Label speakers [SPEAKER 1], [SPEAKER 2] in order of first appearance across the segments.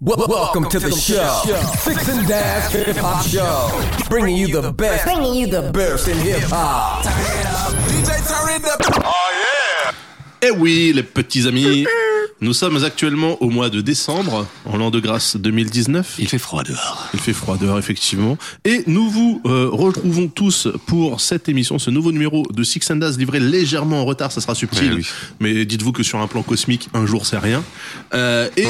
[SPEAKER 1] Wel- welcome, to, the, show. Six and Dash Hip Hop Show. Bringing you the best,
[SPEAKER 2] bringing you the
[SPEAKER 1] best in hip hop.
[SPEAKER 3] Eh oui, les petits amis, nous sommes actuellement au mois de décembre, en l'an de grâce 2019.
[SPEAKER 4] Il fait froid dehors.
[SPEAKER 3] Il fait froid dehors, effectivement. Et nous vous euh, retrouvons tous pour cette émission, ce nouveau numéro de Six and Daz livré légèrement en retard, ça sera
[SPEAKER 4] Ouais,
[SPEAKER 3] subtil.
[SPEAKER 4] Eh oui.
[SPEAKER 3] Mais dites-vous que sur un plan cosmique, un jour, c'est rien. Euh, et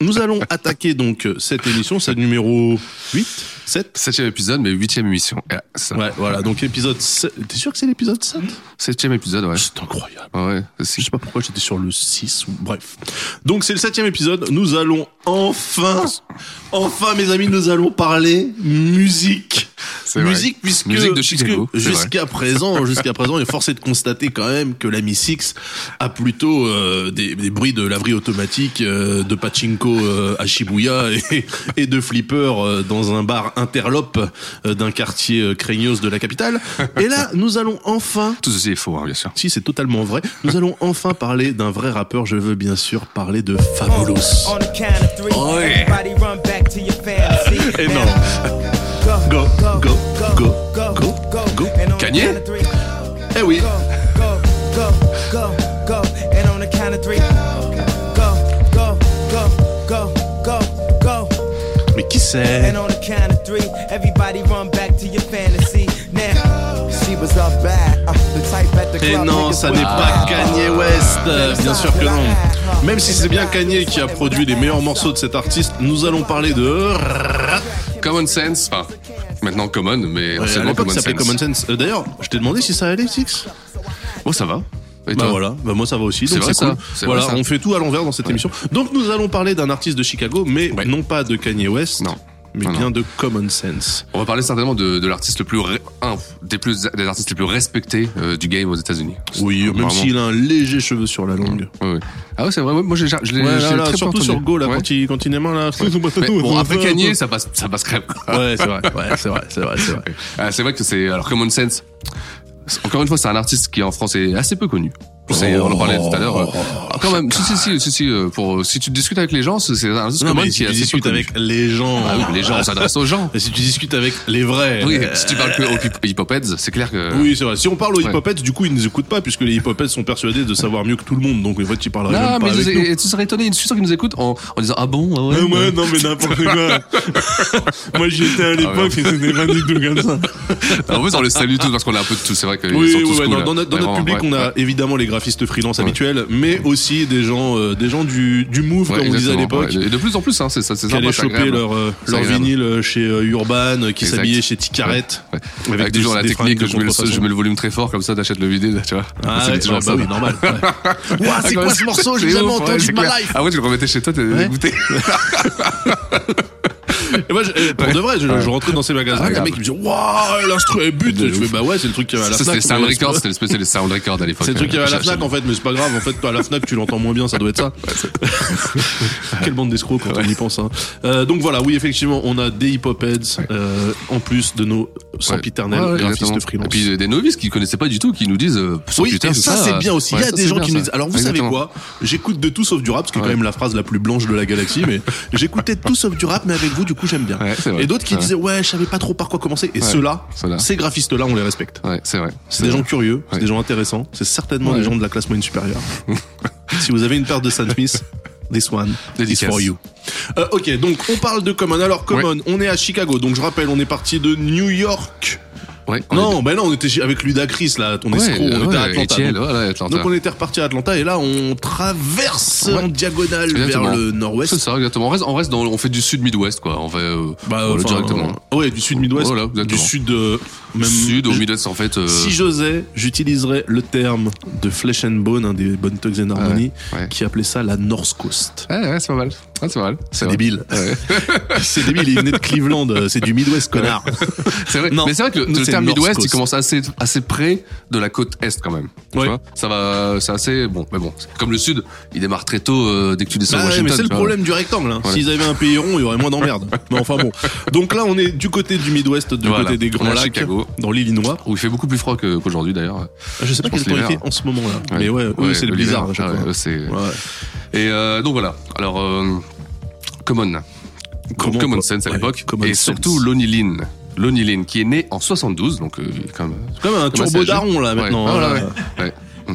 [SPEAKER 3] nous allons attaquer donc cette émission, c'est le numéro 8, 7
[SPEAKER 4] Septième épisode, mais huitième émission. Eh, ça.
[SPEAKER 3] Ouais, voilà, donc épisode 7. T'es sûr que c'est l'épisode 7
[SPEAKER 4] Septième épisode, ouais. Ah
[SPEAKER 3] C'est incroyable.
[SPEAKER 4] Ouais,
[SPEAKER 3] Je
[SPEAKER 4] c'est
[SPEAKER 3] sais pas pourquoi j'étais sur le 6 ou bref. Donc c'est le septième épisode. Nous allons enfin, enfin mes amis, nous allons parler musique.
[SPEAKER 4] C'est vrai.
[SPEAKER 3] Musique puisque,
[SPEAKER 4] Musique de
[SPEAKER 3] puisque
[SPEAKER 4] Chicago, c'est vrai.
[SPEAKER 3] jusqu'à présent, jusqu'à présent, il est forcé de constater quand même que l'ami Six a plutôt euh, des, des bruits de laverie automatique, euh, de pachinko euh, à Shibuya et, et de flipper euh, dans un bar interlope euh, d'un quartier euh, craignos de la capitale. Et là, nous allons enfin
[SPEAKER 4] Tout ceci est faux, hein, bien sûr.
[SPEAKER 3] si c'est totalement vrai, nous allons enfin parler d'un vrai rappeur. Je veux bien sûr parler de Fabulous.
[SPEAKER 5] On the count of three,
[SPEAKER 4] Oh, yeah.
[SPEAKER 5] everybody run back to your fantasy.
[SPEAKER 3] Énorme. Go, go, go, go, go.
[SPEAKER 5] And on the
[SPEAKER 4] Kanye?
[SPEAKER 5] count of three,
[SPEAKER 3] Eh oui,
[SPEAKER 5] Go, go, go, go, go. And on the count of three, go, go, go, go, go, go.
[SPEAKER 3] mais qui c'est
[SPEAKER 5] And on the count of three, everybody run back to your fantasy. Now, she was up bad, uh, the type at the
[SPEAKER 3] Eh
[SPEAKER 5] club
[SPEAKER 3] non,
[SPEAKER 5] niggas
[SPEAKER 3] ça
[SPEAKER 5] would-
[SPEAKER 3] n'est pas Kanye West, euh, bien sûr que non. Même si c'est bien Kanye qui a produit les meilleurs morceaux de cet artiste, nous allons parler de...
[SPEAKER 4] Common Sense, enfin, maintenant Common, mais
[SPEAKER 3] Ouais, Euh, à
[SPEAKER 4] anciennement
[SPEAKER 3] l'époque,
[SPEAKER 4] Ah, Common
[SPEAKER 3] ça s'appelait
[SPEAKER 4] Sense.
[SPEAKER 3] Common Sense. Euh, D'ailleurs, je t'ai demandé si ça allait, Six
[SPEAKER 4] Bon, ça va. Et
[SPEAKER 3] Bah
[SPEAKER 4] toi
[SPEAKER 3] voilà, bah moi ça va aussi,
[SPEAKER 4] C'est
[SPEAKER 3] donc
[SPEAKER 4] vrai,
[SPEAKER 3] c'est cool.
[SPEAKER 4] ça. C'est
[SPEAKER 3] Voilà,
[SPEAKER 4] vrai, ça.
[SPEAKER 3] on fait tout à l'envers dans cette émission. Donc nous allons parler d'un artiste de Chicago, mais
[SPEAKER 4] Ouais.
[SPEAKER 3] non pas de Kanye West,
[SPEAKER 4] Non.
[SPEAKER 3] mais
[SPEAKER 4] Non,
[SPEAKER 3] bien
[SPEAKER 4] non.
[SPEAKER 3] de Common Sense.
[SPEAKER 4] On va parler certainement de, de l'artiste le plus, ré- un des plus des artistes les plus respectés euh, du game aux États-Unis.
[SPEAKER 3] Oui, même
[SPEAKER 4] Vraiment.
[SPEAKER 3] s'il a un léger cheveu sur la langue.
[SPEAKER 4] Ouais, ouais. Ah ouais, c'est vrai. ouais, moi, j'ai, je l'ai,
[SPEAKER 3] Ouais,
[SPEAKER 4] je
[SPEAKER 3] là,
[SPEAKER 4] l'ai
[SPEAKER 3] là,
[SPEAKER 4] très peu
[SPEAKER 3] surtout
[SPEAKER 4] entendu.
[SPEAKER 3] sur Go, là,
[SPEAKER 4] Ouais.
[SPEAKER 3] quand il, quand il est main, là.
[SPEAKER 4] Mais bon, après Kanye, ça passe, ça passe crème.
[SPEAKER 3] Ouais, c'est vrai, ouais, c'est vrai, c'est vrai, c'est vrai.
[SPEAKER 4] Ah, c'est vrai que c'est. Alors, Common Sense, c'est- encore une fois, c'est un artiste qui en France est assez peu connu. C'est- on en parlait tout à l'heure. euh, quand même, si, si, si, si, si, euh, pour, euh, si tu discutes avec les gens, c'est c'est un artiste
[SPEAKER 3] Non,
[SPEAKER 4] Common
[SPEAKER 3] mais
[SPEAKER 4] qui
[SPEAKER 3] si
[SPEAKER 4] est
[SPEAKER 3] tu
[SPEAKER 4] assez peu
[SPEAKER 3] discutes
[SPEAKER 4] connu.
[SPEAKER 3] avec les gens.
[SPEAKER 4] Ah oui, mais les gens, on s'adresse aux gens.
[SPEAKER 3] Et si tu discutes avec les vrais.
[SPEAKER 4] Oui,
[SPEAKER 3] euh,
[SPEAKER 4] si tu parles que aux hip- hip-hop heads, c'est clair que.
[SPEAKER 3] Oui, c'est vrai. Si on parle aux
[SPEAKER 4] Ouais.
[SPEAKER 3] hip-hopets, du coup, ils ne nous écoutent pas, puisque les hip-hopets sont persuadés de savoir mieux que tout le monde. Donc, en fait, ils parleraient
[SPEAKER 4] Non,
[SPEAKER 3] même pas
[SPEAKER 4] mais
[SPEAKER 3] avec
[SPEAKER 4] tu,
[SPEAKER 3] nous.
[SPEAKER 4] et tu serais étonné, je suis sûr qu'ils nous écoutent en, en disant Ah bon ah ouais,
[SPEAKER 3] Ah ouais,
[SPEAKER 4] ouais.
[SPEAKER 3] non, mais n'importe quoi. Moi, j'y
[SPEAKER 4] Ah
[SPEAKER 3] étais à l'époque et c'était pas du tout comme ça.
[SPEAKER 4] En fait, on les salue tous parce qu'on a un peu de tout, c'est vrai que.
[SPEAKER 3] Oui,
[SPEAKER 4] ils sont
[SPEAKER 3] oui,
[SPEAKER 4] tous
[SPEAKER 3] ouais,
[SPEAKER 4] cool,
[SPEAKER 3] dans,
[SPEAKER 4] là.
[SPEAKER 3] dans notre, dans notre
[SPEAKER 4] Vraiment,
[SPEAKER 3] public,
[SPEAKER 4] ouais.
[SPEAKER 3] on a évidemment les graphistes freelance habituels, mais aussi des gens, euh, des gens du, du move,
[SPEAKER 4] Ouais,
[SPEAKER 3] comme on disait à
[SPEAKER 4] exactement,
[SPEAKER 3] l'époque.
[SPEAKER 4] ouais. Et de plus en plus, hein, c'est ça, c'est
[SPEAKER 3] Qui
[SPEAKER 4] sympa,
[SPEAKER 3] allaient
[SPEAKER 4] c'est
[SPEAKER 3] choper
[SPEAKER 4] agréable.
[SPEAKER 3] leur, euh,
[SPEAKER 4] C'est
[SPEAKER 3] leur
[SPEAKER 4] agréable.
[SPEAKER 3] vinyle euh, chez euh, Urban, euh, qui
[SPEAKER 4] Exact.
[SPEAKER 3] s'habillaient chez Ticarette.
[SPEAKER 4] Ouais.
[SPEAKER 3] Avec
[SPEAKER 4] Avec,
[SPEAKER 3] des-
[SPEAKER 4] toujours la
[SPEAKER 3] des
[SPEAKER 4] technique
[SPEAKER 3] fringues
[SPEAKER 4] que
[SPEAKER 3] de
[SPEAKER 4] je mets, le,
[SPEAKER 3] contrefaçon.
[SPEAKER 4] je mets le volume très fort, comme ça t'achètes le vinyle, tu vois.
[SPEAKER 3] Ah,
[SPEAKER 4] C'est
[SPEAKER 3] ouais,
[SPEAKER 4] toujours
[SPEAKER 3] ouais,
[SPEAKER 4] ça.
[SPEAKER 3] bah oui, normal. ouais. Ouah, c'est quoi ce morceau
[SPEAKER 4] Je
[SPEAKER 3] J'ai jamais entendu de ma life.
[SPEAKER 4] Ah ouais, tu le remettais chez toi, t'es dégoûté.
[SPEAKER 3] Et moi, je- euh, pour de vrai, je, je rentrais dans ces
[SPEAKER 4] Ah,
[SPEAKER 3] magasins, les mecs ils me disaient Waouh, l'instru est but Je fais Bah ouais, c'est le truc qu'il y avait à la
[SPEAKER 4] Ça, c'était
[SPEAKER 3] Fnac.
[SPEAKER 4] Sound
[SPEAKER 3] mais c'est pas-
[SPEAKER 4] Record, euh, c'était le spécial des Sound Record à l'époque.
[SPEAKER 3] C'est le truc qu'il y avait à la
[SPEAKER 4] J'ai-
[SPEAKER 3] Fnac en fait, mais c'est pas grave. En fait, toi, à la Fnac, tu l'entends moins bien, ça doit être ça. Quelle bande d'escrocs quand on y pense. Hein. Euh, donc voilà, oui, effectivement, on a des hip-hop heads euh, en plus de nos sempiternels
[SPEAKER 4] Ouais, ouais,
[SPEAKER 3] graphistes
[SPEAKER 4] exactement.
[SPEAKER 3] freelance.
[SPEAKER 4] Et puis euh, des novices qui connaissaient pas du tout, qui nous disent euh, sur
[SPEAKER 3] oui,
[SPEAKER 4] Twitter,
[SPEAKER 3] et
[SPEAKER 4] tout
[SPEAKER 3] ça, c'est bien aussi. Il
[SPEAKER 4] Ouais,
[SPEAKER 3] y a
[SPEAKER 4] ça,
[SPEAKER 3] des
[SPEAKER 4] c'est
[SPEAKER 3] gens
[SPEAKER 4] bien,
[SPEAKER 3] qui nous
[SPEAKER 4] ça.
[SPEAKER 3] disent. Alors, vous
[SPEAKER 4] Exactement.
[SPEAKER 3] savez quoi J'écoute de tout sauf du rap, ce qui est
[SPEAKER 4] Ouais.
[SPEAKER 3] quand même la phrase la plus blanche de la galaxie, mais j'écoutais de tout sauf du rap, mais avec vous, du coup, j'aime bien.
[SPEAKER 4] Ouais, c'est vrai.
[SPEAKER 3] et d'autres qui
[SPEAKER 4] Ouais.
[SPEAKER 3] disaient, ouais, je savais pas trop par quoi commencer. Et
[SPEAKER 4] Ouais.
[SPEAKER 3] ceux-là,
[SPEAKER 4] Ceux-là.
[SPEAKER 3] ces graphistes-là, on les respecte.
[SPEAKER 4] Ouais, c'est vrai.
[SPEAKER 3] C'est des gens curieux, c'est
[SPEAKER 4] Ouais.
[SPEAKER 3] des gens intéressants, c'est certainement
[SPEAKER 4] Ouais.
[SPEAKER 3] des gens de la classe moyenne supérieure. si vous avez une paire de Stan Smith, this one is
[SPEAKER 4] Dédicace.
[SPEAKER 3] for you. Euh, ok, donc on parle de Common. Alors Common, on est à Chicago, donc je rappelle, on est parti de New York.
[SPEAKER 4] Ouais.
[SPEAKER 3] non, ben non, on était avec Ludacris là, ton
[SPEAKER 4] Ouais, euh,
[SPEAKER 3] escroc, on était à
[SPEAKER 4] ouais,
[SPEAKER 3] Atlanta.
[SPEAKER 4] ETL,
[SPEAKER 3] donc,
[SPEAKER 4] voilà, Atlanta.
[SPEAKER 3] donc on était reparti à Atlanta et là on traverse
[SPEAKER 4] Ouais.
[SPEAKER 3] en diagonale
[SPEAKER 4] Exactement.
[SPEAKER 3] vers le
[SPEAKER 4] C'est
[SPEAKER 3] nord-ouest.
[SPEAKER 4] ça, exactement. On reste, on reste dans, on fait du sud Midwest, quoi. On fait, euh, on le
[SPEAKER 3] enfin,
[SPEAKER 4] directement.
[SPEAKER 3] euh, ouais, du sud Midwest,
[SPEAKER 4] Voilà,
[SPEAKER 3] du
[SPEAKER 4] exactement.
[SPEAKER 3] sud, euh, même
[SPEAKER 4] sud au
[SPEAKER 3] je-
[SPEAKER 4] Midwest, en fait. euh,
[SPEAKER 3] Si j'osais, j'utiliserais le terme de Flesh and Bone, un des Bone Thugs and Harmony,
[SPEAKER 4] ouais.
[SPEAKER 3] qui appelait ça la North Coast.
[SPEAKER 4] Ouais, ouais, c'est pas mal. Ouais, Ah, c'est pas mal.
[SPEAKER 3] C'est
[SPEAKER 4] vrai.
[SPEAKER 3] débile.
[SPEAKER 4] Ouais.
[SPEAKER 3] c'est débile, il venait de Cleveland, euh, c'est du Midwest, connard.
[SPEAKER 4] C'est vrai.
[SPEAKER 3] Non.
[SPEAKER 4] mais c'est vrai que le,
[SPEAKER 3] Nous,
[SPEAKER 4] le
[SPEAKER 3] c'est
[SPEAKER 4] terme
[SPEAKER 3] North
[SPEAKER 4] Midwest,
[SPEAKER 3] Coast.
[SPEAKER 4] il commence assez, assez près de la côte Est quand même. Tu
[SPEAKER 3] Ouais.
[SPEAKER 4] vois ça va, c'est assez bon. Mais bon, c'est comme le Sud, il démarre très tôt euh, dès que tu descends
[SPEAKER 3] Bah
[SPEAKER 4] à
[SPEAKER 3] ouais,
[SPEAKER 4] Washington.
[SPEAKER 3] mais c'est le
[SPEAKER 4] tu vois.
[SPEAKER 3] problème du rectangle. hein.
[SPEAKER 4] Voilà.
[SPEAKER 3] S'ils avaient un pays rond, il y aurait moins d'emmerdes. mais enfin bon. Donc là, on est du côté du Midwest, du
[SPEAKER 4] Voilà.
[SPEAKER 3] côté des
[SPEAKER 4] On
[SPEAKER 3] Grands
[SPEAKER 4] est à
[SPEAKER 3] Lacs,
[SPEAKER 4] Chicago.
[SPEAKER 3] dans l'Illinois.
[SPEAKER 4] Où il fait beaucoup plus froid que- qu'aujourd'hui d'ailleurs.
[SPEAKER 3] Je sais pas
[SPEAKER 4] Je pense
[SPEAKER 3] quel temps il
[SPEAKER 4] l'hiver.
[SPEAKER 3] fait en ce moment là. Mais ouais, eux, c'est le
[SPEAKER 4] l'hiver.
[SPEAKER 3] blizzard à chaque
[SPEAKER 4] Ah ouais,
[SPEAKER 3] fois.
[SPEAKER 4] eux, c'est-
[SPEAKER 3] Ouais.
[SPEAKER 4] Et euh, donc voilà. Alors. euh, Common.
[SPEAKER 3] Comment-
[SPEAKER 4] Common Sense à
[SPEAKER 3] ouais,
[SPEAKER 4] l'époque.
[SPEAKER 3] Common
[SPEAKER 4] Et
[SPEAKER 3] Sense.
[SPEAKER 4] surtout Lonnie Lynn. Lonnie Lynn, qui est né en 72, donc euh, comme.
[SPEAKER 3] Comme un
[SPEAKER 4] comme assez
[SPEAKER 3] turbo
[SPEAKER 4] âgé.
[SPEAKER 3] daron, là,
[SPEAKER 4] Ouais.
[SPEAKER 3] maintenant.
[SPEAKER 4] Ah,
[SPEAKER 3] hein,
[SPEAKER 4] voilà,
[SPEAKER 3] là.
[SPEAKER 4] ouais. Ouais.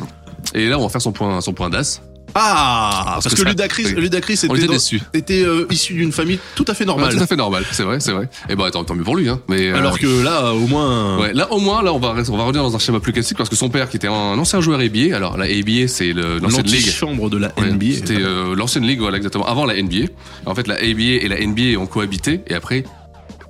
[SPEAKER 4] Et là, on va faire son point, son point d'as.
[SPEAKER 3] Ah,
[SPEAKER 4] Parce
[SPEAKER 3] parce,
[SPEAKER 4] que
[SPEAKER 3] que,
[SPEAKER 4] ça-
[SPEAKER 3] Ludacris,
[SPEAKER 4] oui.
[SPEAKER 3] Ludacris
[SPEAKER 4] On
[SPEAKER 3] était,
[SPEAKER 4] était
[SPEAKER 3] dans-
[SPEAKER 4] déçus.
[SPEAKER 3] était, euh, issu d'une famille tout à fait
[SPEAKER 4] Ouais,
[SPEAKER 3] normale.
[SPEAKER 4] tout à fait normal, c'est vrai, c'est vrai. Et bah, tant, tant mieux pour lui, hein. Mais, euh,
[SPEAKER 3] Alors que là, au moins,
[SPEAKER 4] Ouais, là au moins, là on va, on va revenir dans un schéma plus classique parce que son père qui était un, ancien joueur ABA, alors la ABA c'est le- l'ancienne ligue.
[SPEAKER 3] l'antichambre de la
[SPEAKER 4] Ouais,
[SPEAKER 3] NBA.
[SPEAKER 4] C'était euh, l'ancienne ligue, voilà exactement, avant la NBA. En fait la ABA et la NBA ont cohabité et après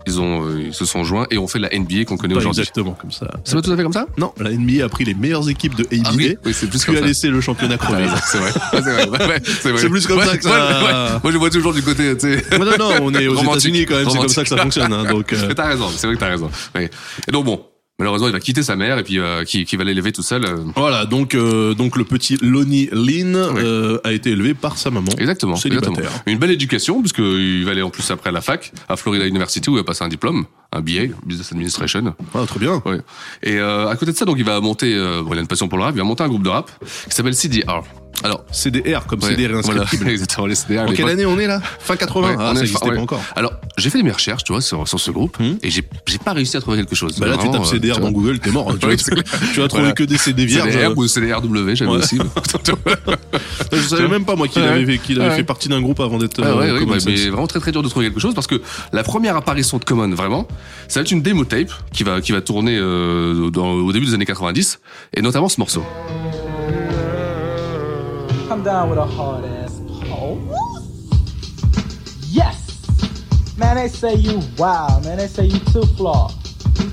[SPEAKER 4] ils, ont, euh, ils se sont joints et ont fait la NBA qu'on connaît
[SPEAKER 3] pas
[SPEAKER 4] aujourd'hui.
[SPEAKER 3] exactement comme ça.
[SPEAKER 4] C'est pas tout à fait comme ça
[SPEAKER 3] Non, la NBA a pris les meilleures équipes de ABA,
[SPEAKER 4] Ah oui, oui, c'est plus
[SPEAKER 3] puis
[SPEAKER 4] comme
[SPEAKER 3] a
[SPEAKER 4] ça. Ah,
[SPEAKER 3] laissé le championnat crever.
[SPEAKER 4] Ouais, c'est vrai, Ouais, c'est vrai, ouais, ouais, c'est vrai.
[SPEAKER 3] C'est plus comme
[SPEAKER 4] Ouais,
[SPEAKER 3] ça que
[SPEAKER 4] ouais,
[SPEAKER 3] ça-
[SPEAKER 4] ouais. Moi je vois toujours du côté, tu sais.
[SPEAKER 3] Ouais, non, non, on est aux
[SPEAKER 4] Romantique.
[SPEAKER 3] États-Unis quand même, c'est comme
[SPEAKER 4] Romantique.
[SPEAKER 3] ça que ça fonctionne. hein, donc, euh,
[SPEAKER 4] Mais t'as raison, c'est vrai que t'as raison. Ouais. Et donc bon, malheureusement il va quitter sa mère et puis euh, qui, qui va l'élever tout seul. euh,
[SPEAKER 3] Voilà, donc, euh, donc le petit Lonnie Lynn
[SPEAKER 4] Ouais.
[SPEAKER 3] euh, a été élevé par sa maman.
[SPEAKER 4] Exactement,
[SPEAKER 3] Célibataire.
[SPEAKER 4] exactement. Une belle éducation, puisque il va aller en plus après à la fac, à Florida University, où il va passer un diplôme, un BA, Business Administration.
[SPEAKER 3] Ah, très bien.
[SPEAKER 4] Ouais. Et euh, à côté de ça, donc il va monter, euh, bon, il a une passion pour le rap, il va monter un groupe de rap qui s'appelle CDR. Alors,
[SPEAKER 3] CDR, comme
[SPEAKER 4] ouais,
[SPEAKER 3] CDR
[SPEAKER 4] voilà,
[SPEAKER 3] inscriptible.
[SPEAKER 4] exactement, les CDR.
[SPEAKER 3] En
[SPEAKER 4] les
[SPEAKER 3] quelle
[SPEAKER 4] potes.
[SPEAKER 3] année on est là Fin 80
[SPEAKER 4] Ouais,
[SPEAKER 3] Ah,
[SPEAKER 4] on
[SPEAKER 3] ça
[SPEAKER 4] est-
[SPEAKER 3] n'existait
[SPEAKER 4] ouais.
[SPEAKER 3] pas encore.
[SPEAKER 4] Alors, j'ai fait mes recherches, tu vois, sur, sur ce groupe,
[SPEAKER 3] Hum.
[SPEAKER 4] et j'ai j'ai pas réussi à trouver quelque chose.
[SPEAKER 3] Bah là, tu
[SPEAKER 4] Vraiment,
[SPEAKER 3] tapes
[SPEAKER 4] euh,
[SPEAKER 3] CDR
[SPEAKER 4] tu
[SPEAKER 3] dans
[SPEAKER 4] vois.
[SPEAKER 3] Google, t'es mort. hein, tu,
[SPEAKER 4] Ouais,
[SPEAKER 3] vas,
[SPEAKER 4] c'est clair.
[SPEAKER 3] tu vas trouver
[SPEAKER 4] Voilà.
[SPEAKER 3] que des CD vierges.
[SPEAKER 4] CDR
[SPEAKER 3] euh,
[SPEAKER 4] ou CDRW, j'avais
[SPEAKER 3] Ouais.
[SPEAKER 4] aussi.
[SPEAKER 3] Je savais même pas moi qu'il
[SPEAKER 4] Ouais.
[SPEAKER 3] avait, qu'il avait
[SPEAKER 4] Ouais.
[SPEAKER 3] fait partie d'un groupe avant d'être.
[SPEAKER 4] Ouais,
[SPEAKER 3] euh,
[SPEAKER 4] ouais, ouais,
[SPEAKER 3] Common
[SPEAKER 4] ouais,
[SPEAKER 3] Sense.
[SPEAKER 4] mais vraiment très très dur de trouver quelque chose parce que la première apparition de Common vraiment, ça va être une démo tape qui va qui va tourner euh, dans- au début des années 90 et notamment ce morceau.
[SPEAKER 2] Come down with a hard ass pole. Yes! Man, they say you wild, man. They say you too flawed.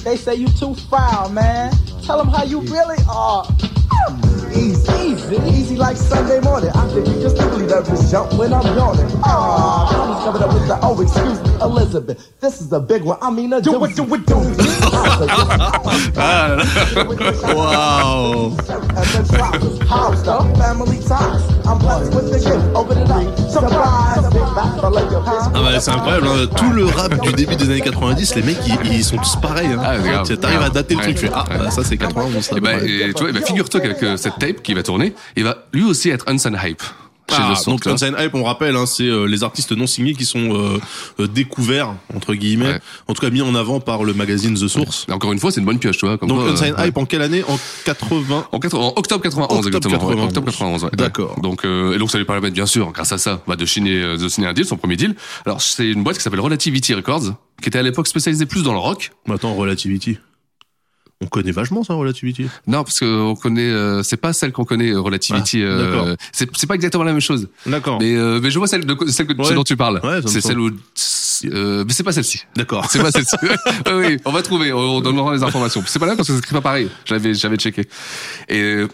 [SPEAKER 2] They say you too foul, man. Tell them how you really are.
[SPEAKER 6] Easy, easy, easy like Sunday morning. I think you just simply nervous jump when I'm yawning. Ah, I was coming up with the oh, excuse me, Elizabeth. This is a big one. I mean, a do it, do it, do
[SPEAKER 3] Ah, Waouh Ah bah c'est incroyable, hein. tout le rap du début des années 90, les mecs ils, ils sont tous pareils. Hein.
[SPEAKER 4] Ah, c'est grave.
[SPEAKER 3] Tu- T'arrives à dater le
[SPEAKER 4] Ouais.
[SPEAKER 3] truc, tu fais ah
[SPEAKER 4] Ouais.
[SPEAKER 3] bah, ça c'est 91, ça
[SPEAKER 4] Et, bah,
[SPEAKER 3] va.
[SPEAKER 4] et tu vois, et bah, figure-toi qu'avec euh, cette tape qui va tourner, il va lui aussi être Unsigned Hype. Chez
[SPEAKER 3] Ah,
[SPEAKER 4] le son,
[SPEAKER 3] donc
[SPEAKER 4] tu vois.
[SPEAKER 3] Unsigned Hype, on rappelle, hein, c'est euh, les artistes non signés qui sont euh, euh, découverts entre guillemets,
[SPEAKER 4] Ouais.
[SPEAKER 3] en tout cas mis en avant par le magazine The Source.
[SPEAKER 4] Et encore une fois, c'est une bonne pioche, tu vois. Comme
[SPEAKER 3] Donc
[SPEAKER 4] quoi, euh,
[SPEAKER 3] Unsigned
[SPEAKER 4] ouais.
[SPEAKER 3] Hype en quelle année En 80.
[SPEAKER 4] En, 80 en octobre 91,
[SPEAKER 3] Octobre
[SPEAKER 4] exactement. ouais,
[SPEAKER 3] 91.
[SPEAKER 4] octobre 91, ouais.
[SPEAKER 3] D'accord.
[SPEAKER 4] Donc, euh, et donc, ça lui permet, bien sûr, grâce à ça, bah, de, signer, euh, de signer un deal, son premier deal. Alors, c'est une boîte qui s'appelle Relativity Records, qui était à l'époque spécialisée plus dans le rock.
[SPEAKER 3] Maintenant Relativity. On connaît vachement ça Relativity.
[SPEAKER 4] Non, parce que on connaît, euh, c'est pas celle qu'on connaît euh, Relativity.
[SPEAKER 3] Ah,
[SPEAKER 4] euh,
[SPEAKER 3] d'accord.
[SPEAKER 4] c'est c'est pas exactement la même chose.
[SPEAKER 3] D'accord.
[SPEAKER 4] Mais euh, mais je vois celle, de, celle, que-
[SPEAKER 3] Ouais.
[SPEAKER 4] celle dont tu parles.
[SPEAKER 3] Ouais, ça me
[SPEAKER 4] c'est celle où.
[SPEAKER 3] semble.
[SPEAKER 4] Euh, mais c'est pas celle-ci.
[SPEAKER 3] D'accord.
[SPEAKER 4] C'est pas celle-ci. oui, oui, on va trouver. On, on donnera les informations. C'est pas là parce que c'est pas pareil. J'avais j'avais checké. Et euh,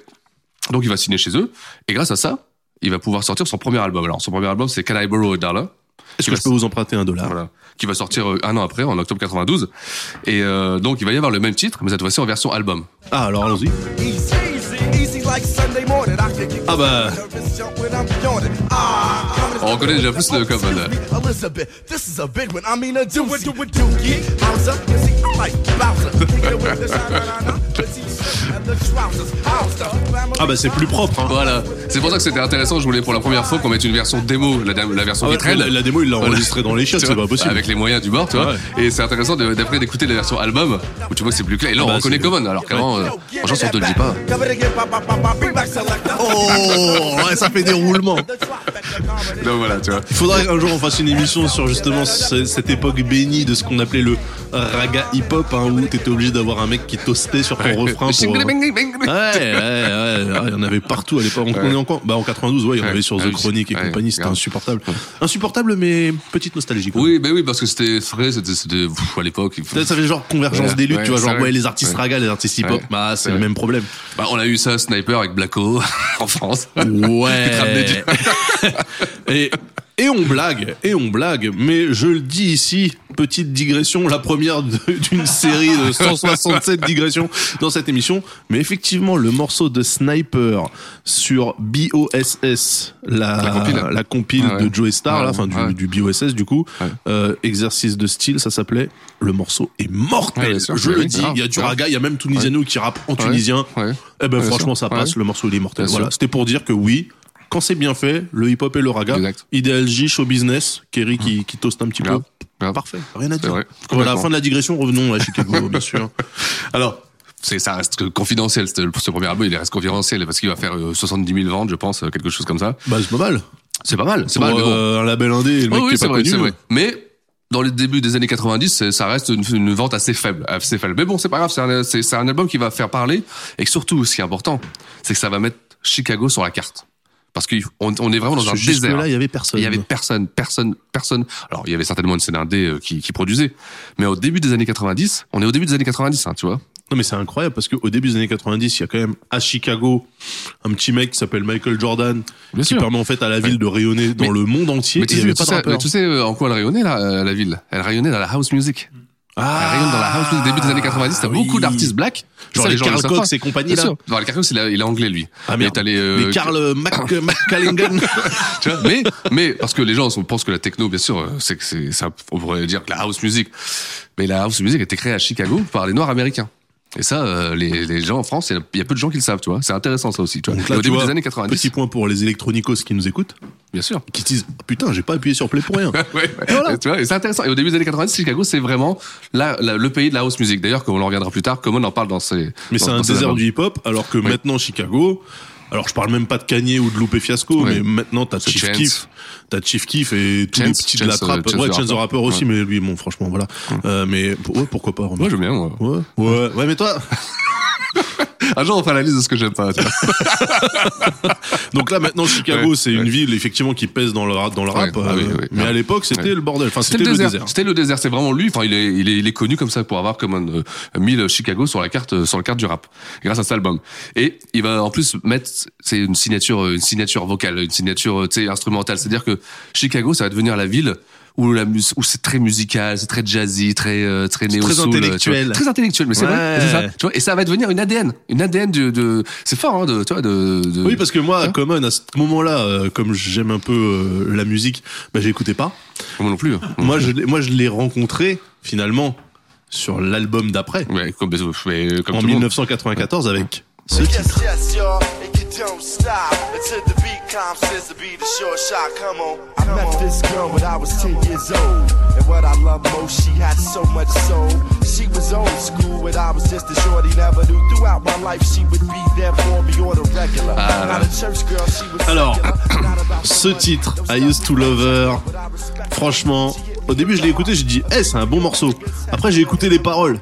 [SPEAKER 4] donc il va signer chez eux. Et grâce à ça, il va pouvoir sortir son premier album. Alors son premier album, c'est Can I Borrow a Dollar
[SPEAKER 3] Est-ce que je peux vous emprunter un dollar
[SPEAKER 4] voilà, qui va sortir euh, un an après, en octobre 92. Et euh, donc il va y avoir le même titre, mais cette fois-ci en version album.
[SPEAKER 3] Ah alors allons-y. Ah bah
[SPEAKER 4] On reconnaît déjà plus le Ah common. là.
[SPEAKER 6] Elizabeth, this is a big one. I mean, a do it, do it, do it. Bowser, you see, I like Bowser. Take it with the shine-a-na-na, the t-shirt and the trousers. Bowser, family
[SPEAKER 3] ah bah c'est plus propre. Hein.
[SPEAKER 4] Voilà. C'est pour ça que c'était intéressant. Je voulais pour la première fois qu'on mette une version démo, la, la version
[SPEAKER 3] Ah ouais,
[SPEAKER 4] vitrelle.
[SPEAKER 3] la, la démo, il l'a
[SPEAKER 4] Voilà.
[SPEAKER 3] enregistré dans les chiottes,
[SPEAKER 4] Tu
[SPEAKER 3] c'est
[SPEAKER 4] vois,
[SPEAKER 3] pas possible.
[SPEAKER 4] Avec les moyens du bord, tu vois.
[SPEAKER 3] Ouais.
[SPEAKER 4] Et c'est intéressant de- d'après d'écouter la version album où tu vois que c'est plus clair. Et là,
[SPEAKER 3] Ah bah,
[SPEAKER 4] on reconnaît
[SPEAKER 3] c'est-
[SPEAKER 4] Common, alors qu'avant, euh, en chanson, on te le dit pas.
[SPEAKER 6] Cover it again, pop, pop, pop, pop, bring back selector.
[SPEAKER 3] Oh, ouais, ça fait des roulements.
[SPEAKER 4] Donc voilà, tu vois.
[SPEAKER 3] Il faudrait qu'un jour on fasse une émission sur justement ce- cette époque bénie de ce qu'on appelait le raga hip-hop, hein, où t'étais obligé d'avoir un mec qui toastait sur ton refrain pour... euh, Hein Ouais,
[SPEAKER 4] Bing, bing, bing, bing.
[SPEAKER 3] ouais, ouais, ouais, il y en avait partout à l'époque. On on est encore, bah en 92, ouais, il y en
[SPEAKER 4] Ouais.
[SPEAKER 3] avait sur
[SPEAKER 4] Ah
[SPEAKER 3] The
[SPEAKER 4] oui,
[SPEAKER 3] Chronic et
[SPEAKER 4] ouais,
[SPEAKER 3] compagnie, c'était
[SPEAKER 4] grave.
[SPEAKER 3] insupportable. Insupportable, mais petite nostalgie. quoi.
[SPEAKER 4] Oui, ben oui, parce que c'était frais, c'était, c'était, pff, à l'époque. il faut-
[SPEAKER 3] Ça fait genre convergence
[SPEAKER 4] Ouais,
[SPEAKER 3] des luttes,
[SPEAKER 4] ouais,
[SPEAKER 3] tu vois,
[SPEAKER 4] c'est
[SPEAKER 3] genre
[SPEAKER 4] vrai.
[SPEAKER 3] ouais les artistes
[SPEAKER 4] Ouais.
[SPEAKER 3] raga, les artistes hip-hop,
[SPEAKER 4] Ouais.
[SPEAKER 3] bah c'est
[SPEAKER 4] Ouais.
[SPEAKER 3] le même problème.
[SPEAKER 4] Bah, on a eu ça, Sniper avec Blacko, en France. Qui te ramenait du-
[SPEAKER 3] Ouais. et, et on blague, et on blague, mais je le dis ici, petite digression, la première de- d'une série de 167 digressions dans cette émission. Mais effectivement, le morceau de Sniper sur BOSS, la,
[SPEAKER 4] La compile.
[SPEAKER 3] la compile
[SPEAKER 4] Ah ouais.
[SPEAKER 3] de Joey Star,
[SPEAKER 4] Ouais,
[SPEAKER 3] là, enfin du,
[SPEAKER 4] ouais.
[SPEAKER 3] du BOSS du coup,
[SPEAKER 4] Ouais.
[SPEAKER 3] euh, exercice de style, ça s'appelait. Le morceau est mortel,
[SPEAKER 4] Ouais, bien sûr,
[SPEAKER 3] je
[SPEAKER 4] ouais,
[SPEAKER 3] le
[SPEAKER 4] oui,
[SPEAKER 3] dis.
[SPEAKER 4] grave,
[SPEAKER 3] Il y a du
[SPEAKER 4] grave.
[SPEAKER 3] raga, il y a même Tunisiano qui rappe en tunisien.
[SPEAKER 4] ouais.
[SPEAKER 3] Eh ben
[SPEAKER 4] Ouais,
[SPEAKER 3] franchement,
[SPEAKER 4] sûr.
[SPEAKER 3] ça passe.
[SPEAKER 4] Ouais.
[SPEAKER 3] Le morceau il est mortel.
[SPEAKER 4] Bien
[SPEAKER 3] voilà,
[SPEAKER 4] sûr.
[SPEAKER 3] c'était pour dire que oui, quand c'est bien fait, le hip-hop et le raga,
[SPEAKER 4] Exact. Mmh.
[SPEAKER 3] Idéal J, Show Business, Kerry qui, qui toast un petit
[SPEAKER 4] Grave,
[SPEAKER 3] peu.
[SPEAKER 4] grave.
[SPEAKER 3] Parfait, rien à
[SPEAKER 4] C'est
[SPEAKER 3] dire.
[SPEAKER 4] vrai,
[SPEAKER 3] Voilà,
[SPEAKER 4] complètement.
[SPEAKER 3] fin de la digression, revenons à Chicago, bien sûr.
[SPEAKER 4] Alors, c'est, ça reste confidentiel. c'est- Ce premier album, il reste confidentiel parce qu'il va faire euh, 70 000 ventes, je pense, euh, quelque chose comme ça.
[SPEAKER 3] Bah, c'est pas mal.
[SPEAKER 4] C'est pas mal, c'est
[SPEAKER 3] Pour,
[SPEAKER 4] pas mal, mais bon.
[SPEAKER 3] euh, un label indé, et
[SPEAKER 4] Oui,
[SPEAKER 3] le mec
[SPEAKER 4] oui,
[SPEAKER 3] qui est
[SPEAKER 4] c'est
[SPEAKER 3] pas
[SPEAKER 4] vrai,
[SPEAKER 3] connu.
[SPEAKER 4] c'est vrai. Mais dans les débuts des années 90, c'est- ça reste une, une vente assez faible, assez faible. Mais bon, c'est pas grave, c'est un, c'est- c'est un album qui va faire parler. Et surtout, ce qui est important, c'est que ça va mettre Chicago sur la carte. Parce qu'on on est vraiment dans un
[SPEAKER 3] Parce que
[SPEAKER 4] désert.
[SPEAKER 3] Jusque-là, il y avait
[SPEAKER 4] Et
[SPEAKER 3] personne.
[SPEAKER 4] Il y avait personne, personne, personne. Alors, il y avait certainement une scène indé euh, qui, qui produisait. Mais au début des années 90, on est au début des années 90, hein, tu vois.
[SPEAKER 3] Non mais c'est incroyable parce qu'au début des années 90, il y a quand même à Chicago un petit mec qui s'appelle Michael Jordan
[SPEAKER 4] Bien
[SPEAKER 3] qui
[SPEAKER 4] sûr.
[SPEAKER 3] permet en fait à la ville de rayonner dans
[SPEAKER 4] Mais-
[SPEAKER 3] le monde entier.
[SPEAKER 4] Mais tu,
[SPEAKER 3] et il y
[SPEAKER 4] sais,
[SPEAKER 3] avait
[SPEAKER 4] tu
[SPEAKER 3] pas de
[SPEAKER 4] sais-
[SPEAKER 3] rappeur.
[SPEAKER 4] mais tu sais, euh, en quoi elle rayonnait, là, euh, la ville Elle rayonnait dans la house music. Elle
[SPEAKER 3] Ah,
[SPEAKER 4] rayonne dans la house music début des années 90. T'as
[SPEAKER 3] oui.
[SPEAKER 4] beaucoup d'artistes blacks.
[SPEAKER 3] Genre
[SPEAKER 4] Ça,
[SPEAKER 3] les
[SPEAKER 4] gens le
[SPEAKER 3] Carl
[SPEAKER 4] savent pas.
[SPEAKER 3] Cox et compagnie
[SPEAKER 4] Bien
[SPEAKER 3] là.
[SPEAKER 4] sûr. Non, le Carcox, il, est- il est anglais, lui.
[SPEAKER 3] Ah,
[SPEAKER 4] mais
[SPEAKER 3] merde.
[SPEAKER 4] t'as les, euh,
[SPEAKER 3] Les Carl euh, Mac, McCalligan.
[SPEAKER 4] tu vois, mais, mais, parce que les gens on pense que la techno, bien sûr, euh, c'est que c'est, ça, on pourrait dire que la house music. Mais la house music a été créée à Chicago par les Noirs américains. Et ça, euh, les, les gens en France, il y a- il y a peu de gens qui le savent, tu vois. C'est intéressant, ça aussi, tu vois.
[SPEAKER 3] Donc
[SPEAKER 4] Et
[SPEAKER 3] là,
[SPEAKER 4] au
[SPEAKER 3] tu
[SPEAKER 4] début
[SPEAKER 3] vois,
[SPEAKER 4] des années 90.
[SPEAKER 3] Petit point pour les électronicos qui nous écoutent,
[SPEAKER 4] Bien sûr.
[SPEAKER 3] qui se disent Ah, putain, j'ai pas appuyé sur play pour rien.
[SPEAKER 4] Ouais, Et tu vois, et c'est intéressant. Et au début des années 90, Chicago, c'est vraiment la- la- le pays de la house music. D'ailleurs, quand on en reviendra plus tard, Common en parle dans ses. dans-
[SPEAKER 3] Mais c'est un
[SPEAKER 4] dans ses
[SPEAKER 3] désert
[SPEAKER 4] albums.
[SPEAKER 3] du hip-hop, alors que maintenant Chicago. Alors je parle même pas de Kanye ou de Loupé Fiasco,
[SPEAKER 4] Ouais.
[SPEAKER 3] mais maintenant t'as
[SPEAKER 4] C'est
[SPEAKER 3] Chief
[SPEAKER 4] Chance.
[SPEAKER 3] Keef, t'as Chief Keef et tous les
[SPEAKER 4] Chance,
[SPEAKER 3] petits
[SPEAKER 4] Chance,
[SPEAKER 3] de la
[SPEAKER 4] euh,
[SPEAKER 3] trappe.
[SPEAKER 4] Chance
[SPEAKER 3] ouais,
[SPEAKER 4] the
[SPEAKER 3] Chance the
[SPEAKER 4] Rapper.
[SPEAKER 3] Rapper aussi, mais lui, bon, franchement, voilà. Euh, mais pour- ouais, pourquoi pas
[SPEAKER 4] Moi,
[SPEAKER 3] remarque.
[SPEAKER 4] j'aime bien, moi.
[SPEAKER 3] Ouais, ouais, ouais, mais toi.
[SPEAKER 4] Un jour, on fera la liste de ce que j'aime pas, tu vois.
[SPEAKER 3] Donc là maintenant Chicago,
[SPEAKER 4] Ouais,
[SPEAKER 3] c'est une ville effectivement qui pèse dans le rap, dans le
[SPEAKER 4] Ouais,
[SPEAKER 3] rap.
[SPEAKER 4] ah
[SPEAKER 3] euh,
[SPEAKER 4] oui, oui.
[SPEAKER 3] mais
[SPEAKER 4] Ouais.
[SPEAKER 3] à l'époque c'était
[SPEAKER 4] Ouais.
[SPEAKER 3] le bordel. Enfin
[SPEAKER 4] C'était le, désert. C'était le désert. C'est vraiment lui. Enfin, il est, il est, il est connu comme ça pour avoir comme un, euh, mis le Chicago sur la carte, euh, sur la carte du rap, grâce à cet album. Et il va en plus mettre, c'est une signature, euh, une signature vocale, une signature, euh, tu sais, instrumentale. C'est-à-dire que Chicago, ça va devenir la ville où la mus- où c'est très musical, c'est très jazzy, très euh, très néo
[SPEAKER 3] très intellectuel.
[SPEAKER 4] très intellectuel, mais c'est
[SPEAKER 3] Ouais.
[SPEAKER 4] vrai, c'est ça. Tu vois, et ça va devenir une ADN, une ADN de, de c'est fort, hein, de, tu vois, de, de-
[SPEAKER 3] Oui, parce que moi, à
[SPEAKER 4] Hein
[SPEAKER 3] Common, à ce moment-là, euh, comme j'aime un peu euh, la musique, bah, j'écoutais pas.
[SPEAKER 4] moi non plus. hein.
[SPEAKER 3] Moi, je, l'ai- moi, je l'ai rencontré finalement sur l'album d'après,
[SPEAKER 4] Ouais, Mm. comme, mais euh, comme
[SPEAKER 3] en
[SPEAKER 4] tout le monde. Mm.
[SPEAKER 3] 1994, avec ce titre.
[SPEAKER 7] Yes, yes, y'all, and you don't stop until the beat comes. Says the beat is short shot. Come on,
[SPEAKER 6] I
[SPEAKER 7] come
[SPEAKER 6] met
[SPEAKER 7] on.
[SPEAKER 6] this girl when I was 10 years old. And what I love most, she had so much soul. She was old school, and I was just a shorty, never knew. Throughout my life, she would be there for me on a regular.
[SPEAKER 4] Ah, là,
[SPEAKER 6] Not
[SPEAKER 4] là.
[SPEAKER 6] a church girl, she was
[SPEAKER 3] Alors,
[SPEAKER 6] secular, not about
[SPEAKER 3] ce
[SPEAKER 6] the money.
[SPEAKER 3] titre, I Used to Love Her, franchement, au début, je l'ai écouté, j'ai dit, eh, c'est un bon morceau. Après, j'ai écouté les paroles.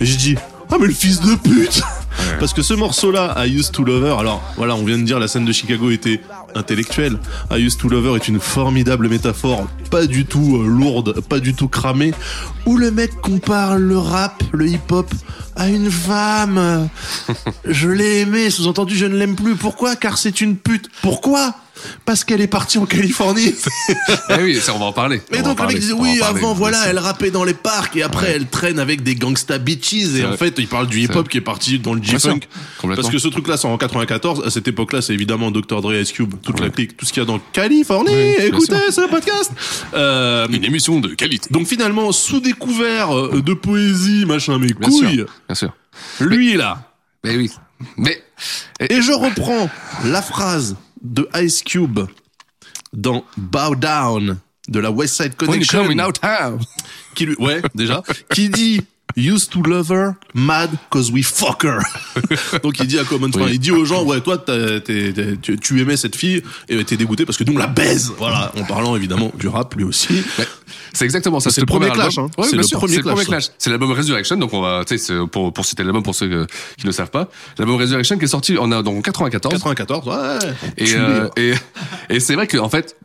[SPEAKER 3] Et j'ai dit, ah, mais le fils de pute! Parce que ce morceau-là, I Used to Love Her, alors voilà, on vient de dire la scène de Chicago était intellectuelle. I Used to Love Her est une formidable métaphore, pas du tout euh, lourde, pas du tout cramée, où le mec compare le rap, le hip-hop à une femme. Je l'ai aimée, sous-entendu, je ne l'aime plus. Pourquoi Car c'est une pute. Pourquoi Parce qu'elle est partie en Californie.
[SPEAKER 4] Ah oui, ça, on va en parler. On va
[SPEAKER 3] Mais
[SPEAKER 4] en
[SPEAKER 3] donc le
[SPEAKER 4] parler,
[SPEAKER 3] mec disait
[SPEAKER 4] on va en
[SPEAKER 3] oui
[SPEAKER 4] parler,
[SPEAKER 3] avant
[SPEAKER 4] bien
[SPEAKER 3] voilà
[SPEAKER 4] sûr.
[SPEAKER 3] elle rappait dans les parcs et après elle traîne avec des gangsta bitches et en
[SPEAKER 4] vrai.
[SPEAKER 3] fait il parle du hip hop
[SPEAKER 4] vrai.
[SPEAKER 3] qui est parti dans le
[SPEAKER 4] Bien sûr,
[SPEAKER 3] G-funk
[SPEAKER 4] complètement.
[SPEAKER 3] parce que ce truc là c'est en 94 à cette époque là c'est évidemment Dr Dre Ice Cube toute la clique tout ce qu'il y a dans Californie
[SPEAKER 4] Oui, bien
[SPEAKER 3] écoutez
[SPEAKER 4] sûr.
[SPEAKER 3] ce podcast euh,
[SPEAKER 4] Une émission de qualité.
[SPEAKER 3] donc finalement sous découvert euh, de poésie machin mais
[SPEAKER 4] Bien
[SPEAKER 3] couille
[SPEAKER 4] sûr. Bien sûr.
[SPEAKER 3] lui là
[SPEAKER 4] Mais oui. Mais
[SPEAKER 3] et je reprends la phrase de Ice Cube dans Bow Down de la West Side
[SPEAKER 4] when you
[SPEAKER 3] Connection
[SPEAKER 4] come in our town.
[SPEAKER 3] qui lui, ouais, déjà, qui dit used to lover, mad cause we fuck her. Donc il dit à Common, enfin,
[SPEAKER 4] Oui.
[SPEAKER 3] il dit aux gens, ouais, toi, t'as- t'es- t'es- tu, tu aimais cette fille et t'es dégoûté parce que nous on la baise. Voilà, en parlant évidemment du rap lui aussi.
[SPEAKER 4] Ouais. C'est exactement ça.
[SPEAKER 3] C'est le premier
[SPEAKER 4] album.
[SPEAKER 3] clash, hein.
[SPEAKER 4] Ouais,
[SPEAKER 3] C'est
[SPEAKER 4] bien
[SPEAKER 3] le
[SPEAKER 4] sûr,
[SPEAKER 3] premier
[SPEAKER 4] c'est le premier
[SPEAKER 3] clash,
[SPEAKER 4] clash. C'est l'album Resurrection. Donc, on va, tu sais, c'est pour, pour citer l'album pour ceux que- qui ne le savent pas. L'album Resurrection qui est sorti en, en 94.
[SPEAKER 3] 94, ouais.
[SPEAKER 4] Et,
[SPEAKER 3] tu hein.
[SPEAKER 4] euh,
[SPEAKER 3] l'es.
[SPEAKER 4] et, et c'est vrai que en fait,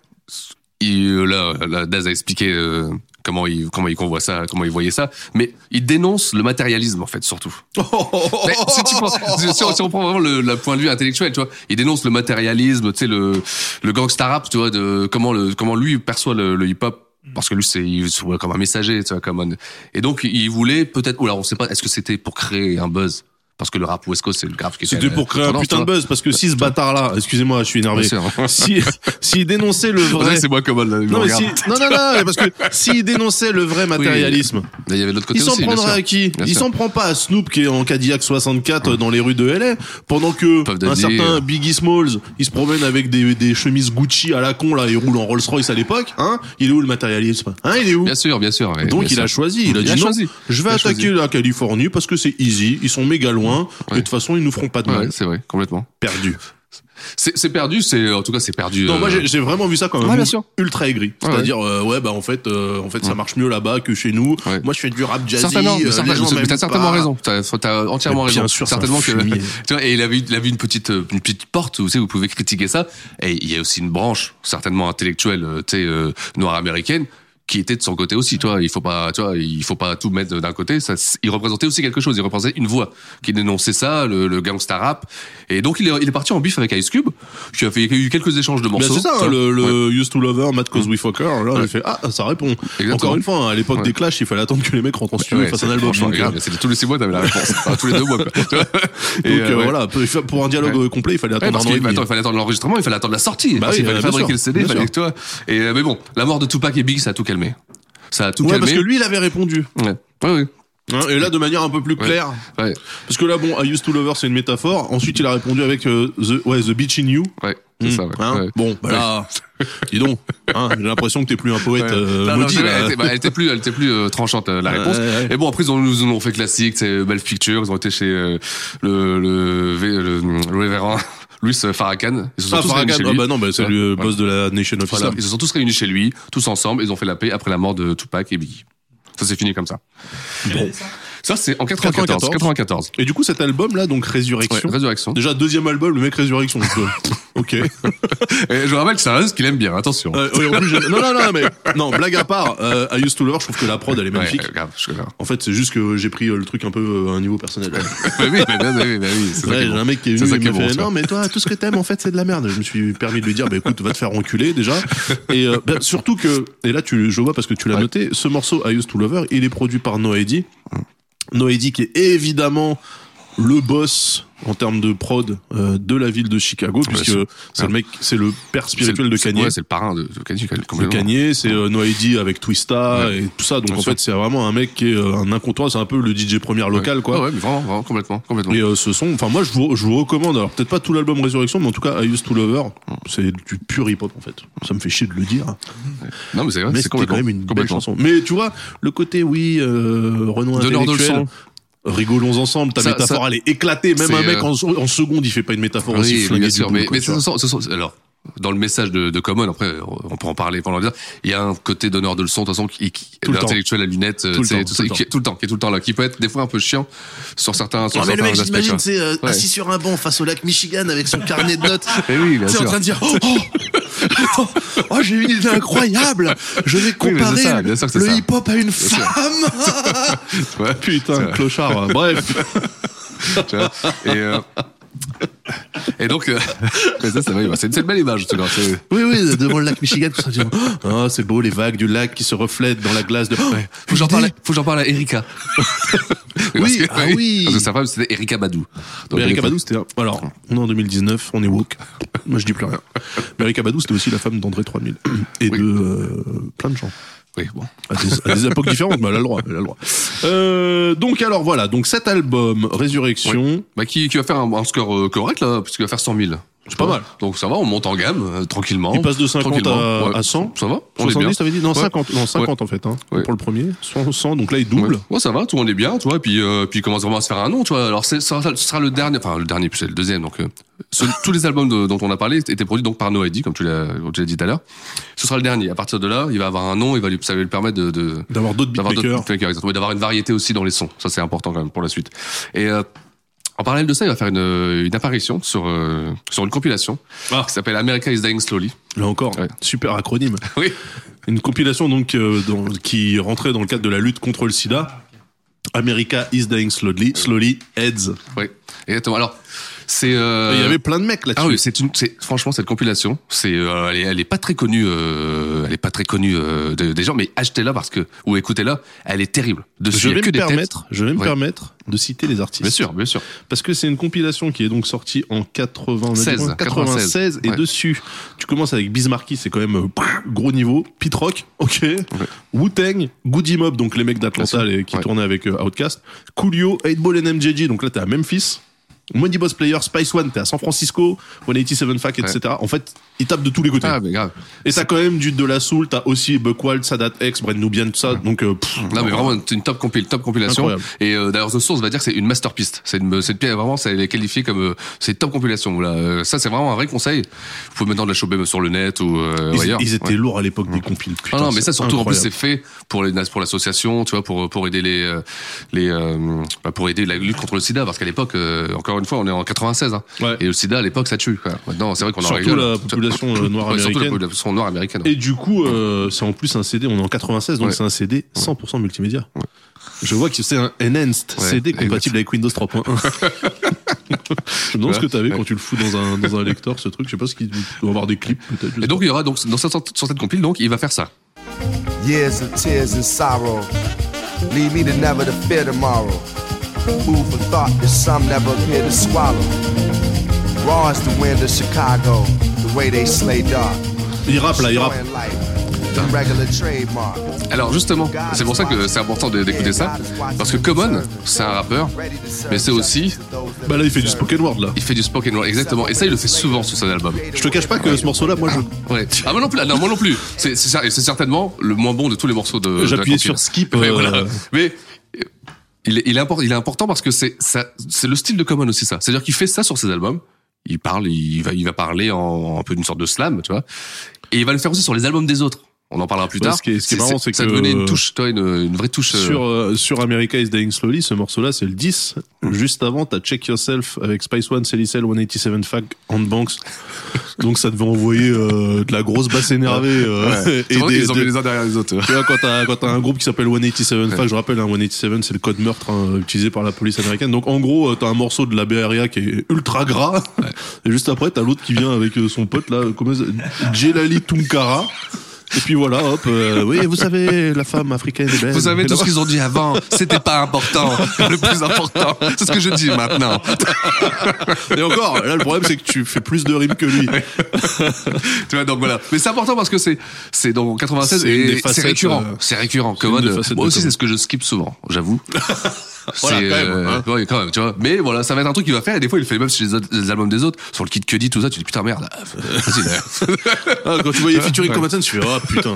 [SPEAKER 4] il, euh, là, là, Daz a expliqué euh, comment il comment il convoit ça, comment il voyait ça, mais il dénonce le matérialisme en fait surtout. Mais si, tu prends- si- si on, si on prend vraiment le, le point de vue intellectuel, tu vois, il dénonce le matérialisme, tu sais le le gangsta rap, tu vois, de comment le comment lui perçoit le, le hip hop. Parce que lui, c'est il se voit comme un messager, tu vois, comme un... et donc il voulait peut-être. Ou alors, on sait pas. Est-ce que c'était pour créer un buzz Parce que le rap West Coast, c'est le grave qui est
[SPEAKER 3] C'était pour créer un putain de buzz parce que si ce bâtard-là, excusez-moi, je suis énervé.
[SPEAKER 4] Bien sûr.
[SPEAKER 3] Si, s'il dénonçait le vrai.
[SPEAKER 4] C'est moi comme là.
[SPEAKER 3] Non, mais si, non, non, non, mais parce que s'il dénonçait le vrai matérialisme,
[SPEAKER 4] Mais il y avait l'autre côté
[SPEAKER 3] il s'en
[SPEAKER 4] aussi. bien
[SPEAKER 3] prendrait
[SPEAKER 4] sûr.
[SPEAKER 3] à qui
[SPEAKER 4] Bien
[SPEAKER 3] Il
[SPEAKER 4] sûr.
[SPEAKER 3] s'en prend pas à Snoop qui est en Cadillac 64 dans les rues de LA, pendant que
[SPEAKER 4] Puff
[SPEAKER 3] un
[SPEAKER 4] Daddy,
[SPEAKER 3] certain
[SPEAKER 4] euh.
[SPEAKER 3] Biggie Smalls, il se promène avec des, des chemises Gucci à la con là, il roule en Rolls Royce à l'époque, hein Il est où le matérialisme Hein Il est où
[SPEAKER 4] Bien sûr, bien sûr. mais-
[SPEAKER 3] donc
[SPEAKER 4] bien
[SPEAKER 3] il a
[SPEAKER 4] sûr.
[SPEAKER 3] choisi, il a
[SPEAKER 4] Il
[SPEAKER 3] dit
[SPEAKER 4] a
[SPEAKER 3] non,
[SPEAKER 4] choisi.
[SPEAKER 3] je vais
[SPEAKER 4] Il a
[SPEAKER 3] attaquer
[SPEAKER 4] choisi.
[SPEAKER 3] la Californie parce que c'est easy, ils sont méga loin, et de
[SPEAKER 4] Ouais.
[SPEAKER 3] toute façon ils nous feront pas de mal.
[SPEAKER 4] Ouais, c'est vrai, complètement.
[SPEAKER 3] Perdu.
[SPEAKER 4] C'est c'est perdu, c'est en tout cas c'est perdu.
[SPEAKER 3] Non,
[SPEAKER 4] euh,
[SPEAKER 3] moi j'ai j'ai vraiment vu ça quand même
[SPEAKER 4] Ouais, bien sûr.
[SPEAKER 3] ultra aigri.
[SPEAKER 4] Ouais,
[SPEAKER 3] C'est-à-dire euh, ouais bah en fait euh, en fait ça marche mieux là-bas que chez nous.
[SPEAKER 4] Ouais.
[SPEAKER 3] Moi je fais du rap jazzy.
[SPEAKER 4] Certainement,
[SPEAKER 3] euh, les
[SPEAKER 4] mais certainement,
[SPEAKER 3] gens
[SPEAKER 4] mais
[SPEAKER 3] m'aiment
[SPEAKER 4] t'as certainement
[SPEAKER 3] pas.
[SPEAKER 4] raison. T'as, t'as entièrement
[SPEAKER 3] Mais bien
[SPEAKER 4] raison.
[SPEAKER 3] sûr, c'est un
[SPEAKER 4] certainement que,
[SPEAKER 3] fumier.
[SPEAKER 4] tu vois, et il avait, il avait une petite, euh, une petite porte où, tu sais, vous pouvez critiquer ça. Et il y a aussi une branche, certainement intellectuelle, euh, tu sais, euh, noire américaine, qui était de son côté aussi, tu vois. Il faut pas, tu vois, il faut pas tout mettre d'un côté. Ça, c'est- il représentait aussi quelque chose. Il représentait une voix qui dénonçait ça, le, le gangsta rap. Et donc, il est, il est parti en bif avec Ice Cube, qui a fait, il y a eu quelques échanges de
[SPEAKER 3] Bah,
[SPEAKER 4] morceaux.
[SPEAKER 3] c'est ça,
[SPEAKER 4] tu
[SPEAKER 3] hein,
[SPEAKER 4] vois.
[SPEAKER 3] le,
[SPEAKER 4] Ouais.
[SPEAKER 3] le Used to Lover, Mad Cause We Fucker, là, il
[SPEAKER 4] Ouais.
[SPEAKER 3] fait, ah, ça répond.
[SPEAKER 4] Exactement.
[SPEAKER 3] Encore une fois, hein, à l'époque
[SPEAKER 4] Ouais.
[SPEAKER 3] des clashs, il fallait attendre que les mecs rentrent en studio et
[SPEAKER 4] Ouais,
[SPEAKER 3] fassent
[SPEAKER 4] c'est-
[SPEAKER 3] un album.
[SPEAKER 4] franchement,
[SPEAKER 3] Donc, hein.
[SPEAKER 4] regarde, c'est tous les six mois, t'avais la réponse. Enfin, tous les deux mois, quoi. Tu vois. Et,
[SPEAKER 3] donc, euh,
[SPEAKER 4] euh, ouais.
[SPEAKER 3] voilà, peu- pour un dialogue
[SPEAKER 4] Ouais.
[SPEAKER 3] euh, complet, il fallait
[SPEAKER 4] Ouais,
[SPEAKER 3] attendre
[SPEAKER 4] parce
[SPEAKER 3] un an
[SPEAKER 4] qu'il
[SPEAKER 3] et demi.
[SPEAKER 4] attends, il fallait attendre l'enregistrement, il fallait attendre la sortie.
[SPEAKER 3] Bah
[SPEAKER 4] parce
[SPEAKER 3] oui,
[SPEAKER 4] qu'il fallait
[SPEAKER 3] euh, bien
[SPEAKER 4] fabriquer
[SPEAKER 3] sûr,
[SPEAKER 4] le CD, il
[SPEAKER 3] bien
[SPEAKER 4] fallait
[SPEAKER 3] sûr.
[SPEAKER 4] que toi. Et, euh, mais bon, la mort de Tupac et Biggie, ça a tout calmé. Ça a tout
[SPEAKER 3] Ouais,
[SPEAKER 4] calmé.
[SPEAKER 3] parce que lui, il avait répondu.
[SPEAKER 4] Ouais. Ouais, ouais.
[SPEAKER 3] hein, et là, de manière un peu plus claire.
[SPEAKER 4] Ouais.
[SPEAKER 3] Parce que là, bon, I Used to Lover, c'est une métaphore. Ensuite, il a répondu avec euh, the, ouais, the Beach in You.
[SPEAKER 4] Ouais. C'est
[SPEAKER 3] Hmm,
[SPEAKER 4] ça, ouais.
[SPEAKER 3] hein.
[SPEAKER 4] ouais.
[SPEAKER 3] Bon, bah là, dis donc, hein, j'ai l'impression que t'es plus un poète
[SPEAKER 4] Ouais.
[SPEAKER 3] euh,
[SPEAKER 4] Non, non,
[SPEAKER 3] maudit,
[SPEAKER 4] c'est vrai,
[SPEAKER 3] là.
[SPEAKER 4] elle, était, bah, elle était plus, elle était plus euh, tranchante euh, la
[SPEAKER 3] Ouais,
[SPEAKER 4] réponse.
[SPEAKER 3] ouais, ouais.
[SPEAKER 4] Et bon après ils ont, nous ont fait classique, c'est Belle Picture, ils ont été chez euh, le, le, V- le, le révérend Louis euh, Farrakhan. Ils se sont
[SPEAKER 3] Ah,
[SPEAKER 4] tous réunis
[SPEAKER 3] Farrakhan,
[SPEAKER 4] chez
[SPEAKER 3] ah,
[SPEAKER 4] lui.
[SPEAKER 3] bah non, bah, c'est
[SPEAKER 4] Ouais.
[SPEAKER 3] le
[SPEAKER 4] Voilà.
[SPEAKER 3] boss de la Nation of
[SPEAKER 4] Voilà,
[SPEAKER 3] Islam.
[SPEAKER 4] ils se sont tous réunis chez lui, tous ensemble, ils ont fait la paix après la mort de Tupac et Biggie. Ça c'est fini comme ça. Ça c'est en 94. 94.
[SPEAKER 3] Et du coup, cet album-là, donc
[SPEAKER 4] Ouais,
[SPEAKER 3] Résurrection,
[SPEAKER 4] résurrection.
[SPEAKER 3] Déjà, deuxième album, le mec Résurrection. je peux- ok.
[SPEAKER 4] Et je rappelle que c'est un qu'il aime bien, attention.
[SPEAKER 3] Euh, ouais, en plus, j'aime- non, non, non, mais non, blague à part, euh, I Used to Lover, je trouve que la prod, elle est
[SPEAKER 4] Ouais,
[SPEAKER 3] magnifique.
[SPEAKER 4] euh, grave, je comprends.
[SPEAKER 3] En fait, c'est juste que j'ai pris euh, le truc un peu euh, à un niveau personnel.
[SPEAKER 4] Bah oui, bah, bah, bah oui, bah oui, c'est ça
[SPEAKER 3] Ouais,
[SPEAKER 4] qui est
[SPEAKER 3] j'ai
[SPEAKER 4] bon.
[SPEAKER 3] un mec qui est
[SPEAKER 4] C'est
[SPEAKER 3] venu
[SPEAKER 4] ça
[SPEAKER 3] et
[SPEAKER 4] qui
[SPEAKER 3] m'a
[SPEAKER 4] est bon,
[SPEAKER 3] fait
[SPEAKER 4] tu
[SPEAKER 3] non
[SPEAKER 4] vois.
[SPEAKER 3] mais toi tout ce que t'aimes en fait c'est de la merde. Je me suis permis de lui dire bah écoute va te faire enculer déjà et euh, bah, surtout que et là tu je vois parce que tu l'as
[SPEAKER 4] Ouais.
[SPEAKER 3] noté ce morceau I Used to Lover il est produit par Noedi. Noedi qui est évidemment le boss en termes de prod euh, de la ville de Chicago puisque
[SPEAKER 4] sûr.
[SPEAKER 3] c'est le mec c'est le père spirituel de
[SPEAKER 4] C'est-
[SPEAKER 3] Kanye.
[SPEAKER 4] Ouais, c'est le parrain de, de Kanye.
[SPEAKER 3] Le
[SPEAKER 4] complètement.
[SPEAKER 3] Kanye, c'est euh, Noédi avec Twista
[SPEAKER 4] Ouais.
[SPEAKER 3] et tout ça. Donc
[SPEAKER 4] Bien
[SPEAKER 3] en
[SPEAKER 4] sûr.
[SPEAKER 3] fait, c'est vraiment un mec qui est euh, un incontournable. C'est un peu le DJ première local,
[SPEAKER 4] Ouais. Ah
[SPEAKER 3] quoi.
[SPEAKER 4] Ouais, ouais, mais vraiment, vraiment, complètement, complètement.
[SPEAKER 3] Et euh, ce son, enfin moi je vous, je vous recommande, alors peut-être pas tout l'album Résurrection, mais en tout cas I Used to Lover, c'est du pur hip-hop en fait. Ça me fait chier de le dire,
[SPEAKER 4] Non, mais c'est vrai,
[SPEAKER 3] mais
[SPEAKER 4] c'est
[SPEAKER 3] c'était quand
[SPEAKER 4] complètement.
[SPEAKER 3] même une belle
[SPEAKER 4] complètement.
[SPEAKER 3] chanson. Mais tu vois, le côté oui, euh, Renaud
[SPEAKER 4] Donneur de
[SPEAKER 3] intellectuel,
[SPEAKER 4] leçons.
[SPEAKER 3] rigolons ensemble, ta
[SPEAKER 4] Ça-
[SPEAKER 3] métaphore
[SPEAKER 4] ça-
[SPEAKER 3] elle est éclatée, même
[SPEAKER 4] c'est,
[SPEAKER 3] un mec
[SPEAKER 4] euh,
[SPEAKER 3] en, en seconde il fait pas une métaphore aussi
[SPEAKER 4] Oui,
[SPEAKER 3] flinguée
[SPEAKER 4] bien
[SPEAKER 3] du
[SPEAKER 4] sûr,
[SPEAKER 3] bout,
[SPEAKER 4] mais,
[SPEAKER 3] quoi,
[SPEAKER 4] mais
[SPEAKER 3] tu
[SPEAKER 4] ce
[SPEAKER 3] vois.
[SPEAKER 4] sont, ce sont- alors, dans le message de, de Common, après, on peut en parler pendant dire, il y a un côté donneur de leçons, de toute façon, qui, qui,
[SPEAKER 3] Tout le temps.
[SPEAKER 4] l'intellectuel à lunettes, euh,
[SPEAKER 3] Tout le
[SPEAKER 4] tu sais,
[SPEAKER 3] temps,
[SPEAKER 4] tout
[SPEAKER 3] tout
[SPEAKER 4] ça,
[SPEAKER 3] le
[SPEAKER 4] qui- tout le temps, qui est tout le temps là, qui peut être des fois un peu chiant sur certains, sur
[SPEAKER 3] Non, mais le
[SPEAKER 4] certains
[SPEAKER 3] mec,
[SPEAKER 4] aspects, tu
[SPEAKER 3] j'imagine,
[SPEAKER 4] vois.
[SPEAKER 3] c'est euh,
[SPEAKER 4] Ouais.
[SPEAKER 3] assis sur un banc face au lac Michigan avec son carnet de notes.
[SPEAKER 4] Eh oui, bien
[SPEAKER 3] C'est en
[SPEAKER 4] sûr.
[SPEAKER 3] train de dire oh, oh, oh, j'ai eu une idée incroyable. Je vais
[SPEAKER 4] mais c'est
[SPEAKER 3] comparer
[SPEAKER 4] ça, bien sûr que c'est
[SPEAKER 3] le
[SPEAKER 4] ça.
[SPEAKER 3] hip-hop à une
[SPEAKER 4] sûr.
[SPEAKER 3] femme.
[SPEAKER 4] Ouais. C'est
[SPEAKER 3] Putain,
[SPEAKER 4] vrai.
[SPEAKER 3] clochard. hein. Bref,
[SPEAKER 4] tu vois. Et, euh, et donc, euh, mais ça, c'est vrai, bah, c'est c'est une belle image, en tout cas. C'est-
[SPEAKER 3] oui, oui, devant le lac Michigan, tout ça, dire, oh, c'est beau les vagues du lac qui se reflètent dans la glace. De...
[SPEAKER 4] Faut que j'en parle, à- faut que j'en parle à Erika. Parce que,
[SPEAKER 3] ah oui.
[SPEAKER 4] Parce que sa femme, c'était Erika Badou. Donc,
[SPEAKER 3] Mais Erika
[SPEAKER 4] elle-
[SPEAKER 3] Badou, c'était. Alors, on est en 2019, on est woke. Moi, je dis plus rien. Mais Erika Badou, c'était aussi la femme d'André 3000 et
[SPEAKER 4] Oui.
[SPEAKER 3] de euh, plein de gens.
[SPEAKER 4] Oui, bon.
[SPEAKER 3] à des, à des époques différentes, mais elle a le droit. Elle a le droit. Euh, donc alors voilà, donc cet album Résurrection,
[SPEAKER 4] Bah, qui, qui va faire un, un score euh, correct, là, puisqu'il va faire 100 000.
[SPEAKER 3] C'est pas mal.
[SPEAKER 4] Donc ça va, on monte en gamme, euh, tranquillement.
[SPEAKER 3] il passe de 50 à,
[SPEAKER 4] Tranquillement, ouais.
[SPEAKER 3] à 100.
[SPEAKER 4] Ça va, on est bien.
[SPEAKER 3] 70, t'avais dit Non,
[SPEAKER 4] Ouais.
[SPEAKER 3] 50, non, 50 en fait, hein,
[SPEAKER 4] Ouais.
[SPEAKER 3] pour le premier. 100, 100, donc là il double.
[SPEAKER 4] Ouais. Ouais, ça va, tout le monde est bien, tu vois, et puis, euh, puis il commence vraiment à se faire un nom, tu vois. Alors, c'est- ça sera- ce sera le dernier, enfin, le dernier, puis c'est le deuxième, donc, euh, ce- tous les albums de- dont on a parlé étaient produits donc par Noédi, comme tu l'as, comme tu l'as dit tout à l'heure. Ce sera le dernier. À partir de là, il va avoir un nom, il va lui, ça va lui permettre de, de-
[SPEAKER 3] D'avoir d'autres
[SPEAKER 4] d'avoir d'autres
[SPEAKER 3] beatmakers.
[SPEAKER 4] beatmakers, exactement, et d'avoir une variété aussi dans les sons. Ça, c'est important quand même pour la suite. Et, euh, en parallèle de ça, il va faire une, une apparition sur, euh, sur une compilation
[SPEAKER 3] Ah.
[SPEAKER 4] qui s'appelle America is Dying Slowly.
[SPEAKER 3] Là encore,
[SPEAKER 4] Ouais.
[SPEAKER 3] super acronyme.
[SPEAKER 4] Oui.
[SPEAKER 3] Une compilation donc euh, dans- qui rentrait dans le cadre de la lutte contre le sida. America is dying slowly, slowly AIDS.
[SPEAKER 4] Ouais. Exactement. Alors, c'est. euh,
[SPEAKER 3] Il y avait plein de mecs là-dessus.
[SPEAKER 4] Ah oui, c'est une, c'est franchement cette compilation, c'est euh, elle, est, elle est pas très connue, euh, elle est pas très connue euh, de- des gens, mais achetez-la parce que ou écoutez-la, elle est terrible. De
[SPEAKER 3] Je
[SPEAKER 4] il y a
[SPEAKER 3] vais
[SPEAKER 4] que
[SPEAKER 3] me
[SPEAKER 4] des têtes.
[SPEAKER 3] permettre, je vais me
[SPEAKER 4] Ouais.
[SPEAKER 3] permettre de citer les artistes.
[SPEAKER 4] Bien sûr, bien sûr.
[SPEAKER 3] Parce que c'est une compilation qui est donc sortie en 96,
[SPEAKER 4] 16,
[SPEAKER 3] 96 et
[SPEAKER 4] ouais.
[SPEAKER 3] dessus, tu commences avec Bismarcky, c'est quand même euh, pff, gros niveau, Pit Rock, ok, Wu-Tang, Goody Mob, donc les mecs d'Atlanta
[SPEAKER 4] Bien sûr.
[SPEAKER 3] les- qui
[SPEAKER 4] Ouais.
[SPEAKER 3] tournaient avec euh, Outkast, Coolio, 8Ball et MJG, donc là t'es à Memphis, Money Boss Player, Spice One, t'es à San Francisco, 187 Fac, etc. En fait, ils tapent de tous les côtés.
[SPEAKER 4] Ah mais grave.
[SPEAKER 3] et t'as quand même du de la soul, t'as aussi Buckwald, Sadat X, Brent Nubian, tout ça, donc euh, pff,
[SPEAKER 4] Non mais vraiment c'est une top compil, top compilation.
[SPEAKER 3] Incroyable.
[SPEAKER 4] Et euh, d'ailleurs The Source va dire que c'est une masterpiece. C'est une, c'est une pièce vraiment, ça, elle est qualifiée comme euh, c'est une top compilation. Là, Euh, ça c'est vraiment un vrai conseil. Vous pouvez maintenant de la choper sur le net ou, euh, ou
[SPEAKER 3] ils,
[SPEAKER 4] ailleurs.
[SPEAKER 3] ils étaient
[SPEAKER 4] Ouais.
[SPEAKER 3] lourds à l'époque des compiles.
[SPEAKER 4] Ah
[SPEAKER 3] putain,
[SPEAKER 4] non, mais ça
[SPEAKER 3] c'est
[SPEAKER 4] surtout en plus
[SPEAKER 3] incroyable.
[SPEAKER 4] c'est fait pour les pour l'association, tu vois, pour pour aider les euh, les euh, bah, pour aider la lutte contre le sida parce qu'à l'époque euh, encore une fois on est en 96 hein,
[SPEAKER 3] Ouais.
[SPEAKER 4] et le sida à l'époque ça tue. Quoi. Maintenant c'est vrai qu'on en
[SPEAKER 3] Surtout
[SPEAKER 4] rigole. hein.
[SPEAKER 3] la population euh, noire
[SPEAKER 4] Ouais, surtout la
[SPEAKER 3] américaine.
[SPEAKER 4] population noire américaine.
[SPEAKER 3] Et du coup, euh, c'est en plus un CD, on est en 96, donc
[SPEAKER 4] Ouais.
[SPEAKER 3] c'est un CD 100% multimédia. Je vois que c'est un enhanced
[SPEAKER 4] Ouais,
[SPEAKER 3] CD
[SPEAKER 4] exact.
[SPEAKER 3] compatible avec Windows 3.1. je me demande ce que t'avais
[SPEAKER 4] Ouais.
[SPEAKER 3] quand tu le fous dans un, dans un lecteur, ce truc. Je sais pas ce qu'il doit avoir des clips, peut-être. je
[SPEAKER 4] Et
[SPEAKER 3] sais
[SPEAKER 4] donc il y aura donc dans cette, sur cette compile donc il va faire ça.
[SPEAKER 5] Years of tears and sorrow lead me to never to fear tomorrow. Food for thought that some never appear to swallow. Raw is the wind of Chicago, the way they slay dark.
[SPEAKER 3] pas. il rappe là, il rappe.
[SPEAKER 5] Destroying life, the regular trademark.
[SPEAKER 4] Alors justement, c'est pour ça que c'est important de- d'écouter ça parce que Common c'est un rappeur, mais c'est aussi
[SPEAKER 3] Bah là, il fait du spoken word là.
[SPEAKER 4] il fait du spoken word exactement et ça il le fait souvent sur son album.
[SPEAKER 3] Je te cache pas que ce morceau-là, moi, je-
[SPEAKER 4] Ouais. Ah moi non plus, ah, non, moi non plus. C'est c'est cer- c'est certainement le moins bon de tous les morceaux de. de la
[SPEAKER 3] J'appuyais
[SPEAKER 4] compile.
[SPEAKER 3] sur skip,
[SPEAKER 4] Ouais,
[SPEAKER 3] euh,
[SPEAKER 4] voilà. Mais euh, il est, il est import- il est important parce que c'est ça, c'est le style de Common aussi ça. C'est-à-dire qu'il fait ça sur ses albums. Il parle, il va, il va parler en un peu d'une sorte de slam, tu vois. Et il va le faire aussi sur les albums des autres. On en parlera plus
[SPEAKER 3] Ouais,
[SPEAKER 4] tard.
[SPEAKER 3] ce qui est- ce qui est marrant, c'est
[SPEAKER 4] ça
[SPEAKER 3] que-
[SPEAKER 4] devenait une touche, toi, une, une vraie touche. euh,
[SPEAKER 3] Sur, euh, sur America is Dying Slowly, ce morceau-là, c'est le 10.
[SPEAKER 4] Mm.
[SPEAKER 3] Juste avant, t'as Check Yourself avec Spice One, Celicel, 187 Fag, Handbanks. Donc ça devait envoyer euh, de la grosse basse énervée. euh,
[SPEAKER 4] C'est
[SPEAKER 3] et
[SPEAKER 4] vrai
[SPEAKER 3] des-
[SPEAKER 4] qu'ils ont mis
[SPEAKER 3] des-
[SPEAKER 4] les uns derrière les autres.
[SPEAKER 3] Tu vois, quand t'as, quand t'as un groupe qui s'appelle 187 Fag, je rappelle, hein, 187, c'est le code meurtre hein, utilisé par la police américaine. Donc, en gros, euh, t'as un morceau de la BRIA qui est ultra gras. Et juste après, t'as l'autre qui vient avec euh, son pote, là, comment ça- Jelali Tunkara. Et puis voilà, hop, euh, oui, vous savez, la femme africaine est belle.
[SPEAKER 4] Vous savez
[SPEAKER 3] Et
[SPEAKER 4] tout ce
[SPEAKER 3] là-
[SPEAKER 4] qu'ils ont dit avant, c'était pas important. Le plus important, c'est ce que je dis maintenant.
[SPEAKER 3] Et encore, là, le problème, c'est que tu fais plus de rimes que lui.
[SPEAKER 4] tu vois donc voilà mais c'est important parce que c'est c'est dans 96
[SPEAKER 3] C'est une des
[SPEAKER 4] et c'est
[SPEAKER 3] facettes,
[SPEAKER 4] récurrent
[SPEAKER 3] euh,
[SPEAKER 4] c'est récurrent
[SPEAKER 3] c'est une
[SPEAKER 4] Common
[SPEAKER 3] des
[SPEAKER 4] euh,
[SPEAKER 3] facettes
[SPEAKER 4] moi
[SPEAKER 3] de
[SPEAKER 4] aussi
[SPEAKER 3] Common.
[SPEAKER 4] c'est ce que je skip souvent j'avoue
[SPEAKER 3] Voilà,
[SPEAKER 4] C'est,
[SPEAKER 3] quand même, hein.
[SPEAKER 4] euh, ouais, quand même tu vois mais voilà ça va être un truc qu'il va faire et des fois il le fait même sur les, autres- les albums des autres sur le kit que dit tout ça tu dis putain merde vas-y, là.
[SPEAKER 3] Ah, quand tu voyais featuring comme ça, tu fais, ah, putain.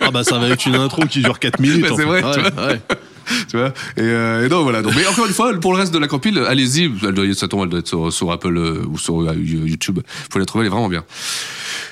[SPEAKER 3] Ah, bah, ça va être une intro qui dure 4 minutes.
[SPEAKER 4] Ouais,
[SPEAKER 3] en
[SPEAKER 4] c'est
[SPEAKER 3] fait. Ah
[SPEAKER 4] vrai, tu
[SPEAKER 3] Ouais,
[SPEAKER 4] vois.
[SPEAKER 3] ouais.
[SPEAKER 4] tu vois et, euh, et non voilà donc mais encore une fois pour le reste de la compile allez-y elle doit ça tombe elle doit être sur, sur Apple euh, ou sur euh, YouTube faut la trouver elle est vraiment bien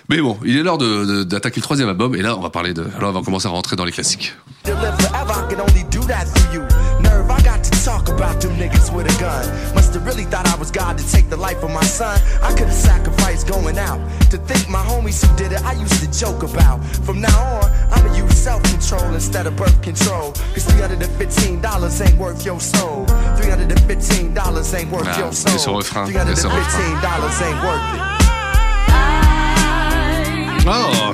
[SPEAKER 4] mais bon il est l'heure de- de- d'attaquer le troisième album et là on va parler de alors on va commencer à rentrer dans les classiques
[SPEAKER 5] To live forever, I can only do that through you. Nerve, I got to talk about them niggas with a gun. Must have really thought I was God to take the life of my son. I could have sacrificed going out. To think my homies who did it, I used to joke about. From now on, I'ma use self control instead of birth control. Cause $315 ain't worth your soul. $315 ain't worth
[SPEAKER 4] Ah,
[SPEAKER 5] your
[SPEAKER 4] c'est
[SPEAKER 5] soul.
[SPEAKER 4] son refrain,
[SPEAKER 5] $315
[SPEAKER 4] c'est son refrain.
[SPEAKER 5] ain't worth it.
[SPEAKER 3] Ah,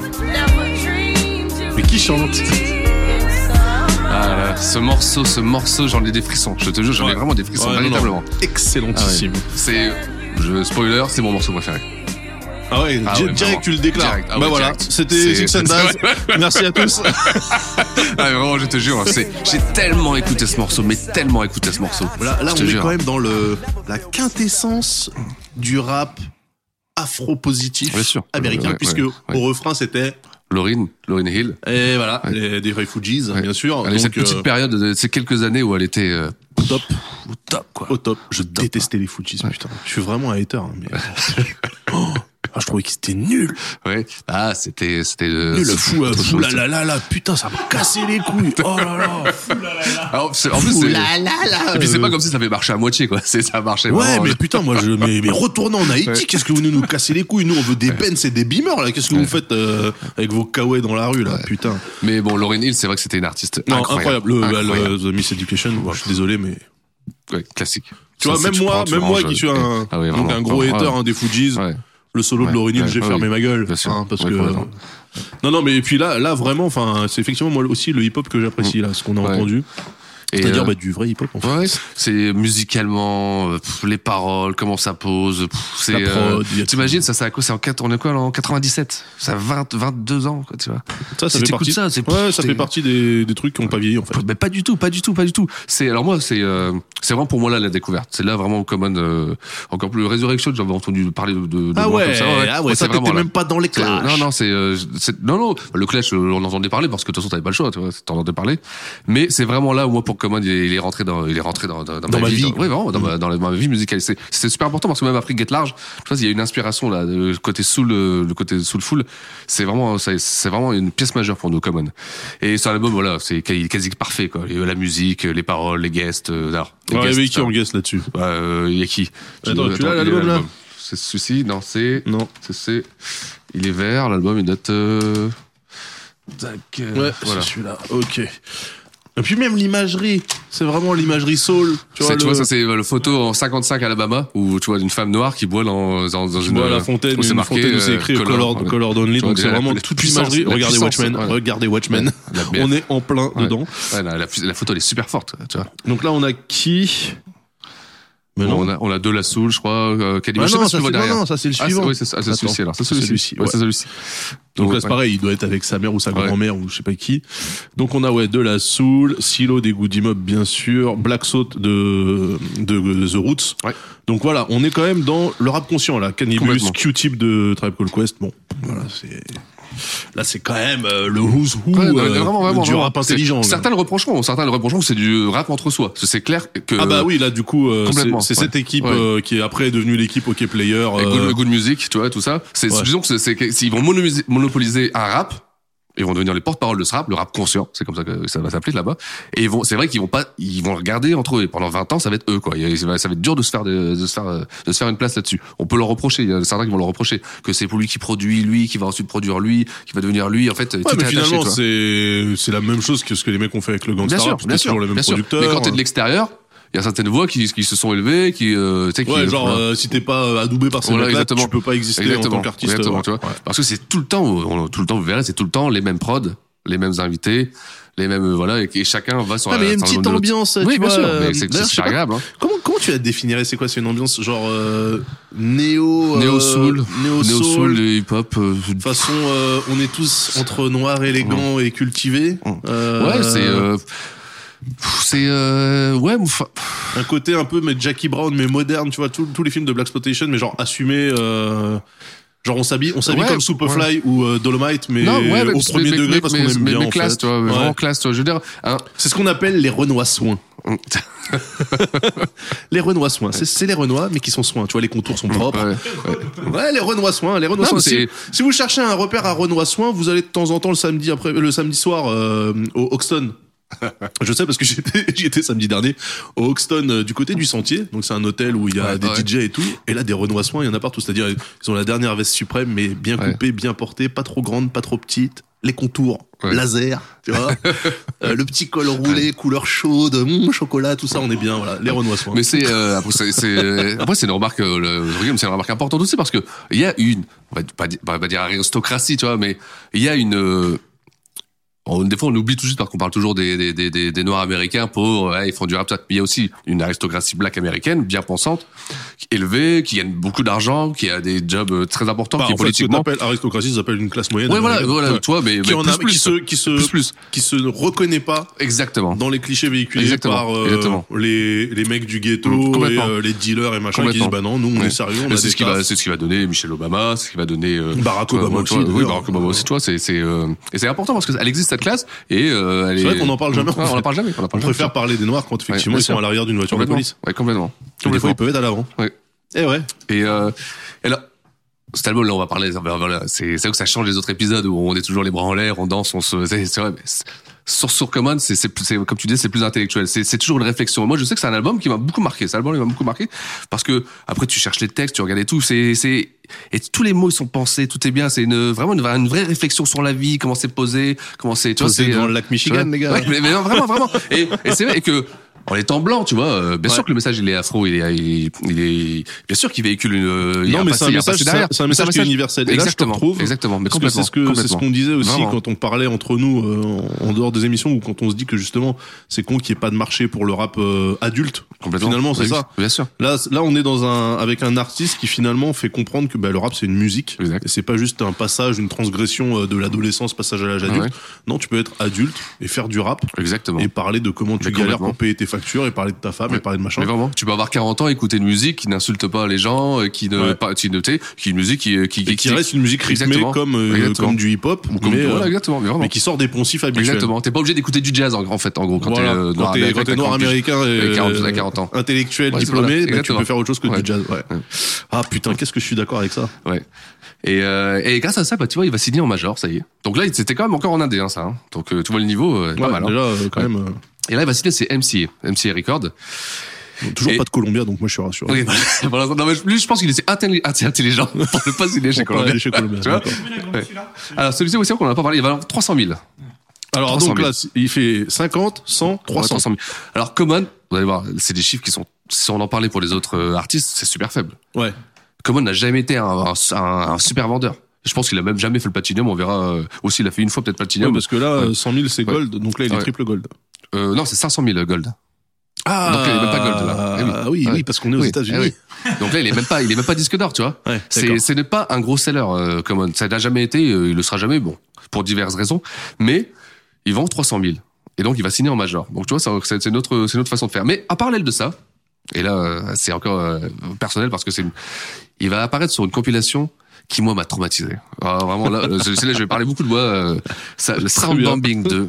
[SPEAKER 3] mais qui chante?
[SPEAKER 4] Ah là là, ce morceau, ce morceau, j'en ai des frissons. Je te jure, j'en ai
[SPEAKER 3] Ouais.
[SPEAKER 4] vraiment des frissons,
[SPEAKER 3] Ouais, non, non.
[SPEAKER 4] véritablement.
[SPEAKER 3] Excellentissime.
[SPEAKER 4] C'est, je, spoiler, c'est mon morceau préféré.
[SPEAKER 3] Ah ouais,
[SPEAKER 4] Ah
[SPEAKER 3] di-
[SPEAKER 4] ouais,
[SPEAKER 3] direct
[SPEAKER 4] vraiment.
[SPEAKER 3] tu le déclares.
[SPEAKER 4] Direct, ah
[SPEAKER 3] bah
[SPEAKER 4] ouais,
[SPEAKER 3] voilà,
[SPEAKER 4] direct.
[SPEAKER 3] c'était
[SPEAKER 4] C'est-
[SPEAKER 3] Six and Daz. Merci à tous.
[SPEAKER 4] Ah, mais vraiment, je te jure, c'est, j'ai tellement écouté ce morceau, mais tellement écouté ce morceau.
[SPEAKER 3] Là, là
[SPEAKER 4] Je
[SPEAKER 3] on
[SPEAKER 4] te
[SPEAKER 3] est
[SPEAKER 4] jure.
[SPEAKER 3] quand même dans le la quintessence du rap afro-positif
[SPEAKER 4] Bien sûr.
[SPEAKER 3] américain,
[SPEAKER 4] Ouais,
[SPEAKER 3] puisque
[SPEAKER 4] ouais, ouais.
[SPEAKER 3] au refrain c'était
[SPEAKER 4] Lauryn, Lauryn Hill.
[SPEAKER 3] et voilà
[SPEAKER 4] Ouais.
[SPEAKER 3] les- des refugees
[SPEAKER 4] Ouais.
[SPEAKER 3] bien sûr,
[SPEAKER 4] Elle a eu
[SPEAKER 3] donc
[SPEAKER 4] cette petite
[SPEAKER 3] euh,
[SPEAKER 4] période, de ces quelques années où elle était euh,
[SPEAKER 3] top
[SPEAKER 4] au top, quoi.
[SPEAKER 3] au top. Je
[SPEAKER 4] Top.
[SPEAKER 3] détestais les Fugees, putain. Je suis vraiment un hater, hein, mais Oh, ah, je trouvais que c'était nul.
[SPEAKER 4] Ouais. Ah, c'était, c'était euh,
[SPEAKER 3] Nul, le fou, euh,
[SPEAKER 4] autre chose.
[SPEAKER 3] fou là là là là, putain, ça m'a cassé les couilles. Oh là là, fou là là là.
[SPEAKER 4] Ah, c'est- en plus,
[SPEAKER 3] Fou
[SPEAKER 4] c'est,
[SPEAKER 3] là là là.
[SPEAKER 4] et puis c'est pas
[SPEAKER 3] Euh,
[SPEAKER 4] comme si ça avait marché à moitié, quoi. C'est, ça marchait
[SPEAKER 3] Ouais,
[SPEAKER 4] vraiment.
[SPEAKER 3] mais putain, moi, je, mais, mais retournons en Haïti,
[SPEAKER 4] Ouais.
[SPEAKER 3] qu'est-ce que vous nous, nous cassez les couilles Nous, on veut des benz et des beamers, là. Qu'est-ce que vous faites euh, avec vos kawaii dans la rue, là, putain
[SPEAKER 4] Mais bon, Lauryn Hill, c'est vrai que c'était une artiste
[SPEAKER 3] Non,
[SPEAKER 4] incroyable.
[SPEAKER 3] incroyable. Le, bah, le-
[SPEAKER 4] Incroyable.
[SPEAKER 3] The Miss Education, bon, je suis désolé, mais
[SPEAKER 4] Ouais, classique.
[SPEAKER 3] Tu vois,
[SPEAKER 4] Ça, c'est
[SPEAKER 3] même
[SPEAKER 4] tu
[SPEAKER 3] moi,
[SPEAKER 4] prends, tu
[SPEAKER 3] même moi
[SPEAKER 4] ranges,
[SPEAKER 3] qui suis
[SPEAKER 4] euh,
[SPEAKER 3] un,
[SPEAKER 4] ah oui,
[SPEAKER 3] donc
[SPEAKER 4] vraiment,
[SPEAKER 3] un gros
[SPEAKER 4] vraiment,
[SPEAKER 3] hater
[SPEAKER 4] ouais.
[SPEAKER 3] hein, des Fujis,
[SPEAKER 4] Ouais.
[SPEAKER 3] le solo
[SPEAKER 4] Ouais,
[SPEAKER 3] de Laurinil,
[SPEAKER 4] ouais,
[SPEAKER 3] j'ai
[SPEAKER 4] ouais,
[SPEAKER 3] fermé
[SPEAKER 4] oui.
[SPEAKER 3] ma gueule.
[SPEAKER 4] Bien sûr.
[SPEAKER 3] hein, parce
[SPEAKER 4] Ouais,
[SPEAKER 3] que,
[SPEAKER 4] complètement.
[SPEAKER 3] non, non, mais et puis là, là vraiment, enfin, c'est effectivement moi aussi le hip-hop que j'apprécie là, ce qu'on a
[SPEAKER 4] Ouais.
[SPEAKER 3] entendu.
[SPEAKER 4] Et,
[SPEAKER 3] C'est-à-dire
[SPEAKER 4] euh,
[SPEAKER 3] bah, du vrai hip-hop. En fait.
[SPEAKER 4] Ouais, c'est musicalement, euh, pff, les paroles, comment ça pose, pff, c'est.
[SPEAKER 3] La
[SPEAKER 4] euh,
[SPEAKER 3] prod, y a tout.
[SPEAKER 4] T'imagines, ça, c'est à quoi C'est en quatre- on est quoi, là, en 97 Ça a 20, 22 ans, quoi, tu vois.
[SPEAKER 3] Ça, ça
[SPEAKER 4] si
[SPEAKER 3] fait
[SPEAKER 4] t'écoutes
[SPEAKER 3] partie.
[SPEAKER 4] ça, c'est-
[SPEAKER 3] ouais, ça
[SPEAKER 4] c'est-
[SPEAKER 3] fait partie des, des trucs qui ont pas vieilli en fait.
[SPEAKER 4] Mais pas du tout, pas du tout, pas du tout. C'est alors moi, c'est euh, c'est vraiment pour moi là la découverte. C'est là vraiment Common, euh, encore plus Resurrection. J'avais entendu parler de, de, de
[SPEAKER 3] Ah
[SPEAKER 4] moi comme ça. Moi, c'est
[SPEAKER 3] ça,
[SPEAKER 4] vraiment
[SPEAKER 3] t'étais
[SPEAKER 4] là.
[SPEAKER 3] même pas dans les
[SPEAKER 4] C'est-
[SPEAKER 3] clashs.
[SPEAKER 4] Non, non, c'est, euh, c'est- non, non, le clash, euh, on entendait parler parce que de toute façon, t'avais pas le choix, tu vois, t'en entendais parler. Mais c'est vraiment là où moi, pour Common, il est, il est rentré dans, il est rentré dans, dans,
[SPEAKER 3] Dans ma vie. Mm-hmm.
[SPEAKER 4] dans- ouais, vraiment, dans, ma, dans la- dans ma vie musicale. C'est, c'est super important parce que même après Get Large, tu vois, il y a une inspiration là, le côté soul, euh, le côté soul full. C'est vraiment, ça- c'est vraiment une pièce majeure pour nous, Common. Et c'est un album, voilà, c'est quasi quasi parfait, quoi. Et, euh, La musique, euh, les paroles, les guests, euh, alors, les
[SPEAKER 3] Ah Ouais,
[SPEAKER 4] guests,
[SPEAKER 3] mais qui
[SPEAKER 4] euh,
[SPEAKER 3] en guest là-dessus
[SPEAKER 4] bah, euh, y a qui
[SPEAKER 3] Attends, tu l'as,
[SPEAKER 4] il est
[SPEAKER 3] l'album, là
[SPEAKER 4] C'est celui-ci Non, c'est.
[SPEAKER 3] Non.
[SPEAKER 4] c'est- C'est. Il est vert, l'album il date. euh, Tac. euh,
[SPEAKER 3] Ouais,
[SPEAKER 4] voilà.
[SPEAKER 3] c'est celui-là. Ok. Et puis même l'imagerie, c'est vraiment l'imagerie soul. Tu
[SPEAKER 4] C'est-
[SPEAKER 3] vois, le-
[SPEAKER 4] ça c'est euh, le photo en 55 Alabama où tu vois une femme noire qui boit dans, dans, dans
[SPEAKER 3] Je
[SPEAKER 4] une. euh,
[SPEAKER 3] vois la fontaine,
[SPEAKER 4] où c'est
[SPEAKER 3] une
[SPEAKER 4] marqué,
[SPEAKER 3] fontaine où c'est
[SPEAKER 4] euh,
[SPEAKER 3] écrit Color,
[SPEAKER 4] ouais.
[SPEAKER 3] Color Only,
[SPEAKER 4] Tu vois,
[SPEAKER 3] donc c'est
[SPEAKER 4] déjà, la-
[SPEAKER 3] vraiment
[SPEAKER 4] la
[SPEAKER 3] toute
[SPEAKER 4] puissance,
[SPEAKER 3] l'imagerie.
[SPEAKER 4] la
[SPEAKER 3] Regardez
[SPEAKER 4] puissance,
[SPEAKER 3] Watchmen,
[SPEAKER 4] ouais.
[SPEAKER 3] regardez Watchmen.
[SPEAKER 4] Ouais, la BF.
[SPEAKER 3] On est en plein
[SPEAKER 4] Ouais.
[SPEAKER 3] dedans.
[SPEAKER 4] Ouais, la, la- la photo elle est super forte. Tu vois.
[SPEAKER 3] Donc là, on a qui Mais non.
[SPEAKER 4] On, a, on a de la soul, je crois. Euh, Kalima,
[SPEAKER 3] Ah
[SPEAKER 4] je sais
[SPEAKER 3] non,
[SPEAKER 4] pas si
[SPEAKER 3] ça,
[SPEAKER 4] tu vois
[SPEAKER 3] c'est- non,
[SPEAKER 4] derrière.
[SPEAKER 3] non, ça c'est le
[SPEAKER 4] Ah,
[SPEAKER 3] suivant.
[SPEAKER 4] c'est- oui, c'est ça, c'est
[SPEAKER 3] Attends,
[SPEAKER 4] celui-ci alors. C'est celui-ci.
[SPEAKER 3] celui-ci,
[SPEAKER 4] Ouais,
[SPEAKER 3] ouais.
[SPEAKER 4] c'est celui-ci.
[SPEAKER 3] Donc
[SPEAKER 4] Ouais.
[SPEAKER 3] là, c'est pareil, il doit être avec sa mère ou sa
[SPEAKER 4] Ouais.
[SPEAKER 3] grand-mère ou je sais pas qui. Donc on a ouais de la soul, Silo des goûts d'immeuble bien sûr, Black Salt de de The Roots.
[SPEAKER 4] Ouais.
[SPEAKER 3] Donc voilà, on est quand même dans le rap conscient là, Cannibus,
[SPEAKER 4] Complètement.
[SPEAKER 3] Q-Tip de Tribe Called Quest. Bon, voilà, c'est là c'est quand même euh, le who's who
[SPEAKER 4] Ouais, non,
[SPEAKER 3] euh,
[SPEAKER 4] mais vraiment, vraiment,
[SPEAKER 3] du
[SPEAKER 4] vraiment.
[SPEAKER 3] rap intelligent.
[SPEAKER 4] C'est-
[SPEAKER 3] là.
[SPEAKER 4] Certains le reprocheront, certains le reprocheront, c'est du rap entre soi. Parce que C'est clair que.
[SPEAKER 3] Ah bah oui, là du coup euh, c'est
[SPEAKER 4] Complètement,
[SPEAKER 3] c'est
[SPEAKER 4] ouais.
[SPEAKER 3] cette équipe
[SPEAKER 4] Ouais.
[SPEAKER 3] euh, qui est après devenue l'équipe OK Player.
[SPEAKER 4] Avec
[SPEAKER 3] euh,
[SPEAKER 4] good, good music, tu vois, tout ça. C'est,
[SPEAKER 3] Ouais.
[SPEAKER 4] disons que c'est, c'est que s'ils vont monomusi- monopoliser un rap, ils vont devenir les porte-parole de ce rap, le rap conscient, c'est comme ça que ça va s'appeler là-bas. Et ils vont, c'est vrai qu'ils vont pas, ils vont regarder entre eux. Et pendant 20 ans, ça va être eux, quoi. Il y a- Ça va ça va être dur de se faire, de, de se faire, euh, de se faire une place là-dessus. On peut leur reprocher. Il y a certains qui vont leur reprocher que c'est pour lui qui produit, lui, qui va ensuite produire lui, qui va devenir lui. En fait, tout
[SPEAKER 3] Ouais,
[SPEAKER 4] est
[SPEAKER 3] mais
[SPEAKER 4] attaché,
[SPEAKER 3] finalement,
[SPEAKER 4] tu vois.
[SPEAKER 3] c'est c'est la même chose que ce que les mecs ont fait avec le
[SPEAKER 4] Bien
[SPEAKER 3] gangster
[SPEAKER 4] sûr,
[SPEAKER 3] rap.
[SPEAKER 4] bien
[SPEAKER 3] C'était
[SPEAKER 4] sûr.
[SPEAKER 3] toujours le même
[SPEAKER 4] bien sûr.
[SPEAKER 3] producteur.
[SPEAKER 4] Mais quand t'es de l'extérieur, il y a certaines voix qui, qui se sont élevées, qui, euh, tu sais, qui,
[SPEAKER 3] Ouais, genre
[SPEAKER 4] voilà.
[SPEAKER 3] euh, si t'es pas euh, adoubé par ces
[SPEAKER 4] Voilà,
[SPEAKER 3] mecs-là,
[SPEAKER 4] exactement.
[SPEAKER 3] tu peux pas exister en tant qu'artiste.
[SPEAKER 4] exactement,
[SPEAKER 3] ouais.
[SPEAKER 4] tu vois.
[SPEAKER 3] Ouais.
[SPEAKER 4] Parce que c'est tout le temps, on- tout le temps, vous verrez, c'est tout le temps les mêmes prods, les mêmes invités, les mêmes, euh, voilà, et, et chacun va sur
[SPEAKER 3] Ah,
[SPEAKER 4] la-
[SPEAKER 3] mais il y a une
[SPEAKER 4] sur la
[SPEAKER 3] petite
[SPEAKER 4] longue de l'autre.
[SPEAKER 3] ambiance,
[SPEAKER 4] Oui,
[SPEAKER 3] tu
[SPEAKER 4] bien
[SPEAKER 3] vois,
[SPEAKER 4] sûr,
[SPEAKER 3] euh,
[SPEAKER 4] mais c'est- c'est
[SPEAKER 3] d'ailleurs, je sais
[SPEAKER 4] super
[SPEAKER 3] pas-
[SPEAKER 4] agréable, hein.
[SPEAKER 3] Comment comment tu la définirais C'est quoi C'est une ambiance genre euh, néo euh,
[SPEAKER 4] Néo soul, néo
[SPEAKER 3] néo
[SPEAKER 4] soul, euh,
[SPEAKER 3] soul. De
[SPEAKER 4] hip hop.
[SPEAKER 3] toute façon, euh, on est tous entre noir élégant et cultivé. Euh,
[SPEAKER 4] Mm. Ouais, c'est. euh, pff, C'est euh, ouais, enfin,
[SPEAKER 3] un côté un peu mais Jackie Brown mais moderne. Tu vois tous tous les films de Black Spotation, mais genre assumé. euh, Genre on s'habille, on s'habille
[SPEAKER 4] Ouais,
[SPEAKER 3] comme Superfly ou euh, Dolomite, mais
[SPEAKER 4] non, ouais, mais-
[SPEAKER 3] au premier
[SPEAKER 4] mais-
[SPEAKER 3] degré
[SPEAKER 4] mais-
[SPEAKER 3] parce qu'on
[SPEAKER 4] mais-
[SPEAKER 3] aime
[SPEAKER 4] mais-
[SPEAKER 3] bien
[SPEAKER 4] mais
[SPEAKER 3] en
[SPEAKER 4] classe,
[SPEAKER 3] fait.
[SPEAKER 4] tu vois, mais
[SPEAKER 3] Ouais.
[SPEAKER 4] vraiment classe, tu vois. Je veux dire, hein, un,
[SPEAKER 3] C'est ce qu'on appelle les renois soins. les renois soins, c'est- c'est les renois mais qui sont soins. Tu vois, les contours sont propres.
[SPEAKER 4] ouais.
[SPEAKER 3] Ouais, les renois soins, les renois
[SPEAKER 4] Non,
[SPEAKER 3] soins.
[SPEAKER 4] mais
[SPEAKER 3] Si,
[SPEAKER 4] c'est-
[SPEAKER 3] si vous cherchez un repère à renois soins, vous allez de temps en temps le samedi après, le samedi soir euh, au Hoxton. Je sais parce que j'étais j'y étais samedi dernier au Hoxton euh, du côté du sentier. Donc c'est un hôtel où il y a
[SPEAKER 4] Ouais,
[SPEAKER 3] des
[SPEAKER 4] ouais.
[SPEAKER 3] DJ et tout. Et là des Renois soins, il y en a partout. C'est-à-dire ils ont la dernière veste suprême, mais bien
[SPEAKER 4] Ouais.
[SPEAKER 3] coupée, bien portée, pas trop grande, pas trop petite. Les contours,
[SPEAKER 4] Ouais.
[SPEAKER 3] laser, tu vois. Euh, le petit col roulé, couleur chaude, hum, chocolat, tout ça, on est bien. Voilà, les Renois soins.
[SPEAKER 4] Mais c'est euh, après c'est- c'est après c'est une remarque euh, le, je rigole, mais c'est une remarque importante aussi parce que il y a une on va pas dire, pas- pas dire aristocratie tu vois mais il y a une euh, on- des fois on oublie tout de suite parce qu'on parle toujours des des, des, des, des noirs américains pauvres ouais, ils font du rap tout ça. mais il y a aussi une aristocratie black américaine bien pensante élevée qui gagne beaucoup d'argent qui a des jobs euh, très importants
[SPEAKER 3] Bah,
[SPEAKER 4] qui
[SPEAKER 3] en fait, ce que
[SPEAKER 4] politiquement
[SPEAKER 3] t'appelles aristocratie, ça s'appelle une classe moyenne. hein,
[SPEAKER 4] ouais voilà
[SPEAKER 3] américaine.
[SPEAKER 4] voilà
[SPEAKER 3] Ouais.
[SPEAKER 4] toi mais,
[SPEAKER 3] qui
[SPEAKER 4] mais
[SPEAKER 3] en
[SPEAKER 4] Eh ben, plus,
[SPEAKER 3] a-
[SPEAKER 4] plus, hein.
[SPEAKER 3] qui se qui
[SPEAKER 4] plus
[SPEAKER 3] se
[SPEAKER 4] plus
[SPEAKER 3] qui se reconnaît pas
[SPEAKER 4] exactement
[SPEAKER 3] dans les clichés véhiculés
[SPEAKER 4] Exactement,
[SPEAKER 3] par euh,
[SPEAKER 4] exactement.
[SPEAKER 3] les les mecs du ghetto
[SPEAKER 4] Mm,
[SPEAKER 3] et
[SPEAKER 4] complètement.
[SPEAKER 3] euh, les dealers et machin qui disent bah non nous on
[SPEAKER 4] Ouais.
[SPEAKER 3] est sérieux on
[SPEAKER 4] Mais
[SPEAKER 3] a
[SPEAKER 4] c'est
[SPEAKER 3] des
[SPEAKER 4] ce qui va,
[SPEAKER 3] tafs.
[SPEAKER 4] c'est ce qui va donner Michelle Obama, c'est ce qui va donner euh,
[SPEAKER 3] Barack
[SPEAKER 4] toi,
[SPEAKER 3] Obama
[SPEAKER 4] toi,
[SPEAKER 3] aussi,
[SPEAKER 4] Oui,
[SPEAKER 3] d'ailleurs.
[SPEAKER 4] Barack Obama aussi. Toi, c'est c'est euh, et c'est important parce qu'elle existe cette classe et euh, elle
[SPEAKER 3] C'est
[SPEAKER 4] est-
[SPEAKER 3] vrai qu'on en parle jamais,
[SPEAKER 4] Ouais,
[SPEAKER 3] en
[SPEAKER 4] on en
[SPEAKER 3] fait.
[SPEAKER 4] parle jamais. On en
[SPEAKER 3] on
[SPEAKER 4] parle jamais.
[SPEAKER 3] préfère parler des noirs quand effectivement
[SPEAKER 4] Ouais, bien
[SPEAKER 3] ils sont
[SPEAKER 4] sûr.
[SPEAKER 3] à l'arrière d'une voiture de
[SPEAKER 4] complètement.
[SPEAKER 3] police
[SPEAKER 4] Ouais, complètement.
[SPEAKER 3] Et des fois
[SPEAKER 4] Complètement.
[SPEAKER 3] ils peuvent être à l'avant
[SPEAKER 4] Ouais.
[SPEAKER 3] eh ouais
[SPEAKER 4] Et euh, et là. Cet album, là, on va parler. ça va- voilà, c'est c'est vrai que ça change les autres épisodes où on est toujours les bras en l'air, on danse, on se. C'est c'est vrai. mais c'est- Sur sur Common, c'est c'est c'est- comme tu dis, c'est plus intellectuel. C'est c'est toujours une réflexion. Moi, je sais que c'est un album qui m'a beaucoup marqué. Cet album, il m'a beaucoup marqué parce que après, tu cherches les textes, tu regardes et tout. C'est c'est et tous les mots ils sont pensés, tout est bien. C'est une vraiment une, vraie- une vraie réflexion sur la vie, comment c'est posé, comment c'est. Tu vois,
[SPEAKER 3] Posé
[SPEAKER 4] c'est
[SPEAKER 3] devant
[SPEAKER 4] euh,
[SPEAKER 3] le lac Michigan,
[SPEAKER 4] tu vois.
[SPEAKER 3] les gars.
[SPEAKER 4] Ouais, mais, mais non, vraiment, vraiment. Et, et c'est vrai que en étant blanc, tu vois. euh, bien sûr que le message il est afro, il est, il, il est bien sûr qu'il véhicule une. euh, il y a
[SPEAKER 3] Non, mais
[SPEAKER 4] passé-
[SPEAKER 3] c'est un
[SPEAKER 4] il y a
[SPEAKER 3] message-
[SPEAKER 4] passé derrière.
[SPEAKER 3] c'est un- c'est un message qui est universel. Et là, je te
[SPEAKER 4] Exactement,
[SPEAKER 3] retrouve,
[SPEAKER 4] exactement. Mais
[SPEAKER 3] Parce que
[SPEAKER 4] complètement.
[SPEAKER 3] c'est ce que c'est ce
[SPEAKER 4] complètement.
[SPEAKER 3] qu'on disait aussi
[SPEAKER 4] Vraiment.
[SPEAKER 3] quand on parlait entre nous euh, en en dehors des émissions ou quand on se dit que justement c'est con qu'il n'y ait pas de marché pour le rap euh, adulte.
[SPEAKER 4] Complètement. Bah
[SPEAKER 3] Finalement c'est
[SPEAKER 4] Oui,
[SPEAKER 3] ça.
[SPEAKER 4] Bien sûr.
[SPEAKER 3] Là c- là on est dans un avec un artiste qui finalement fait comprendre que bah, le rap c'est une musique
[SPEAKER 4] Exact.
[SPEAKER 3] et c'est pas juste un passage une transgression euh, de l'adolescence passage à l'âge adulte.
[SPEAKER 4] Ouais.
[SPEAKER 3] Non tu peux être adulte et faire du rap
[SPEAKER 4] Exactement.
[SPEAKER 3] et parler de comment tu
[SPEAKER 4] Mais
[SPEAKER 3] galères
[SPEAKER 4] complètement.
[SPEAKER 3] pour payer tes factures et parler de ta femme et parler de machin.
[SPEAKER 4] Mais vraiment, tu peux avoir 40 ans, écouter une musique qui n'insulte pas les gens, euh, qui ne,
[SPEAKER 3] Ouais.
[SPEAKER 4] pas, qui ne t'est- qui est une musique qui, qui,
[SPEAKER 3] et qui reste une musique rythmée
[SPEAKER 4] Exactement.
[SPEAKER 3] comme euh,
[SPEAKER 4] Exactement.
[SPEAKER 3] comme du hip hop
[SPEAKER 4] ou comme
[SPEAKER 3] mais,
[SPEAKER 4] voilà,
[SPEAKER 3] euh,
[SPEAKER 4] exactement, mais vraiment.
[SPEAKER 3] mais qui sort des poncifs habituels.
[SPEAKER 4] exactement. T'es pas obligé d'écouter du jazz en, en fait, en gros, quand
[SPEAKER 3] Voilà.
[SPEAKER 4] t'es euh,
[SPEAKER 3] quand t'es quand t'es noir américain et
[SPEAKER 4] avec 40
[SPEAKER 3] euh,
[SPEAKER 4] à 40 ans.
[SPEAKER 3] intellectuel
[SPEAKER 4] Ouais, c'est voilà,
[SPEAKER 3] diplômé, bah, tu
[SPEAKER 4] exactement.
[SPEAKER 3] peux faire autre chose que
[SPEAKER 4] Ouais.
[SPEAKER 3] du jazz. Ouais.
[SPEAKER 4] Ouais.
[SPEAKER 3] Ah putain, qu'est-ce que je suis d'accord avec ça.
[SPEAKER 4] Ouais. Et, euh, et grâce à ça, bah, tu vois, il va signer en major, ça y est. Donc là, il- c'était quand même encore en indé, hein, ça. hein. Donc euh, tu vois le niveau, euh, pas
[SPEAKER 3] Ouais,
[SPEAKER 4] mal. hein.
[SPEAKER 3] déjà euh, quand
[SPEAKER 4] Ouais.
[SPEAKER 3] même euh,
[SPEAKER 4] Et là, il va signer, c'est MCA, MCA Record.
[SPEAKER 3] toujours
[SPEAKER 4] Et-
[SPEAKER 3] pas de Columbia donc moi je suis rassuré.
[SPEAKER 4] Oui, voilà. Non, mais lui, je pense qu'il était intelli- assez intelligent pour ne pas signer chez
[SPEAKER 3] Pour pas
[SPEAKER 4] Columbia.
[SPEAKER 3] aller chez Columbia,
[SPEAKER 4] Tu vois
[SPEAKER 3] d'accord.
[SPEAKER 4] Ouais. Alors celui-ci aussi, qu'on n'a pas parlé, il va valoir 300 000.
[SPEAKER 3] Alors
[SPEAKER 4] 300
[SPEAKER 3] donc
[SPEAKER 4] 000.
[SPEAKER 3] là, il fait 50, 100, 300.
[SPEAKER 4] 300 000. Alors Common, vous allez voir, c'est des chiffres qui sont, si on en parlait pour les autres euh, artistes, c'est super faible.
[SPEAKER 3] Ouais.
[SPEAKER 4] Common n'a jamais été un, un- un- un super vendeur. Je pense qu'il a même jamais fait le Platinum, on verra euh, aussi, il a fait une fois peut-être
[SPEAKER 3] Ouais,
[SPEAKER 4] Platinum.
[SPEAKER 3] parce que là,
[SPEAKER 4] Ouais.
[SPEAKER 3] 100 000 c'est
[SPEAKER 4] Ouais.
[SPEAKER 3] gold, donc là il est
[SPEAKER 4] Ouais.
[SPEAKER 3] triple gold.
[SPEAKER 4] Euh, non, c'est 500 000 gold.
[SPEAKER 3] Ah,
[SPEAKER 4] Donc là, il est même pas gold, là. Eh oui.
[SPEAKER 3] Ah oui,
[SPEAKER 4] Ouais.
[SPEAKER 3] oui, parce qu'on est aux
[SPEAKER 4] Oui,
[SPEAKER 3] États-Unis.
[SPEAKER 4] eh oui. Donc là, il est même pas, il est même pas disque d'or, tu vois.
[SPEAKER 3] Ouais,
[SPEAKER 4] c'est,
[SPEAKER 3] d'accord.
[SPEAKER 4] ce n'est pas un gros seller, euh, Common. Ça n'a jamais été, euh, il le sera jamais, bon, pour diverses raisons. Mais il vend 300 000. Et donc, il va signer en major. Donc, tu vois, c'est- c'est, c'est notre, c'est notre façon de faire. Mais à parallèle de ça, et là, euh, c'est encore euh, personnel parce que c'est, une- il va apparaître sur une compilation qui, moi, m'a traumatisé. Ah, vraiment, là, euh, c'est- là, je vais parler beaucoup de moi. euh, ça, le Soundbombing 2.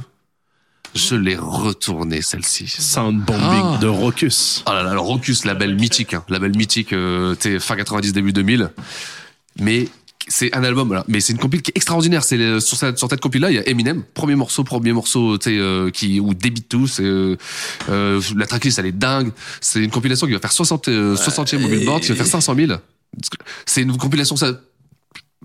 [SPEAKER 4] Je l'ai retourné, celle-ci.
[SPEAKER 3] Soundbombing
[SPEAKER 4] Ah.
[SPEAKER 3] de Rocus.
[SPEAKER 4] Ah là là, le Rocus, label mythique, hein, label mythique, euh, t'es fin 90, début 2000. Mais c'est un album, voilà. mais c'est une compil qui est extraordinaire. C'est le- sur, cette, sur cette compil là, il y a Eminem, premier morceau, premier morceau, tu sais, euh, qui où débite tout. C'est euh, euh, la tracklist, elle est dingue. C'est une compilation qui va faire 60, euh, 60e au Billboard, qui va faire 500 000. C'est une compilation ça.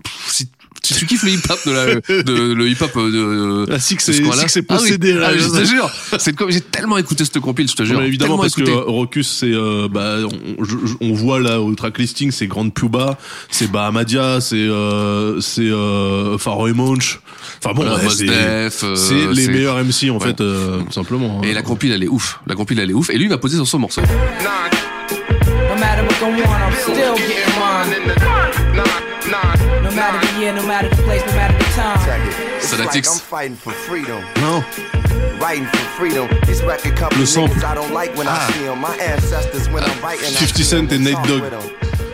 [SPEAKER 4] Pff, Si, si tu kiffes le hip hop de la, de, le hip hop de, de
[SPEAKER 3] La Six est,
[SPEAKER 4] ce coin-là.
[SPEAKER 3] Six est
[SPEAKER 4] Ah oui,
[SPEAKER 3] possédé là.
[SPEAKER 4] ah, je te jure. C'est une comp- J'ai tellement écouté cette compil, je te
[SPEAKER 3] Non,
[SPEAKER 4] jure.
[SPEAKER 3] mais évidemment
[SPEAKER 4] Tellement
[SPEAKER 3] parce que
[SPEAKER 4] écouté.
[SPEAKER 3] euh, Rocus c'est euh, bah on, je- je- on voit là au track listing c'est Grande Puba, c'est Bahamadia, c'est euh, c'est euh, Pharaoh et Monch. Enfin bon,
[SPEAKER 4] Voilà,
[SPEAKER 3] ouais,
[SPEAKER 4] Mos
[SPEAKER 3] c'est
[SPEAKER 4] Def, euh,
[SPEAKER 3] c'est les
[SPEAKER 4] c'est-
[SPEAKER 3] meilleurs MC en
[SPEAKER 4] Ouais.
[SPEAKER 3] fait euh, tout simplement.
[SPEAKER 4] Et
[SPEAKER 3] hein.
[SPEAKER 4] la compile, elle est ouf. La compile, elle est ouf. Et lui, il va poser sur son morceau.
[SPEAKER 8] No matter what going on, I'm still getting mine. No matter the year, no matter the place, no matter the time.
[SPEAKER 4] Ça
[SPEAKER 5] It's
[SPEAKER 4] la
[SPEAKER 5] like
[SPEAKER 4] fixe.
[SPEAKER 5] I'm fighting for freedom.
[SPEAKER 3] non,
[SPEAKER 5] Writing for freedom. These record company
[SPEAKER 3] Le sample.
[SPEAKER 5] niggas I don't like when
[SPEAKER 4] Ah.
[SPEAKER 5] I see 'em. My ancestors when I'm writing. I
[SPEAKER 3] 50
[SPEAKER 5] see 'em
[SPEAKER 3] Cent et
[SPEAKER 5] and
[SPEAKER 3] Nate
[SPEAKER 5] talk
[SPEAKER 3] Dogg.
[SPEAKER 5] with 'em.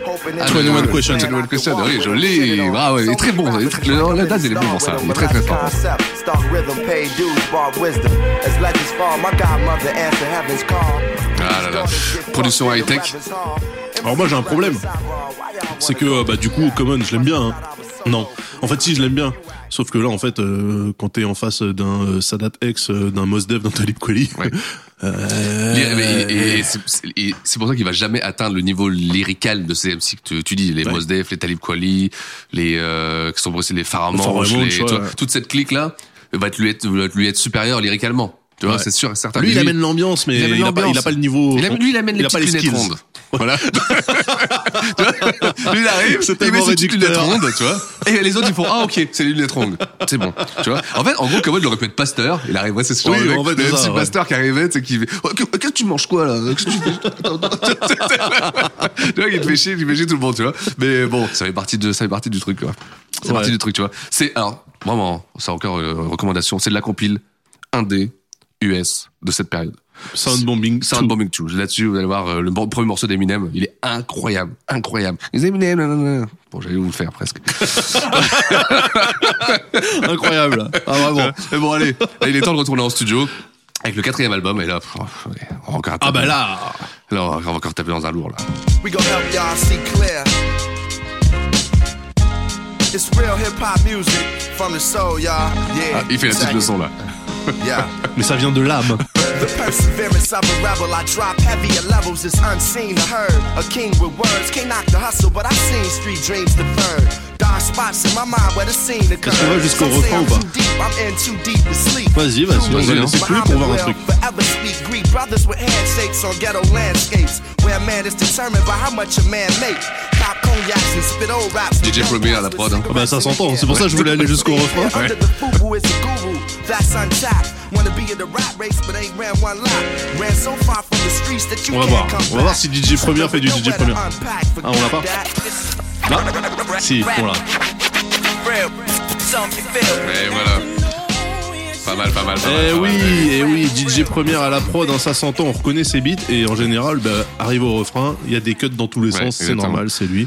[SPEAKER 5] Hoping that
[SPEAKER 3] 21
[SPEAKER 5] they understand
[SPEAKER 3] questions.
[SPEAKER 5] I
[SPEAKER 4] 21
[SPEAKER 5] can
[SPEAKER 4] Ah, questions, Ah
[SPEAKER 5] walk
[SPEAKER 4] oui,
[SPEAKER 5] with 'em,
[SPEAKER 4] joli.
[SPEAKER 5] shit it on.
[SPEAKER 4] Ah ouais, il est
[SPEAKER 5] So
[SPEAKER 4] très bon,
[SPEAKER 5] many
[SPEAKER 4] il est
[SPEAKER 5] rappers
[SPEAKER 4] très- le-
[SPEAKER 5] come
[SPEAKER 4] la
[SPEAKER 5] up
[SPEAKER 4] date,
[SPEAKER 5] in
[SPEAKER 4] elle est
[SPEAKER 5] the
[SPEAKER 4] bon,
[SPEAKER 5] start
[SPEAKER 4] ça.
[SPEAKER 5] with
[SPEAKER 4] Il est
[SPEAKER 5] 'em.
[SPEAKER 4] très, très fort.
[SPEAKER 5] Concept, start rhythm, pay dues, bar wisdom. As legends fall, my godmother answer heaven's call.
[SPEAKER 4] Ah là là. Production high-tech.
[SPEAKER 3] Alors moi, j'ai un problème. c'est que euh, bah du coup Common je l'aime bien. hein. Non, en fait si je l'aime bien. Sauf que là en fait euh, quand t'es en face d'un euh, Sadat X, euh, d'un Mos Def, d'un Talib Kweli, euh,
[SPEAKER 4] Ouais. Lyri- mais- Et, et c'est- c'est- et c'est pour ça qu'il va jamais atteindre le niveau lyrical de ces MC que tu, tu dis, les
[SPEAKER 3] Ouais.
[SPEAKER 4] Mos Def, les Talib Kweli, les euh, qui sont bossés, les Pharah
[SPEAKER 3] Pharah
[SPEAKER 4] Monch,
[SPEAKER 3] Monch,
[SPEAKER 4] les- tu
[SPEAKER 3] ouais,
[SPEAKER 4] vois,
[SPEAKER 3] ouais.
[SPEAKER 4] toute cette clique là va te lui être va te lui être supérieure lyricalement. Tu vois,
[SPEAKER 3] Ouais.
[SPEAKER 4] c'est sûr, et certain.
[SPEAKER 3] lui il amène l'ambiance mais
[SPEAKER 4] il amène
[SPEAKER 3] il a pas,
[SPEAKER 4] l'ambiance.
[SPEAKER 3] il a pas le niveau.
[SPEAKER 4] Il amène- lui, il amène les
[SPEAKER 3] a pas
[SPEAKER 4] petites lunettes
[SPEAKER 3] skills.
[SPEAKER 4] rondes. Voilà. Tu vois lui, il arrive,
[SPEAKER 3] C'est
[SPEAKER 4] il met
[SPEAKER 3] tellement
[SPEAKER 4] ses petites lunettes
[SPEAKER 3] réducteur.
[SPEAKER 4] rondes, tu vois. Et les autres, ils font, ah, ok, c'est les lunettes rondes. C'est bon. Tu vois. En fait, en gros, Commode, il aurait pu être pasteur. Il arrive, ouais, c'est ce genre
[SPEAKER 3] Oui,
[SPEAKER 4] de mec,
[SPEAKER 3] en fait,
[SPEAKER 4] le
[SPEAKER 3] c'est
[SPEAKER 4] MC
[SPEAKER 3] ça, ouais.
[SPEAKER 4] pasteur qui arrivait, tu sais, qui fait, oh, que- qu'est-ce que tu manges quoi, là? Qu'est-ce que tu fais? tu vois, il te fait chier, il fait chier tout le monde, tu vois. Mais bon, ça fait partie de, ça fait partie du truc, quoi. C'est
[SPEAKER 3] Ouais.
[SPEAKER 4] partie du truc, tu vois. C'est, alors, vraiment, c'est encore une euh, recommandation. C'est de la compile 1D US de cette période.
[SPEAKER 3] Soundbombing. two.
[SPEAKER 4] Soundbombing 2. Là-dessus, vous allez voir euh, le bon- premier morceau d'Eminem. Il est incroyable, incroyable. Les Eminem, nanana. Bon, j'allais vous le faire presque.
[SPEAKER 3] Incroyable. Ah vraiment.
[SPEAKER 4] Mais bon, allez, là, il est temps de retourner en studio avec le quatrième album. Et là, pff, ouais, on va encore taper.
[SPEAKER 3] Ah bah là.
[SPEAKER 4] Là, on va on va encore taper dans un lourd, là.
[SPEAKER 5] We gonna help y'all see clear. It's real hip hop music from the soul, y'all. Yeah.
[SPEAKER 4] Ah, il fait la petite
[SPEAKER 5] Check it.
[SPEAKER 4] leçon, là.
[SPEAKER 5] Yeah.
[SPEAKER 3] Mais ça vient de l'âme.
[SPEAKER 5] The perseverance of a rebel, I drop heavier levels, it's unseen to heard. A king with words, can't knock the hustle, but I've seen street dreams deferred. Dark spots in my mind where the scene occurs.
[SPEAKER 3] qu'on va jusqu'au
[SPEAKER 5] Some say
[SPEAKER 3] refrain
[SPEAKER 5] I'm
[SPEAKER 3] ou pas
[SPEAKER 5] too deep, I'm in too deep to sleep.
[SPEAKER 3] Vas-y, vas-y,
[SPEAKER 5] Too
[SPEAKER 3] vas-y,
[SPEAKER 5] deep,
[SPEAKER 3] hein. C'est plus
[SPEAKER 5] Muhammad
[SPEAKER 3] qu'on va voir un
[SPEAKER 5] will
[SPEAKER 3] truc.
[SPEAKER 5] forever speak Greek Brothers with handshakes on ghetto landscapes, where a man is determined by how much a man makes. Pop cognacs and spit old raps.
[SPEAKER 4] DJ Premier à la prod, hein.
[SPEAKER 3] Ah bah ça s'entend, c'est pour ça que je voulais aller jusqu'au refrain.
[SPEAKER 5] Under the fubu is a guru, that's untapped. Wanna be in the rat race, but ain't ran one lap. Ran so far from the streets that you
[SPEAKER 3] On va
[SPEAKER 5] can't
[SPEAKER 3] voir.
[SPEAKER 5] come
[SPEAKER 3] On va voir
[SPEAKER 5] back.
[SPEAKER 3] si DJ Premier fait du DJ Premier. Ah, on l'a pas Là Si, on l'a.
[SPEAKER 4] Et voilà. Pas mal, pas mal, pas mal.
[SPEAKER 3] Eh
[SPEAKER 4] pas mal.
[SPEAKER 3] oui, eh oui, DJ Première à la prod, hein, ça s'entend, on reconnaît ses beats et en général, bah, arrive au refrain, il y a des cuts dans tous les
[SPEAKER 4] Ouais,
[SPEAKER 3] sens, c'est
[SPEAKER 4] exactement.
[SPEAKER 3] normal, c'est lui.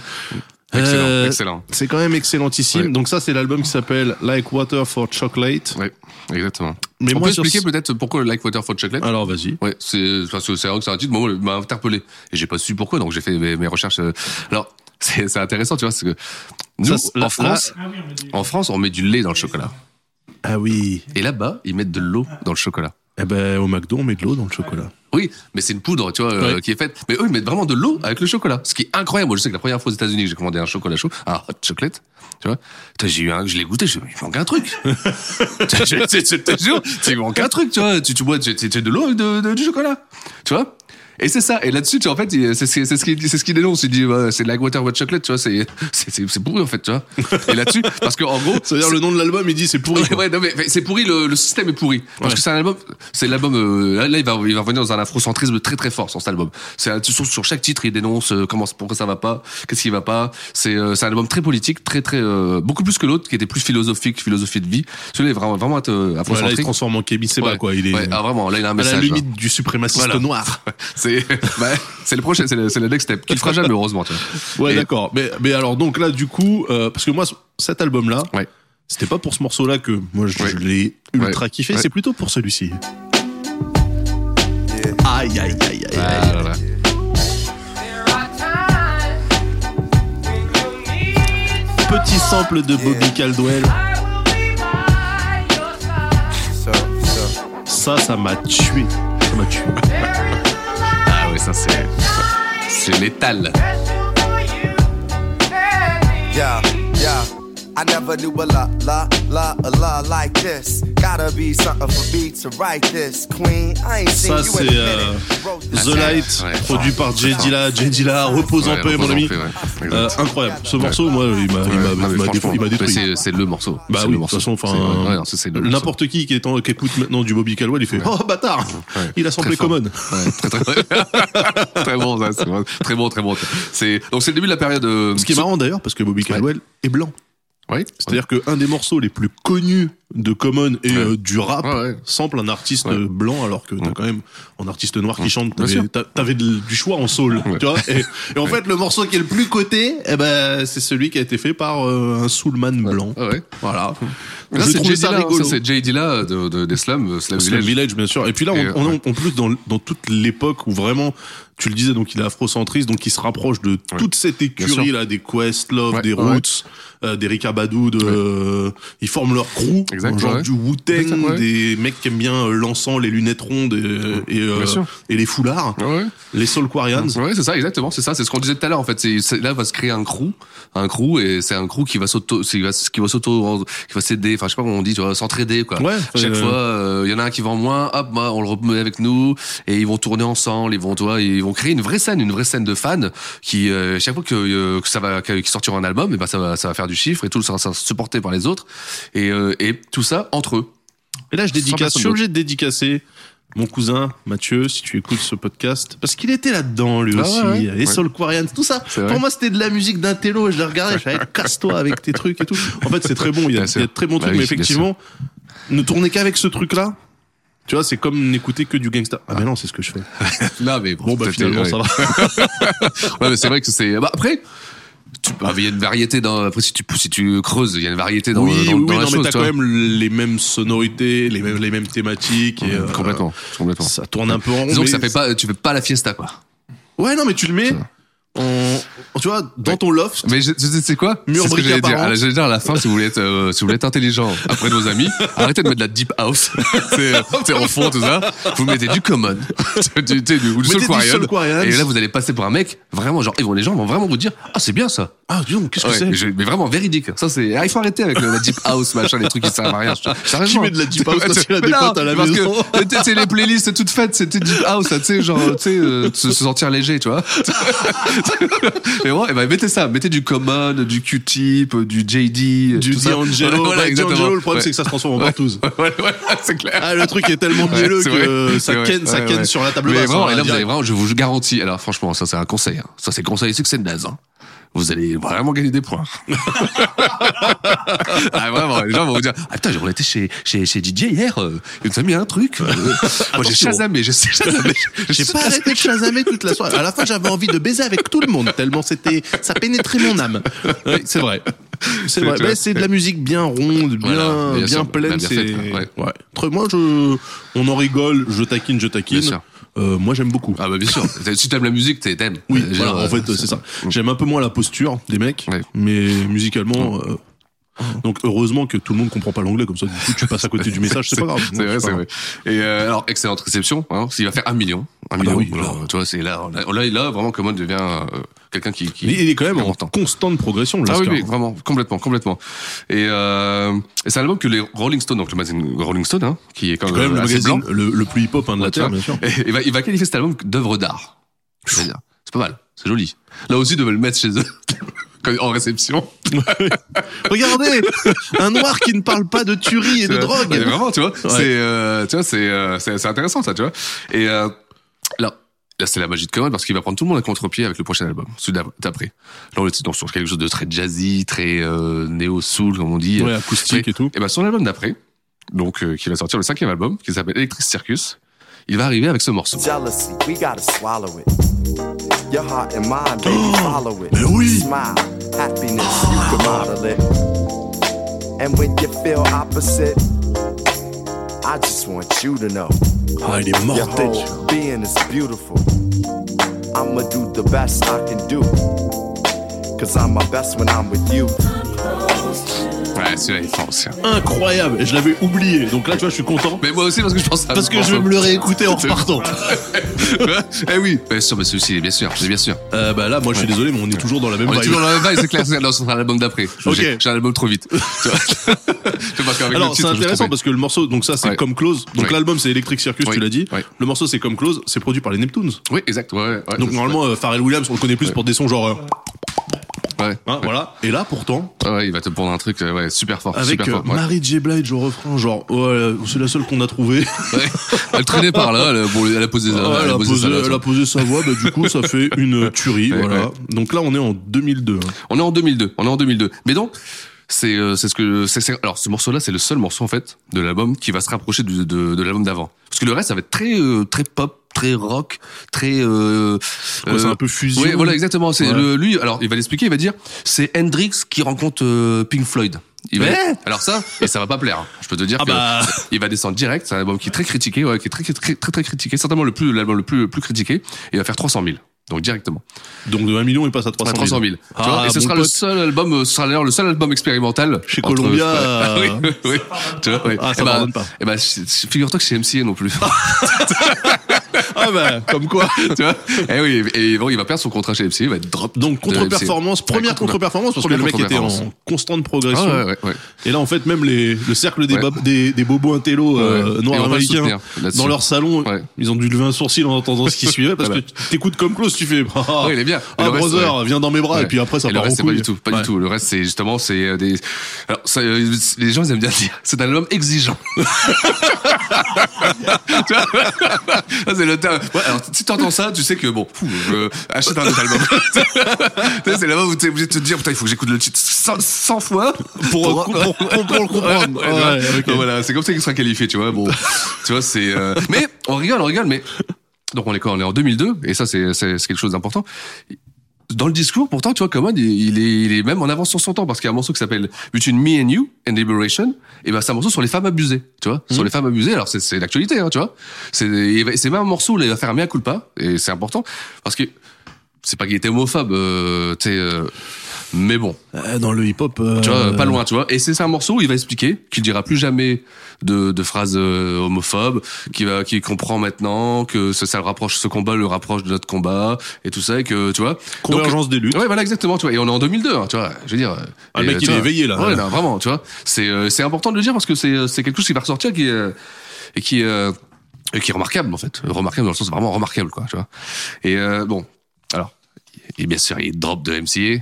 [SPEAKER 4] Excellent,
[SPEAKER 3] Euh,
[SPEAKER 4] excellent.
[SPEAKER 3] C'est quand même excellentissime.
[SPEAKER 4] Ouais.
[SPEAKER 3] Donc ça, c'est l'album qui s'appelle Like Water for Chocolate.
[SPEAKER 4] Oui, exactement.
[SPEAKER 3] Mais
[SPEAKER 4] on
[SPEAKER 3] moi,
[SPEAKER 4] peut
[SPEAKER 3] sur
[SPEAKER 4] expliquer
[SPEAKER 3] ce-
[SPEAKER 4] peut-être pourquoi le Like Water for Chocolate
[SPEAKER 3] Alors vas-y.
[SPEAKER 4] Ouais, c'est parce que c'est vrai que c'est un titre, moi, il m'a interpellé et j'ai pas su pourquoi, donc j'ai fait mes, mes recherches. euh. Alors, c'est c'est intéressant, tu vois, parce que nous,
[SPEAKER 3] Ça, c'est-
[SPEAKER 4] en
[SPEAKER 3] là-
[SPEAKER 4] France, en France, Ah on met du lait dans le chocolat,
[SPEAKER 3] Ah oui.
[SPEAKER 4] et là-bas, ils mettent de l'eau dans le chocolat.
[SPEAKER 3] Eh ben au McDo, on met de l'eau dans le chocolat.
[SPEAKER 4] Oui, mais c'est une poudre, tu vois, euh,
[SPEAKER 3] Ouais.
[SPEAKER 4] qui est faite. Mais eux, ils mettent vraiment de l'eau avec le chocolat, ce qui est incroyable. Moi, je sais que la première fois aux États-Unis, que j'ai commandé un chocolat chaud, un hot chocolate, tu vois. Putain, J'ai eu un, je l'ai goûté, je me il manque un truc. Je- je- je- je te jure, il manque un truc, tu vois. Tu, tu bois, tu, tu- tu- de l'eau et de- de- du chocolat, tu vois. Et c'est ça. Et là-dessus, tu vois, en fait, il- c'est ce qu'il- c'est ce qu'il c'est ce qu'il dénonce. Il dit, bah, c'est de la water with chocolate, tu vois. C'est c'est- c'est- c'est pourri en fait, tu vois. Et là-dessus, parce que en gros,
[SPEAKER 3] C'est-à-dire le nom de l'album, il dit c'est pourri.
[SPEAKER 4] Ouais, ouais, non, mais mais c'est pourri, le, le système est pourri. Parce
[SPEAKER 3] Ouais.
[SPEAKER 4] que c'est un album, c'est l'album, euh, là, là, il va, il va revenir dans un afrocentrisme très très fort sur cet album. C'est un- sur, sur chaque titre, il dénonce euh, comment, pourquoi ça va pas, qu'est-ce qui va pas. C'est euh, c'est un album très politique, très très, euh, beaucoup plus que l'autre, qui était plus philosophique, philosophie de vie. Celui-là est vraiment, vraiment euh,
[SPEAKER 3] Voilà, il se
[SPEAKER 4] afrocentrique.
[SPEAKER 3] transforme en Kemi Seba
[SPEAKER 4] Ouais.
[SPEAKER 3] quoi. Il est
[SPEAKER 4] Ouais, ah, vraiment, là, il a un
[SPEAKER 3] à
[SPEAKER 4] message.
[SPEAKER 3] la
[SPEAKER 4] là.
[SPEAKER 3] limite du suprémaciste
[SPEAKER 4] Voilà.
[SPEAKER 3] noir.
[SPEAKER 4] C'est bah, c'est le prochain, c'est le, c'est le next step. Qu'il fera jamais, heureusement, tu vois.
[SPEAKER 3] Ouais,
[SPEAKER 4] Et-
[SPEAKER 3] d'accord. Mais, mais alors, donc là, du coup, euh, parce que moi, ce- cet album-là,
[SPEAKER 4] Ouais.
[SPEAKER 3] c'était pas pour ce morceau-là que moi je,
[SPEAKER 4] Ouais.
[SPEAKER 3] je l'ai ultra
[SPEAKER 4] Ouais.
[SPEAKER 3] kiffé,
[SPEAKER 4] Ouais.
[SPEAKER 3] c'est plutôt pour celui-ci. Aïe, aïe, aïe, aïe.
[SPEAKER 4] Ah, là, là.
[SPEAKER 3] Petit sample de Bobby Caldwell. Ça, ça m'a tué. Ça m'a tué.
[SPEAKER 4] Ah ouais, ça c'est. C'est létal.
[SPEAKER 5] Yeah, yeah. I never knew a la, la, la, a la like this. Gotta be something for me to write this, queen. I ain't seen
[SPEAKER 3] Ça,
[SPEAKER 5] you in a
[SPEAKER 3] c'est euh,
[SPEAKER 5] minute. Wrote this
[SPEAKER 3] The Light,
[SPEAKER 4] Ouais.
[SPEAKER 3] produit par J. Dilla. J. Dilla, repose en
[SPEAKER 4] Ouais,
[SPEAKER 3] paix,
[SPEAKER 4] repose
[SPEAKER 3] mon
[SPEAKER 4] en
[SPEAKER 3] ami.
[SPEAKER 4] paix, ouais.
[SPEAKER 3] Euh,
[SPEAKER 4] Exact.
[SPEAKER 3] incroyable. Ce morceau, moi, Ah, il m'a- il m'a-
[SPEAKER 4] Ouais, non, mais
[SPEAKER 3] il m'a
[SPEAKER 4] franchement,
[SPEAKER 3] détruit. il m'a détruit.
[SPEAKER 4] C'est c'est le morceau. C'est
[SPEAKER 3] Bah oui,
[SPEAKER 4] le
[SPEAKER 3] de toute
[SPEAKER 4] morceau.
[SPEAKER 3] façon,
[SPEAKER 4] C'est- ouais, ouais,
[SPEAKER 3] enfin,
[SPEAKER 4] non, ça, c'est le morceau.
[SPEAKER 3] n'importe qui qui, est en- qui écoute maintenant du Bobby Caldwell, il fait Oh bâtard
[SPEAKER 4] Ouais,
[SPEAKER 3] Il a
[SPEAKER 4] très
[SPEAKER 3] semblé
[SPEAKER 4] fort.
[SPEAKER 3] commode.
[SPEAKER 4] Ouais, très, très, très bon, ça, c'est vrai. très bon, très bon. C'est donc c'est le début de la période. euh,
[SPEAKER 3] Ce qui est marrant d'ailleurs, parce que Bobby Caldwell est blanc.
[SPEAKER 4] Ouais.
[SPEAKER 3] C'est-à-dire qu'un des morceaux les plus connus de Common et
[SPEAKER 4] Ouais.
[SPEAKER 3] euh, du rap
[SPEAKER 4] Ouais, ouais.
[SPEAKER 3] sample un artiste
[SPEAKER 4] Ouais.
[SPEAKER 3] blanc, alors que t'as
[SPEAKER 4] Ouais.
[SPEAKER 3] quand même un artiste noir qui chante,
[SPEAKER 4] Bien
[SPEAKER 3] t'avais
[SPEAKER 4] sûr.
[SPEAKER 3] t'a- t'avais de- du choix en soul.
[SPEAKER 4] Ouais.
[SPEAKER 3] Tu vois et, et en fait, le morceau qui est le plus coté, eh ben, c'est celui qui a été fait par euh, un soulman blanc.
[SPEAKER 4] Ah ouais.
[SPEAKER 3] Voilà.
[SPEAKER 4] Là,
[SPEAKER 3] Je
[SPEAKER 4] c'est
[SPEAKER 3] trouvais
[SPEAKER 4] Jay
[SPEAKER 3] ça
[SPEAKER 4] Dilla.
[SPEAKER 3] rigolo.
[SPEAKER 4] Ça, c'est Jay Dilla de, de, des Slams, euh, Slam
[SPEAKER 3] Slam
[SPEAKER 4] Village.
[SPEAKER 3] Village, bien sûr. Et puis là, on,
[SPEAKER 4] Et, euh,
[SPEAKER 3] on est
[SPEAKER 4] ouais.
[SPEAKER 3] en- en plus dans, dans toute l'époque où vraiment, tu le disais, donc il est afrocentriste, donc il se rapproche de toute cette
[SPEAKER 4] Bien
[SPEAKER 3] écurie
[SPEAKER 4] sûr.
[SPEAKER 3] là, des Questlove,
[SPEAKER 4] Ouais,
[SPEAKER 3] des
[SPEAKER 4] ouais.
[SPEAKER 3] Roots, euh, des Rick Abadou, de, euh, ils forment leur crew,
[SPEAKER 4] Exact,
[SPEAKER 3] genre
[SPEAKER 4] ouais.
[SPEAKER 3] du Wu-Tang,
[SPEAKER 4] Exact, ouais.
[SPEAKER 3] des mecs qui aiment bien euh, l'encens, les lunettes rondes et, euh, et, euh,
[SPEAKER 4] Bien sûr.
[SPEAKER 3] et les foulards,
[SPEAKER 4] Ah ouais.
[SPEAKER 3] les Soul Quarians.
[SPEAKER 4] Ouais, c'est ça, exactement, c'est ça, c'est ce qu'on disait tout à l'heure en fait. C'est c'est- là va se créer un crew, un crew et c'est un crew qui va s'auto, qui va, qui va s'auto, qui va s'aider. Enfin, je sais pas comment on dit, tu vois, s'entraider quoi.
[SPEAKER 3] Ouais,
[SPEAKER 4] À Chaque
[SPEAKER 3] euh,
[SPEAKER 4] fois, euh, il y en a un qui vend moins, hop, bah, on le remet avec nous et ils vont tourner ensemble, ils vont, tu vois, ils vont créer une vraie scène, une vraie scène de fans qui euh, chaque fois que, euh, que ça va, qu'ils sortiront un album, et ben ça va, ça va faire du chiffre et tout, ça va, ça va se supporter par les autres et, euh, et tout ça entre eux.
[SPEAKER 3] Et là, je dédicace, je suis
[SPEAKER 4] personne
[SPEAKER 3] obligé de dédicacer mon cousin Mathieu, si tu écoutes ce podcast, parce qu'il était là-dedans lui
[SPEAKER 4] Ah
[SPEAKER 3] aussi,
[SPEAKER 4] ouais, ouais.
[SPEAKER 3] les Soul Quarians, tout ça.
[SPEAKER 4] C'est vrai.
[SPEAKER 3] Pour moi, c'était de la musique d'un télo, je la regardais, je savais, casse-toi avec tes trucs et tout. En fait, c'est très bon, il y a,
[SPEAKER 4] Bien
[SPEAKER 3] il
[SPEAKER 4] sûr.
[SPEAKER 3] y a de très bons
[SPEAKER 4] Bah
[SPEAKER 3] trucs,
[SPEAKER 4] oui,
[SPEAKER 3] mais
[SPEAKER 4] bien
[SPEAKER 3] effectivement, ne tournez qu'avec ce truc-là. Tu vois, c'est comme n'écouter que du gangsta. Ah, mais non, c'est ce que je fais.
[SPEAKER 4] Là, mais
[SPEAKER 3] Bon, bah finalement, ça va.
[SPEAKER 4] Ouais, mais c'est vrai que c'est. Bah, après, tu- bah, il y a une variété dans. Après, si tu, si tu creuses, il y a une variété dans,
[SPEAKER 3] oui,
[SPEAKER 4] dans,
[SPEAKER 3] oui,
[SPEAKER 4] dans la
[SPEAKER 3] non, mais
[SPEAKER 4] chose.
[SPEAKER 3] t'as
[SPEAKER 4] tu
[SPEAKER 3] quand
[SPEAKER 4] vois.
[SPEAKER 3] même les mêmes sonorités, les mêmes, les mêmes thématiques. Et, euh,
[SPEAKER 4] complètement, complètement.
[SPEAKER 3] Ça tourne un peu en rond.
[SPEAKER 4] Disons
[SPEAKER 3] mais
[SPEAKER 4] que ça fait pas, tu fais pas la fiesta, quoi.
[SPEAKER 3] Ouais, non, mais tu le mets on, tu vois, dans ton loft,
[SPEAKER 4] Mais je, je, tu sais quoi C'est
[SPEAKER 3] Mur
[SPEAKER 4] ce que
[SPEAKER 3] bric
[SPEAKER 4] j'allais
[SPEAKER 3] apparent.
[SPEAKER 4] dire. Alors, J'allais dire à la fin, si vous voulez être, euh, si vous voulez être intelligent après nos amis, arrêtez de mettre de la deep house. c'est euh, c'est en fond tout ça. Vous mettez du common, du, du, du, ou du
[SPEAKER 3] Mettez
[SPEAKER 4] soul
[SPEAKER 3] du
[SPEAKER 4] quarion.
[SPEAKER 3] Soul Quarion.
[SPEAKER 4] Et là, vous allez passer pour un mec vraiment genre, ils vont- les gens vont vraiment vous dire, ah c'est bien ça.
[SPEAKER 3] ah, dis donc, qu'est-ce que
[SPEAKER 4] Ouais,
[SPEAKER 3] c'est
[SPEAKER 4] je- mais vraiment véridique. Ça c'est, ah, il faut arrêter avec le- la deep house, machin, les trucs qui servent à rien. Je-
[SPEAKER 3] Qui
[SPEAKER 4] Sérieusement.
[SPEAKER 3] met de la deep house
[SPEAKER 4] Ouais,
[SPEAKER 3] parce qu'il a
[SPEAKER 4] mais
[SPEAKER 3] des
[SPEAKER 4] non,
[SPEAKER 3] potes à la
[SPEAKER 4] parce
[SPEAKER 3] maison
[SPEAKER 4] que, tu sais, les playlists toutes faites, c'était deep house, là, tu sais, genre, tu sais, euh, se se sentir léger, tu vois. Mais bon, eh ben, mettez ça, mettez du Common, du Q-Tip, du JD,
[SPEAKER 3] Du
[SPEAKER 4] tout ça.
[SPEAKER 3] D'Angelo,
[SPEAKER 4] Voilà,
[SPEAKER 3] bah,
[SPEAKER 4] exactement.
[SPEAKER 3] D'Angelo, le problème
[SPEAKER 4] Ouais.
[SPEAKER 3] c'est que ça se transforme en partouze.
[SPEAKER 4] Ouais, ouais, c'est clair.
[SPEAKER 3] Ah, le truc est tellement
[SPEAKER 4] Ouais,
[SPEAKER 3] mielleux
[SPEAKER 4] c'est
[SPEAKER 3] que
[SPEAKER 4] vrai.
[SPEAKER 3] ça
[SPEAKER 4] C'est vrai.
[SPEAKER 3] ken, ça
[SPEAKER 4] Ouais,
[SPEAKER 3] ken
[SPEAKER 4] ouais.
[SPEAKER 3] sur la table
[SPEAKER 4] Mais
[SPEAKER 3] basse.
[SPEAKER 4] vraiment,
[SPEAKER 3] hein,
[SPEAKER 4] et là, vous
[SPEAKER 3] direct.
[SPEAKER 4] allez vraiment, je vous garantis. Alors, franchement, ça, c'est un conseil. hein. Ça, c'est conseil succès de naze. hein. Vous allez vraiment gagner des points. ah, vraiment, les gens vont vous dire Ah putain, on était chez, chez, chez DJ hier, euh, il nous a mis un truc. euh, moi, j'ai
[SPEAKER 3] Attention.
[SPEAKER 4] chasamé, j'ai chasamé.
[SPEAKER 3] J'ai pas arrêté de chasamer toute la soirée. À la fin, j'avais envie de baiser avec tout le monde tellement c'était, ça pénétrait mon âme. Oui, c'est vrai. C'est vrai.
[SPEAKER 4] tu
[SPEAKER 3] Mais
[SPEAKER 4] vois,
[SPEAKER 3] c'est de la musique bien ronde, bien,
[SPEAKER 4] Voilà,
[SPEAKER 3] bien,
[SPEAKER 4] bien sûr,
[SPEAKER 3] pleine.
[SPEAKER 4] bien
[SPEAKER 3] c'est,
[SPEAKER 4] faite, ouais.
[SPEAKER 3] ouais. Très- moi, je, on en rigole, je taquine, je taquine.
[SPEAKER 4] Bien sûr.
[SPEAKER 3] Euh, moi, j'aime beaucoup.
[SPEAKER 4] Ah, bah, bien sûr. Si t'aimes la musique, t'es- t'aimes.
[SPEAKER 3] Oui,
[SPEAKER 4] Euh,
[SPEAKER 3] voilà,
[SPEAKER 4] genre,
[SPEAKER 3] en fait,
[SPEAKER 4] euh,
[SPEAKER 3] c'est ça. J'aime un peu moins la posture des mecs,
[SPEAKER 4] Ouais.
[SPEAKER 3] mais musicalement. euh, donc heureusement que tout le monde comprend pas l'anglais, comme ça du coup tu passes à côté du message, c'est pas grave.
[SPEAKER 4] C'est vrai,
[SPEAKER 3] pas
[SPEAKER 4] c'est
[SPEAKER 3] grave.
[SPEAKER 4] vrai. Et euh, alors, excellente réception. Hein, s'il va faire un million. Un
[SPEAKER 3] bah
[SPEAKER 4] million.
[SPEAKER 3] oui,
[SPEAKER 4] alors, tu vois, c'est là, on a- là, là, vraiment, Common devient euh, quelqu'un qui, qui.
[SPEAKER 3] Mais il est quand même en
[SPEAKER 4] important.
[SPEAKER 3] constante progression,
[SPEAKER 4] Ah oui,
[SPEAKER 3] Lascar.
[SPEAKER 4] oui, vraiment, complètement, complètement. Et, euh, et c'est un album que les Rolling Stones, donc le magazine Rolling Stone, hein, qui est quand,
[SPEAKER 3] C'est quand même
[SPEAKER 4] euh,
[SPEAKER 3] le
[SPEAKER 4] assez
[SPEAKER 3] magazine
[SPEAKER 4] blanc,
[SPEAKER 3] le, le plus hip-hop hein, de la
[SPEAKER 4] tu vois,
[SPEAKER 3] Terre, bien sûr.
[SPEAKER 4] et- et va, il va qualifier cet album d'œuvre d'art. C'est-à-dire, C'est pas mal, c'est joli. Là aussi, ils devaient le mettre chez eux. quand- En réception.
[SPEAKER 3] Regardez Un noir qui ne parle pas de tuerie et de
[SPEAKER 4] Ouais,
[SPEAKER 3] drogue
[SPEAKER 4] ouais, Vraiment, tu vois. ah, C'est, euh, tu vois, c'est, euh, c'est, c'est intéressant ça, tu vois. Et euh, là, là, c'est la magie de Common parce qu'il va prendre tout le monde à contre-pied avec le prochain album, celui d'ap- d'après. Là, on est dans- sur quelque chose de très jazzy, très euh, néo soul, comme on dit.
[SPEAKER 3] Ouais, acoustique et tout.
[SPEAKER 4] Et ben son album d'après, donc euh, qui va sortir le cinquième album, qui s'appelle Electric Circus, il va arriver avec ce morceau.
[SPEAKER 5] Jealousy, we gotta swallow it. Your heart and mind, baby, follow it.
[SPEAKER 3] mais oui.
[SPEAKER 5] Smile, happiness, you can model it. And when you feel opposite, I just want you to know
[SPEAKER 3] Ah, il est
[SPEAKER 5] your
[SPEAKER 3] mortel.
[SPEAKER 5] whole being is beautiful. I'ma do the best I can do. Cause I'm my best when I'm with you.
[SPEAKER 4] Ouais, celui-là il est fort aussi. hein.
[SPEAKER 3] Incroyable Et je l'avais oublié. Donc là, tu vois, je suis content.
[SPEAKER 4] Mais moi aussi parce que je pense à
[SPEAKER 3] Parce que je vais me le réécouter en repartant.
[SPEAKER 4] eh oui, bien sûr, mais celui-ci, bien sûr, bien sûr.
[SPEAKER 3] Euh, bah là, moi, je suis désolé, mais on est toujours dans la même
[SPEAKER 4] On est
[SPEAKER 3] vibe.
[SPEAKER 4] toujours dans la même vibe, c'est clair. c'est- Non, ce sera l'album d'après.
[SPEAKER 3] Bah, Ok.
[SPEAKER 4] J'ai j'ai un album trop vite. Tu vois C'est parce qu'avec
[SPEAKER 3] Alors
[SPEAKER 4] le
[SPEAKER 3] c'est
[SPEAKER 4] titre, je me
[SPEAKER 3] intéressant
[SPEAKER 4] trompais.
[SPEAKER 3] parce que le morceau, donc ça c'est
[SPEAKER 4] Ouais.
[SPEAKER 3] comme close. Donc
[SPEAKER 4] Ouais.
[SPEAKER 3] l'album c'est Electric Circus,
[SPEAKER 4] Oui.
[SPEAKER 3] tu l'as dit.
[SPEAKER 4] Ouais.
[SPEAKER 3] Le morceau c'est comme close, c'est produit par les Neptunes.
[SPEAKER 4] Oui, exact. Ouais, ouais, ouais,
[SPEAKER 3] Donc
[SPEAKER 4] c'est-
[SPEAKER 3] normalement euh, Pharrell Williams on le connaît plus pour des sons genre euh,
[SPEAKER 4] ouais,
[SPEAKER 3] hein,
[SPEAKER 4] ouais.
[SPEAKER 3] voilà. Et là pourtant
[SPEAKER 4] Ouais, ouais, il va te prendre un truc euh, ouais, super fort.
[SPEAKER 3] avec
[SPEAKER 4] super
[SPEAKER 3] euh,
[SPEAKER 4] fort ouais.
[SPEAKER 3] Mary J Blige au refrain genre oh, euh, c'est la seule qu'on a trouvée.
[SPEAKER 4] Ouais. Elle traînait par là. Elle, bon, elle a posé,
[SPEAKER 3] Ah, elle, a posé,
[SPEAKER 4] ça, là,
[SPEAKER 3] elle a posé sa voix, bah, du coup ça fait une tuerie.
[SPEAKER 4] Ouais,
[SPEAKER 3] voilà.
[SPEAKER 4] ouais.
[SPEAKER 3] Donc là on est en 2002. hein.
[SPEAKER 4] On est en 2002. On est en 2002. Mais donc, c'est euh, c'est ce que c'est- c'est- alors ce morceau-là, c'est le seul morceau en fait de l'album qui va se rapprocher du- de, de l'album d'avant. Parce que le reste, ça va être très euh, très pop, très rock, très. Euh,
[SPEAKER 3] Ouais, c'est un peu fusion.
[SPEAKER 4] Ouais, voilà, exactement. C'est
[SPEAKER 3] Ouais.
[SPEAKER 4] le lui. Alors, il va l'expliquer. Il va dire, c'est Hendrix qui rencontre euh, Pink Floyd. Il va,
[SPEAKER 3] Ouais.
[SPEAKER 4] Alors ça, et ça va pas plaire. hein. Je peux te dire
[SPEAKER 3] Ah
[SPEAKER 4] que
[SPEAKER 3] bah.
[SPEAKER 4] il va descendre direct. C'est un album qui est très critiqué, ouais, qui est très très très, très critiqué. Certainement le plus l'album le plus le plus critiqué. Et il va faire 300 000. Donc directement.
[SPEAKER 3] bah, Donc de 1 million il passe à 300
[SPEAKER 4] À
[SPEAKER 3] 000.
[SPEAKER 4] 300 000. tu vois,
[SPEAKER 3] Ah,
[SPEAKER 4] et ce
[SPEAKER 3] mon
[SPEAKER 4] sera le
[SPEAKER 3] pote.
[SPEAKER 4] seul album, euh, ce sera d'ailleurs le seul album expérimental.
[SPEAKER 3] Chez
[SPEAKER 4] entre-
[SPEAKER 3] Columbia,
[SPEAKER 4] Ouais. Ah oui,
[SPEAKER 3] euh,
[SPEAKER 4] oui. Tu vois, oui.
[SPEAKER 3] Ah, ça
[SPEAKER 4] Eh ben,
[SPEAKER 3] pardonne pas.
[SPEAKER 4] eh ben, si- si- figure-toi que c'est MCA non plus.
[SPEAKER 3] Ah bah comme quoi.
[SPEAKER 4] tu vois Eh oui, et bon, il va perdre son contrat chez MCA, il va être drop.
[SPEAKER 3] Donc
[SPEAKER 4] de MCA.
[SPEAKER 3] contre-performance, première
[SPEAKER 4] Ouais,
[SPEAKER 3] contre-performance parce que
[SPEAKER 4] première
[SPEAKER 3] le mec était en
[SPEAKER 4] contre-performance.
[SPEAKER 3] constante
[SPEAKER 4] Ah
[SPEAKER 3] progression.
[SPEAKER 4] ouais, ouais, ouais.
[SPEAKER 3] Et là, en fait, même les, le cercle des,
[SPEAKER 4] Ouais.
[SPEAKER 3] bab- des, des bobos intello euh,
[SPEAKER 4] Ouais. Et
[SPEAKER 3] noirs
[SPEAKER 4] on va le soutenir
[SPEAKER 3] américains
[SPEAKER 4] là-dessus.
[SPEAKER 3] dans leur salon,
[SPEAKER 4] Ouais.
[SPEAKER 3] ils ont dû lever un sourcil en entendant ce qui suivait parce
[SPEAKER 4] Voilà.
[SPEAKER 3] que tu- t'écoutes comme Close, tu fais ah,
[SPEAKER 4] Ouais, il est bien. Et
[SPEAKER 3] ah
[SPEAKER 4] le reste,
[SPEAKER 3] brother, viens dans mes bras
[SPEAKER 4] Ouais.
[SPEAKER 3] et puis après ça
[SPEAKER 4] le
[SPEAKER 3] part en
[SPEAKER 4] reste, c'est pas
[SPEAKER 3] couille.
[SPEAKER 4] du tout, pas
[SPEAKER 3] Ouais.
[SPEAKER 4] du tout. Le reste, c'est justement, c'est euh, des. Alors, ça, euh, les gens, ils aiment bien dire, c'est un album exigeant. tu vois Ça, c'est le terme. Ouais, alors, si t'entends ça, tu sais que bon, fou, euh, achète un autre album. Tu sais, c'est là-bas où t'es obligé de te dire, putain, il faut que j'écoute le titre 100, 100 fois
[SPEAKER 3] Pour, pour, pour- pour- pour le comprendre.
[SPEAKER 4] Ouais, ouais,
[SPEAKER 3] Ouais, ok.
[SPEAKER 4] Donc voilà, c'est comme ça qu'il sera qualifié, tu vois. Bon, tu vois, c'est. euh, Mais on rigole, on rigole, mais donc on est quoi On est en 2002, et ça c'est c'est c'est quelque chose d'important. Dans le discours, pourtant, tu vois, Common, il il est, il est même en avance sur son temps parce qu'il y a un morceau qui s'appelle Between Me and You and Liberation. Et ben, c'est un morceau sur les femmes abusées, tu vois,
[SPEAKER 3] Hmm.
[SPEAKER 4] sur les femmes abusées. Alors, c'est, c'est l'actualité, hein, tu vois. C'est, et c'est même un morceau où il va faire un mea culpa et c'est important parce que c'est pas qu'il était homophobe, euh, tu sais, euh, mais bon,
[SPEAKER 3] Euh, Dans le hip-hop. euh,
[SPEAKER 4] tu vois, pas loin, tu vois. Et c'est c'est un morceau où il va expliquer qu'il dira plus jamais de, de phrases euh, homophobes, qu'il va, qu'il comprend maintenant que ça, ça le rapproche, ce combat le rapproche de notre combat et tout ça, et que tu vois. Donc,
[SPEAKER 3] Convergence des luttes.
[SPEAKER 4] Ouais, voilà, exactement, tu vois. Et on est en 2002, hein, tu vois. Je veux dire. euh,
[SPEAKER 3] Ah, le
[SPEAKER 4] et,
[SPEAKER 3] mec,
[SPEAKER 4] euh,
[SPEAKER 3] il
[SPEAKER 4] tu
[SPEAKER 3] est
[SPEAKER 4] vois,
[SPEAKER 3] éveillé, là.
[SPEAKER 4] Ouais, non, vraiment, tu vois. C'est, euh, c'est important de le dire parce que c'est, euh, c'est quelque chose qui va ressortir qui, euh, et qui, euh, et qui est remarquable, en fait. Remarquable dans le sens vraiment remarquable, quoi, tu vois. Et, euh, bon. Alors. Et bien sûr, il drop de MCA.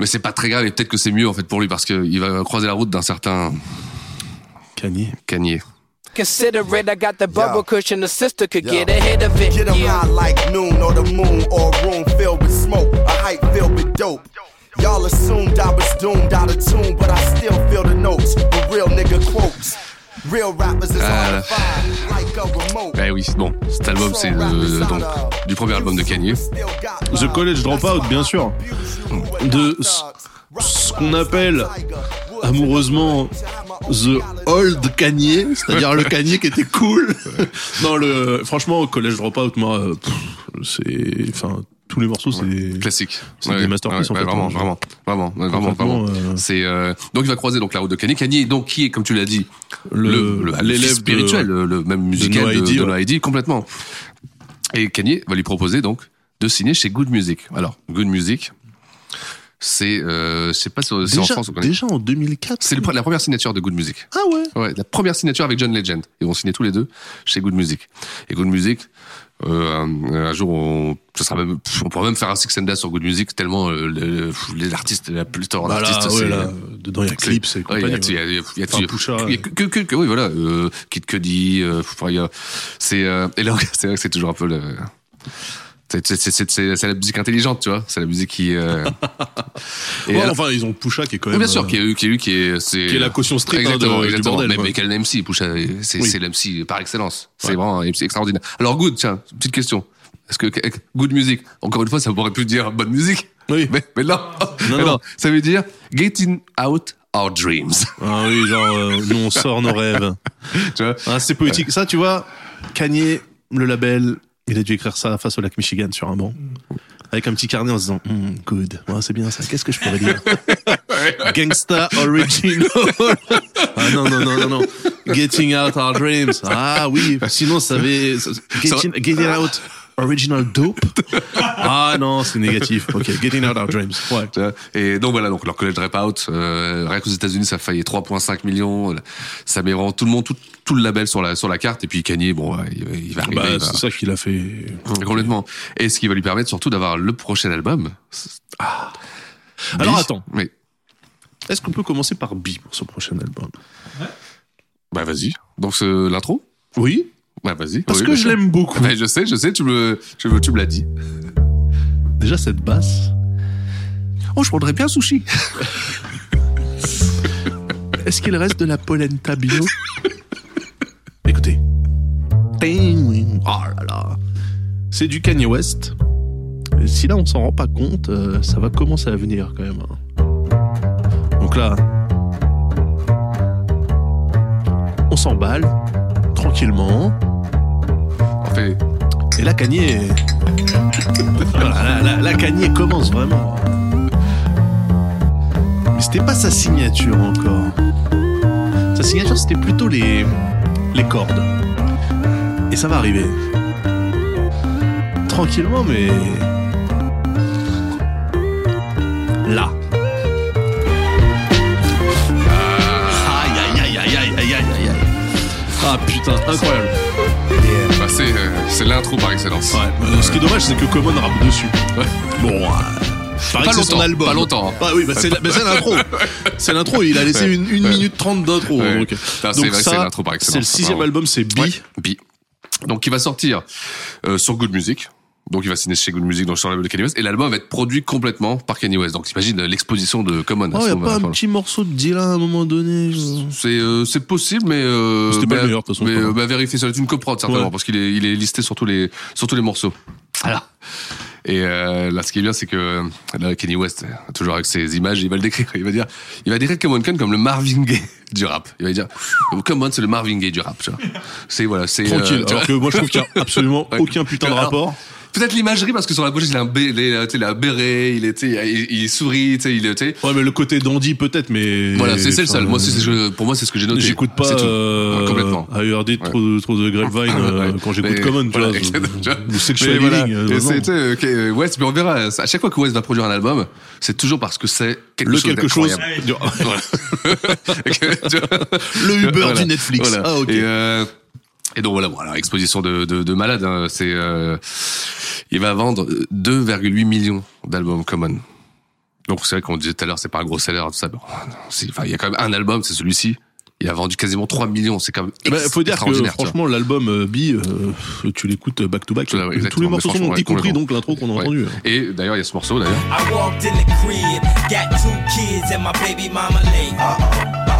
[SPEAKER 4] Mais c'est pas très grave et peut-être que c'est mieux, en fait, pour lui parce qu'il va croiser la route d'un certain
[SPEAKER 3] Kanye.
[SPEAKER 4] Kanye.
[SPEAKER 8] Consider it, I got the
[SPEAKER 5] Yeah.
[SPEAKER 8] bubble cushion, the sister could
[SPEAKER 5] Yeah.
[SPEAKER 8] get ahead of it.
[SPEAKER 5] Get 'em high like noon or the moon or a room filled with smoke, a hype filled with dope. Y'all assumed I was doomed out of tune, but I still feel the notes with real nigga quotes. Real rappers is hard to find, like a remote.
[SPEAKER 4] Eh oui, bon, cet album, Ah. c'est euh, donc du premier album de Kanye.
[SPEAKER 3] The College Dropout, bien sûr. De ce- ce qu'on appelle amoureusement The Old Kanye, c'est-à-dire le Kanye qui était cool. non, le, franchement, au collège Dropout, moi, euh, pff, c'est, enfin, tous les morceaux, c'est des-
[SPEAKER 4] classique.
[SPEAKER 3] C'est des masterpieces, en fait.
[SPEAKER 4] Vraiment, vraiment, vraiment, ouais, vraiment,
[SPEAKER 3] Concrètement,
[SPEAKER 4] vraiment.
[SPEAKER 3] euh,
[SPEAKER 4] C'est euh, donc il va croiser donc la route de Kanye. Kanye donc qui est comme tu l'as dit
[SPEAKER 3] Le- l'élève
[SPEAKER 4] l'élève
[SPEAKER 3] de-
[SPEAKER 4] spirituel, euh, le, le même musical
[SPEAKER 3] Noah
[SPEAKER 4] de,
[SPEAKER 3] Eddy,
[SPEAKER 4] de
[SPEAKER 3] ouais.
[SPEAKER 4] Noah Eddy, complètement. Et Kanye va lui proposer donc de signer chez Good Music. Alors Good Music, c'est euh, je sais pas si c'est en
[SPEAKER 3] Déjà,
[SPEAKER 4] France. on connaît.
[SPEAKER 3] déjà en 2004.
[SPEAKER 4] C'est le pre- la première signature de Good Music.
[SPEAKER 3] Ah ouais.
[SPEAKER 4] Ouais, la première signature avec John Legend. Ils vont signer tous les deux chez Good Music. Et Good Music, euh, un, un jour, on, ce sera même, pff, on pourra même faire un Six and Dust sur Good Music tellement euh, le- pff, les artistes, la plupart
[SPEAKER 3] Bah là,
[SPEAKER 4] d'artistes,
[SPEAKER 3] ouais,
[SPEAKER 4] c'est- euh,
[SPEAKER 3] là, dedans, il y a
[SPEAKER 4] c'est-
[SPEAKER 3] Clips et
[SPEAKER 4] ouais, il y
[SPEAKER 3] compagnie.
[SPEAKER 4] a- il y a-
[SPEAKER 3] ouais.
[SPEAKER 4] il y a- il y a-
[SPEAKER 3] Enfin, Pusha,
[SPEAKER 4] il y a que, que, que- oui, voilà, euh, Kid Cudi, euh, enfin, il y a- c'est, euh, et là, c'est vrai que c'est toujours un peu le, c'est, c'est, c'est, c'est, c'est la musique intelligente, tu vois, c'est la musique qui, euh, et
[SPEAKER 3] Ouais,
[SPEAKER 4] alors-
[SPEAKER 3] enfin, ils ont Pusha qui est quand
[SPEAKER 4] oui,
[SPEAKER 3] même.
[SPEAKER 4] bien sûr,
[SPEAKER 3] euh,
[SPEAKER 4] qui est, qui est lui qui est, c'est-
[SPEAKER 3] Qui est la caution strip, hein,
[SPEAKER 4] exactement,
[SPEAKER 3] de- du
[SPEAKER 4] exactement.
[SPEAKER 3] bordel,
[SPEAKER 4] Mais,
[SPEAKER 3] quoi.
[SPEAKER 4] mais quel MC, Poucha, c'est
[SPEAKER 3] Oui.
[SPEAKER 4] c'est l'MC par excellence. C'est
[SPEAKER 3] Ouais.
[SPEAKER 4] vraiment un MC extraordinaire. Alors Good, tiens, petite question. Est-ce que Good Music, encore une fois, ça pourrait plus dire bonne musique
[SPEAKER 3] Oui.
[SPEAKER 4] Mais, mais non.
[SPEAKER 3] Non,
[SPEAKER 4] Mais
[SPEAKER 3] non.
[SPEAKER 4] non. ça veut dire Getting Out Our Dreams.
[SPEAKER 3] Ah oui, genre, euh, nous, on sort nos rêves.
[SPEAKER 4] tu vois
[SPEAKER 3] Ah, c'est poétique. Ça, tu vois, Kanye, le label, il a dû écrire ça face au lac Michigan sur un banc. Avec un petit carnet en se disant, Hmm, good. Ouais, c'est bien ça. Qu'est-ce que je pourrais dire? Gangsta original. ah non, non, non, non, non. Getting out our dreams. Ah oui. Sinon, ça avait, getting, getting out original dope. Ah non, c'est négatif. Ok. Getting out our dreams. Ouais.
[SPEAKER 4] Tu vois. Et donc voilà, donc leur collège Dropout, euh, rien qu'aux États-Unis, ça faillit 3,5 millions. Ça met vraiment tout le monde, tout, tout le label sur la, sur la carte. Et puis Kanye, bon, ouais, il, il va arriver.
[SPEAKER 3] Bah,
[SPEAKER 4] il va-
[SPEAKER 3] c'est ça qu'il a fait.
[SPEAKER 4] Complètement. Et ce qui va lui permettre surtout d'avoir le prochain album.
[SPEAKER 3] Alors
[SPEAKER 4] Bis-
[SPEAKER 3] attends.
[SPEAKER 4] Oui.
[SPEAKER 3] Est-ce qu'on peut commencer par B pour son prochain album?
[SPEAKER 4] Bah vas-y. Donc ce- l'intro
[SPEAKER 3] Oui.
[SPEAKER 4] Bah vas-y.
[SPEAKER 3] Parce
[SPEAKER 4] Oui,
[SPEAKER 3] que
[SPEAKER 4] bien
[SPEAKER 3] je
[SPEAKER 4] sûr.
[SPEAKER 3] l'aime beaucoup.
[SPEAKER 4] Bah, je sais, je sais, tu me, tu me, tu me l'as dit.
[SPEAKER 3] Déjà cette basse.
[SPEAKER 4] Oh, je prendrais bien un sushi.
[SPEAKER 3] Est-ce qu'il reste de la polenta bio Écoutez. Ting. Oh là là. C'est du Kanye West. Et si là on s'en rend pas compte, euh, ça va commencer à venir quand même. hein. Donc là, on s'emballe tranquillement.
[SPEAKER 4] On fait,
[SPEAKER 3] Et là, Kanye. euh, voilà, là, là, là, Kanye commence vraiment. Mais c'était pas sa signature encore. Sa signature, c'était plutôt les, les cordes. Et ça va arriver. Tranquillement, mais. Là. Aïe, aïe, aïe, aïe, aïe, aïe, aïe, aïe. Ah putain, incroyable.
[SPEAKER 4] bah, c'est, euh, c'est l'intro par excellence.
[SPEAKER 3] Ouais, euh, ce qui est dommage, c'est que Common rappe dessus. Bon, euh, pareil
[SPEAKER 4] Pas
[SPEAKER 3] que c'est son
[SPEAKER 4] longtemps,
[SPEAKER 3] album.
[SPEAKER 4] pas longtemps. hein.
[SPEAKER 3] Ah oui, bah c'est la- bah c'est l'intro. C'est l'intro, il a laissé une, une minute trente d'intro.
[SPEAKER 4] Ouais.
[SPEAKER 3] Donc,
[SPEAKER 4] Non, c'est
[SPEAKER 3] donc
[SPEAKER 4] vrai, c'est
[SPEAKER 3] ça,
[SPEAKER 4] l'intro par excellence.
[SPEAKER 3] c'est le sixième
[SPEAKER 4] Vraiment.
[SPEAKER 3] album, c'est B.
[SPEAKER 4] Ouais, Bi. Donc il va sortir euh, sur Good Music. Donc il va signer chez Good Music, donc sur le label de Kanye West. Et l'album va être produit complètement par Kanye West. Donc t'imagines euh, l'exposition de Common. à
[SPEAKER 3] Oh,
[SPEAKER 4] ce
[SPEAKER 3] y a
[SPEAKER 4] moment- à
[SPEAKER 3] pas
[SPEAKER 4] ce
[SPEAKER 3] un
[SPEAKER 4] moment-là.
[SPEAKER 3] petit morceau de Dylan à un moment donné je-
[SPEAKER 4] C'est euh, c'est possible, mais euh,
[SPEAKER 3] C'était
[SPEAKER 4] bah,
[SPEAKER 3] pas le meilleur, de toute façon,
[SPEAKER 4] Mais
[SPEAKER 3] quand même.
[SPEAKER 4] euh, bah, vérifier, ça va être une coprode certainement
[SPEAKER 3] Ouais.
[SPEAKER 4] parce qu'il est il est listé sur tous les sur tous les morceaux. Voilà. Et euh, là, ce qui est bien, c'est que euh, là, Kenny West, euh, toujours avec ses images, il va le décrire. Il va dire, il va décrire Common Con comme le Marvin Gaye du rap. Il va dire, Common, c'est le Marvin Gaye du rap. Tu vois. C'est voilà, c'est euh, tu
[SPEAKER 3] Tranquille.
[SPEAKER 4] vois.
[SPEAKER 3] alors que moi, je trouve qu'il y a absolument
[SPEAKER 4] Ouais.
[SPEAKER 3] aucun putain de
[SPEAKER 4] Alors,
[SPEAKER 3] rapport.
[SPEAKER 4] Peut-être l'imagerie, parce que sur la pochette, il a un bé- il est, tu sais, il a un béret, il, est, tu sais, il, il sourit, tu sais, il est, tu sais.
[SPEAKER 3] Ouais, mais le côté dandy peut-être, mais
[SPEAKER 4] Voilà, c'est c'est le seul.
[SPEAKER 3] Enfin, euh,
[SPEAKER 4] Moi, c'est ce que je- pour moi, c'est ce que j'ai noté.
[SPEAKER 3] J'écoute pas
[SPEAKER 4] C'est tout.
[SPEAKER 3] euh,
[SPEAKER 4] Ouais, complètement.
[SPEAKER 3] I heard it, trop, de- trop de grapevine euh,
[SPEAKER 4] Ouais.
[SPEAKER 3] quand j'écoute
[SPEAKER 4] Mais
[SPEAKER 3] Common, tu
[SPEAKER 4] voilà,
[SPEAKER 3] vois.
[SPEAKER 4] exactement, tu vois.
[SPEAKER 3] Ou Sexual
[SPEAKER 4] Mais voilà.
[SPEAKER 3] Healing, euh,
[SPEAKER 4] Et
[SPEAKER 3] vraiment.
[SPEAKER 4] c'est, tu sais, ok, euh, West, mais on verra. À chaque fois que West va produire un album, c'est toujours parce que c'est quelque
[SPEAKER 3] Le
[SPEAKER 4] chose
[SPEAKER 3] quelque chose. Ah,
[SPEAKER 4] d'incroyable.
[SPEAKER 3] Voilà.
[SPEAKER 4] Et que, tu vois,
[SPEAKER 3] Le Uber
[SPEAKER 4] Voilà.
[SPEAKER 3] du Netflix.
[SPEAKER 4] Voilà.
[SPEAKER 3] Ah, ok.
[SPEAKER 4] Et, euh, et donc voilà, voilà, exposition de, de, de malade. hein. C'est, euh, il va vendre 2,8 millions d'albums Common. Donc c'est vrai qu'on disait tout à l'heure, c'est pas un gros seller, tout ça. mais oh, non, c'est- enfin, il y a quand même un album, c'est celui-ci. Il a vendu quasiment 3 millions. C'est quand même
[SPEAKER 3] Il Eh ben, bah, faut dire que
[SPEAKER 4] extraordinaire, tu vois.
[SPEAKER 3] franchement l'album euh, Bee, euh, tu l'écoutes back to back,
[SPEAKER 4] Tout à l'heure,
[SPEAKER 3] tous les
[SPEAKER 4] exactement,
[SPEAKER 3] morceaux
[SPEAKER 4] mais
[SPEAKER 3] sont bons,
[SPEAKER 4] franchement,
[SPEAKER 3] y compris
[SPEAKER 4] complètement.
[SPEAKER 3] donc l'intro qu'on a
[SPEAKER 4] Ouais.
[SPEAKER 3] entendue.
[SPEAKER 4] Et d'ailleurs, il y a ce morceau d'ailleurs.
[SPEAKER 9] I walked in the crib, got two kids and my baby mama late.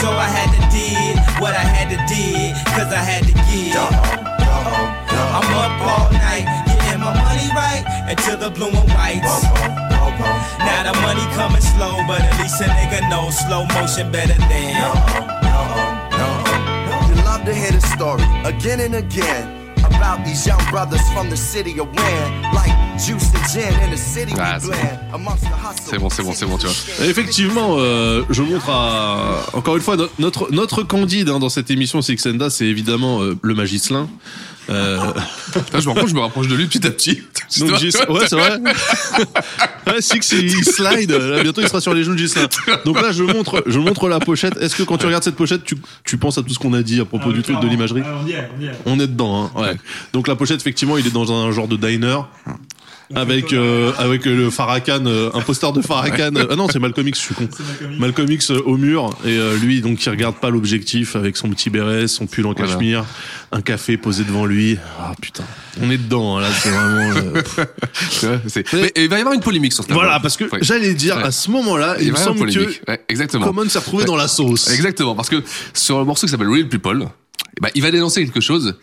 [SPEAKER 9] So I had to did what I had to did, cause I had to give. I'm up all night, getting my money right until the bloomin' whites. Now the money coming slow, but at least a nigga knows slow motion better than.
[SPEAKER 5] You Uh-huh. love to hear the story again and again about these young brothers from the city of Wynn, like juice and gin in the city we
[SPEAKER 4] Ah, c'est
[SPEAKER 5] blend amongst the hustle.
[SPEAKER 4] C'est bon, c'est bon, c'est bon, tu vois.
[SPEAKER 3] Effectivement, euh, je montre à encore une fois no- notre notre candide hein, dans cette émission Six and Das, c'est évidemment euh, le magicien. Euh,
[SPEAKER 4] Putain, je me rends compte, je me rapproche de lui petit à petit.
[SPEAKER 3] donc Gis- ouais c'est vrai. ouais, Six il slide. Là, bientôt il sera sur les jeux de Gislain. Donc là je montre je montre la pochette. Est-ce que quand tu regardes cette pochette tu tu penses à tout ce qu'on a dit à propos du truc de l'imagerie
[SPEAKER 10] On y est, on y est.
[SPEAKER 3] On est dedans, hein, ouais. Donc la pochette, effectivement, il est dans un genre de diner. Avec euh, avec le Farrakhan, euh, un poster de Farrakhan. Ah non, c'est Malcolm X, je suis con.
[SPEAKER 10] Malcolm X.
[SPEAKER 3] Malcolm X euh, au mur et euh, lui donc qui regarde pas l'objectif avec son petit béret, son pull en
[SPEAKER 4] Voilà.
[SPEAKER 3] cachemire, un café posé devant lui. Ah putain, on est dedans hein, là, c'est vraiment. euh, pff.
[SPEAKER 4] Tu vois, c'est- Mais il va y avoir une polémique sur ça.
[SPEAKER 3] voilà, parce que j'allais dire à ce moment-là,
[SPEAKER 4] Ah,
[SPEAKER 3] il,
[SPEAKER 4] il
[SPEAKER 3] me
[SPEAKER 4] va y avoir une
[SPEAKER 3] semble que
[SPEAKER 4] polémique. Ouais, exactement.
[SPEAKER 3] Common s'est retrouvé
[SPEAKER 4] Ouais.
[SPEAKER 3] dans la sauce.
[SPEAKER 4] Exactement, parce que sur le morceau qui s'appelle Real People, eh ben, il va dénoncer quelque chose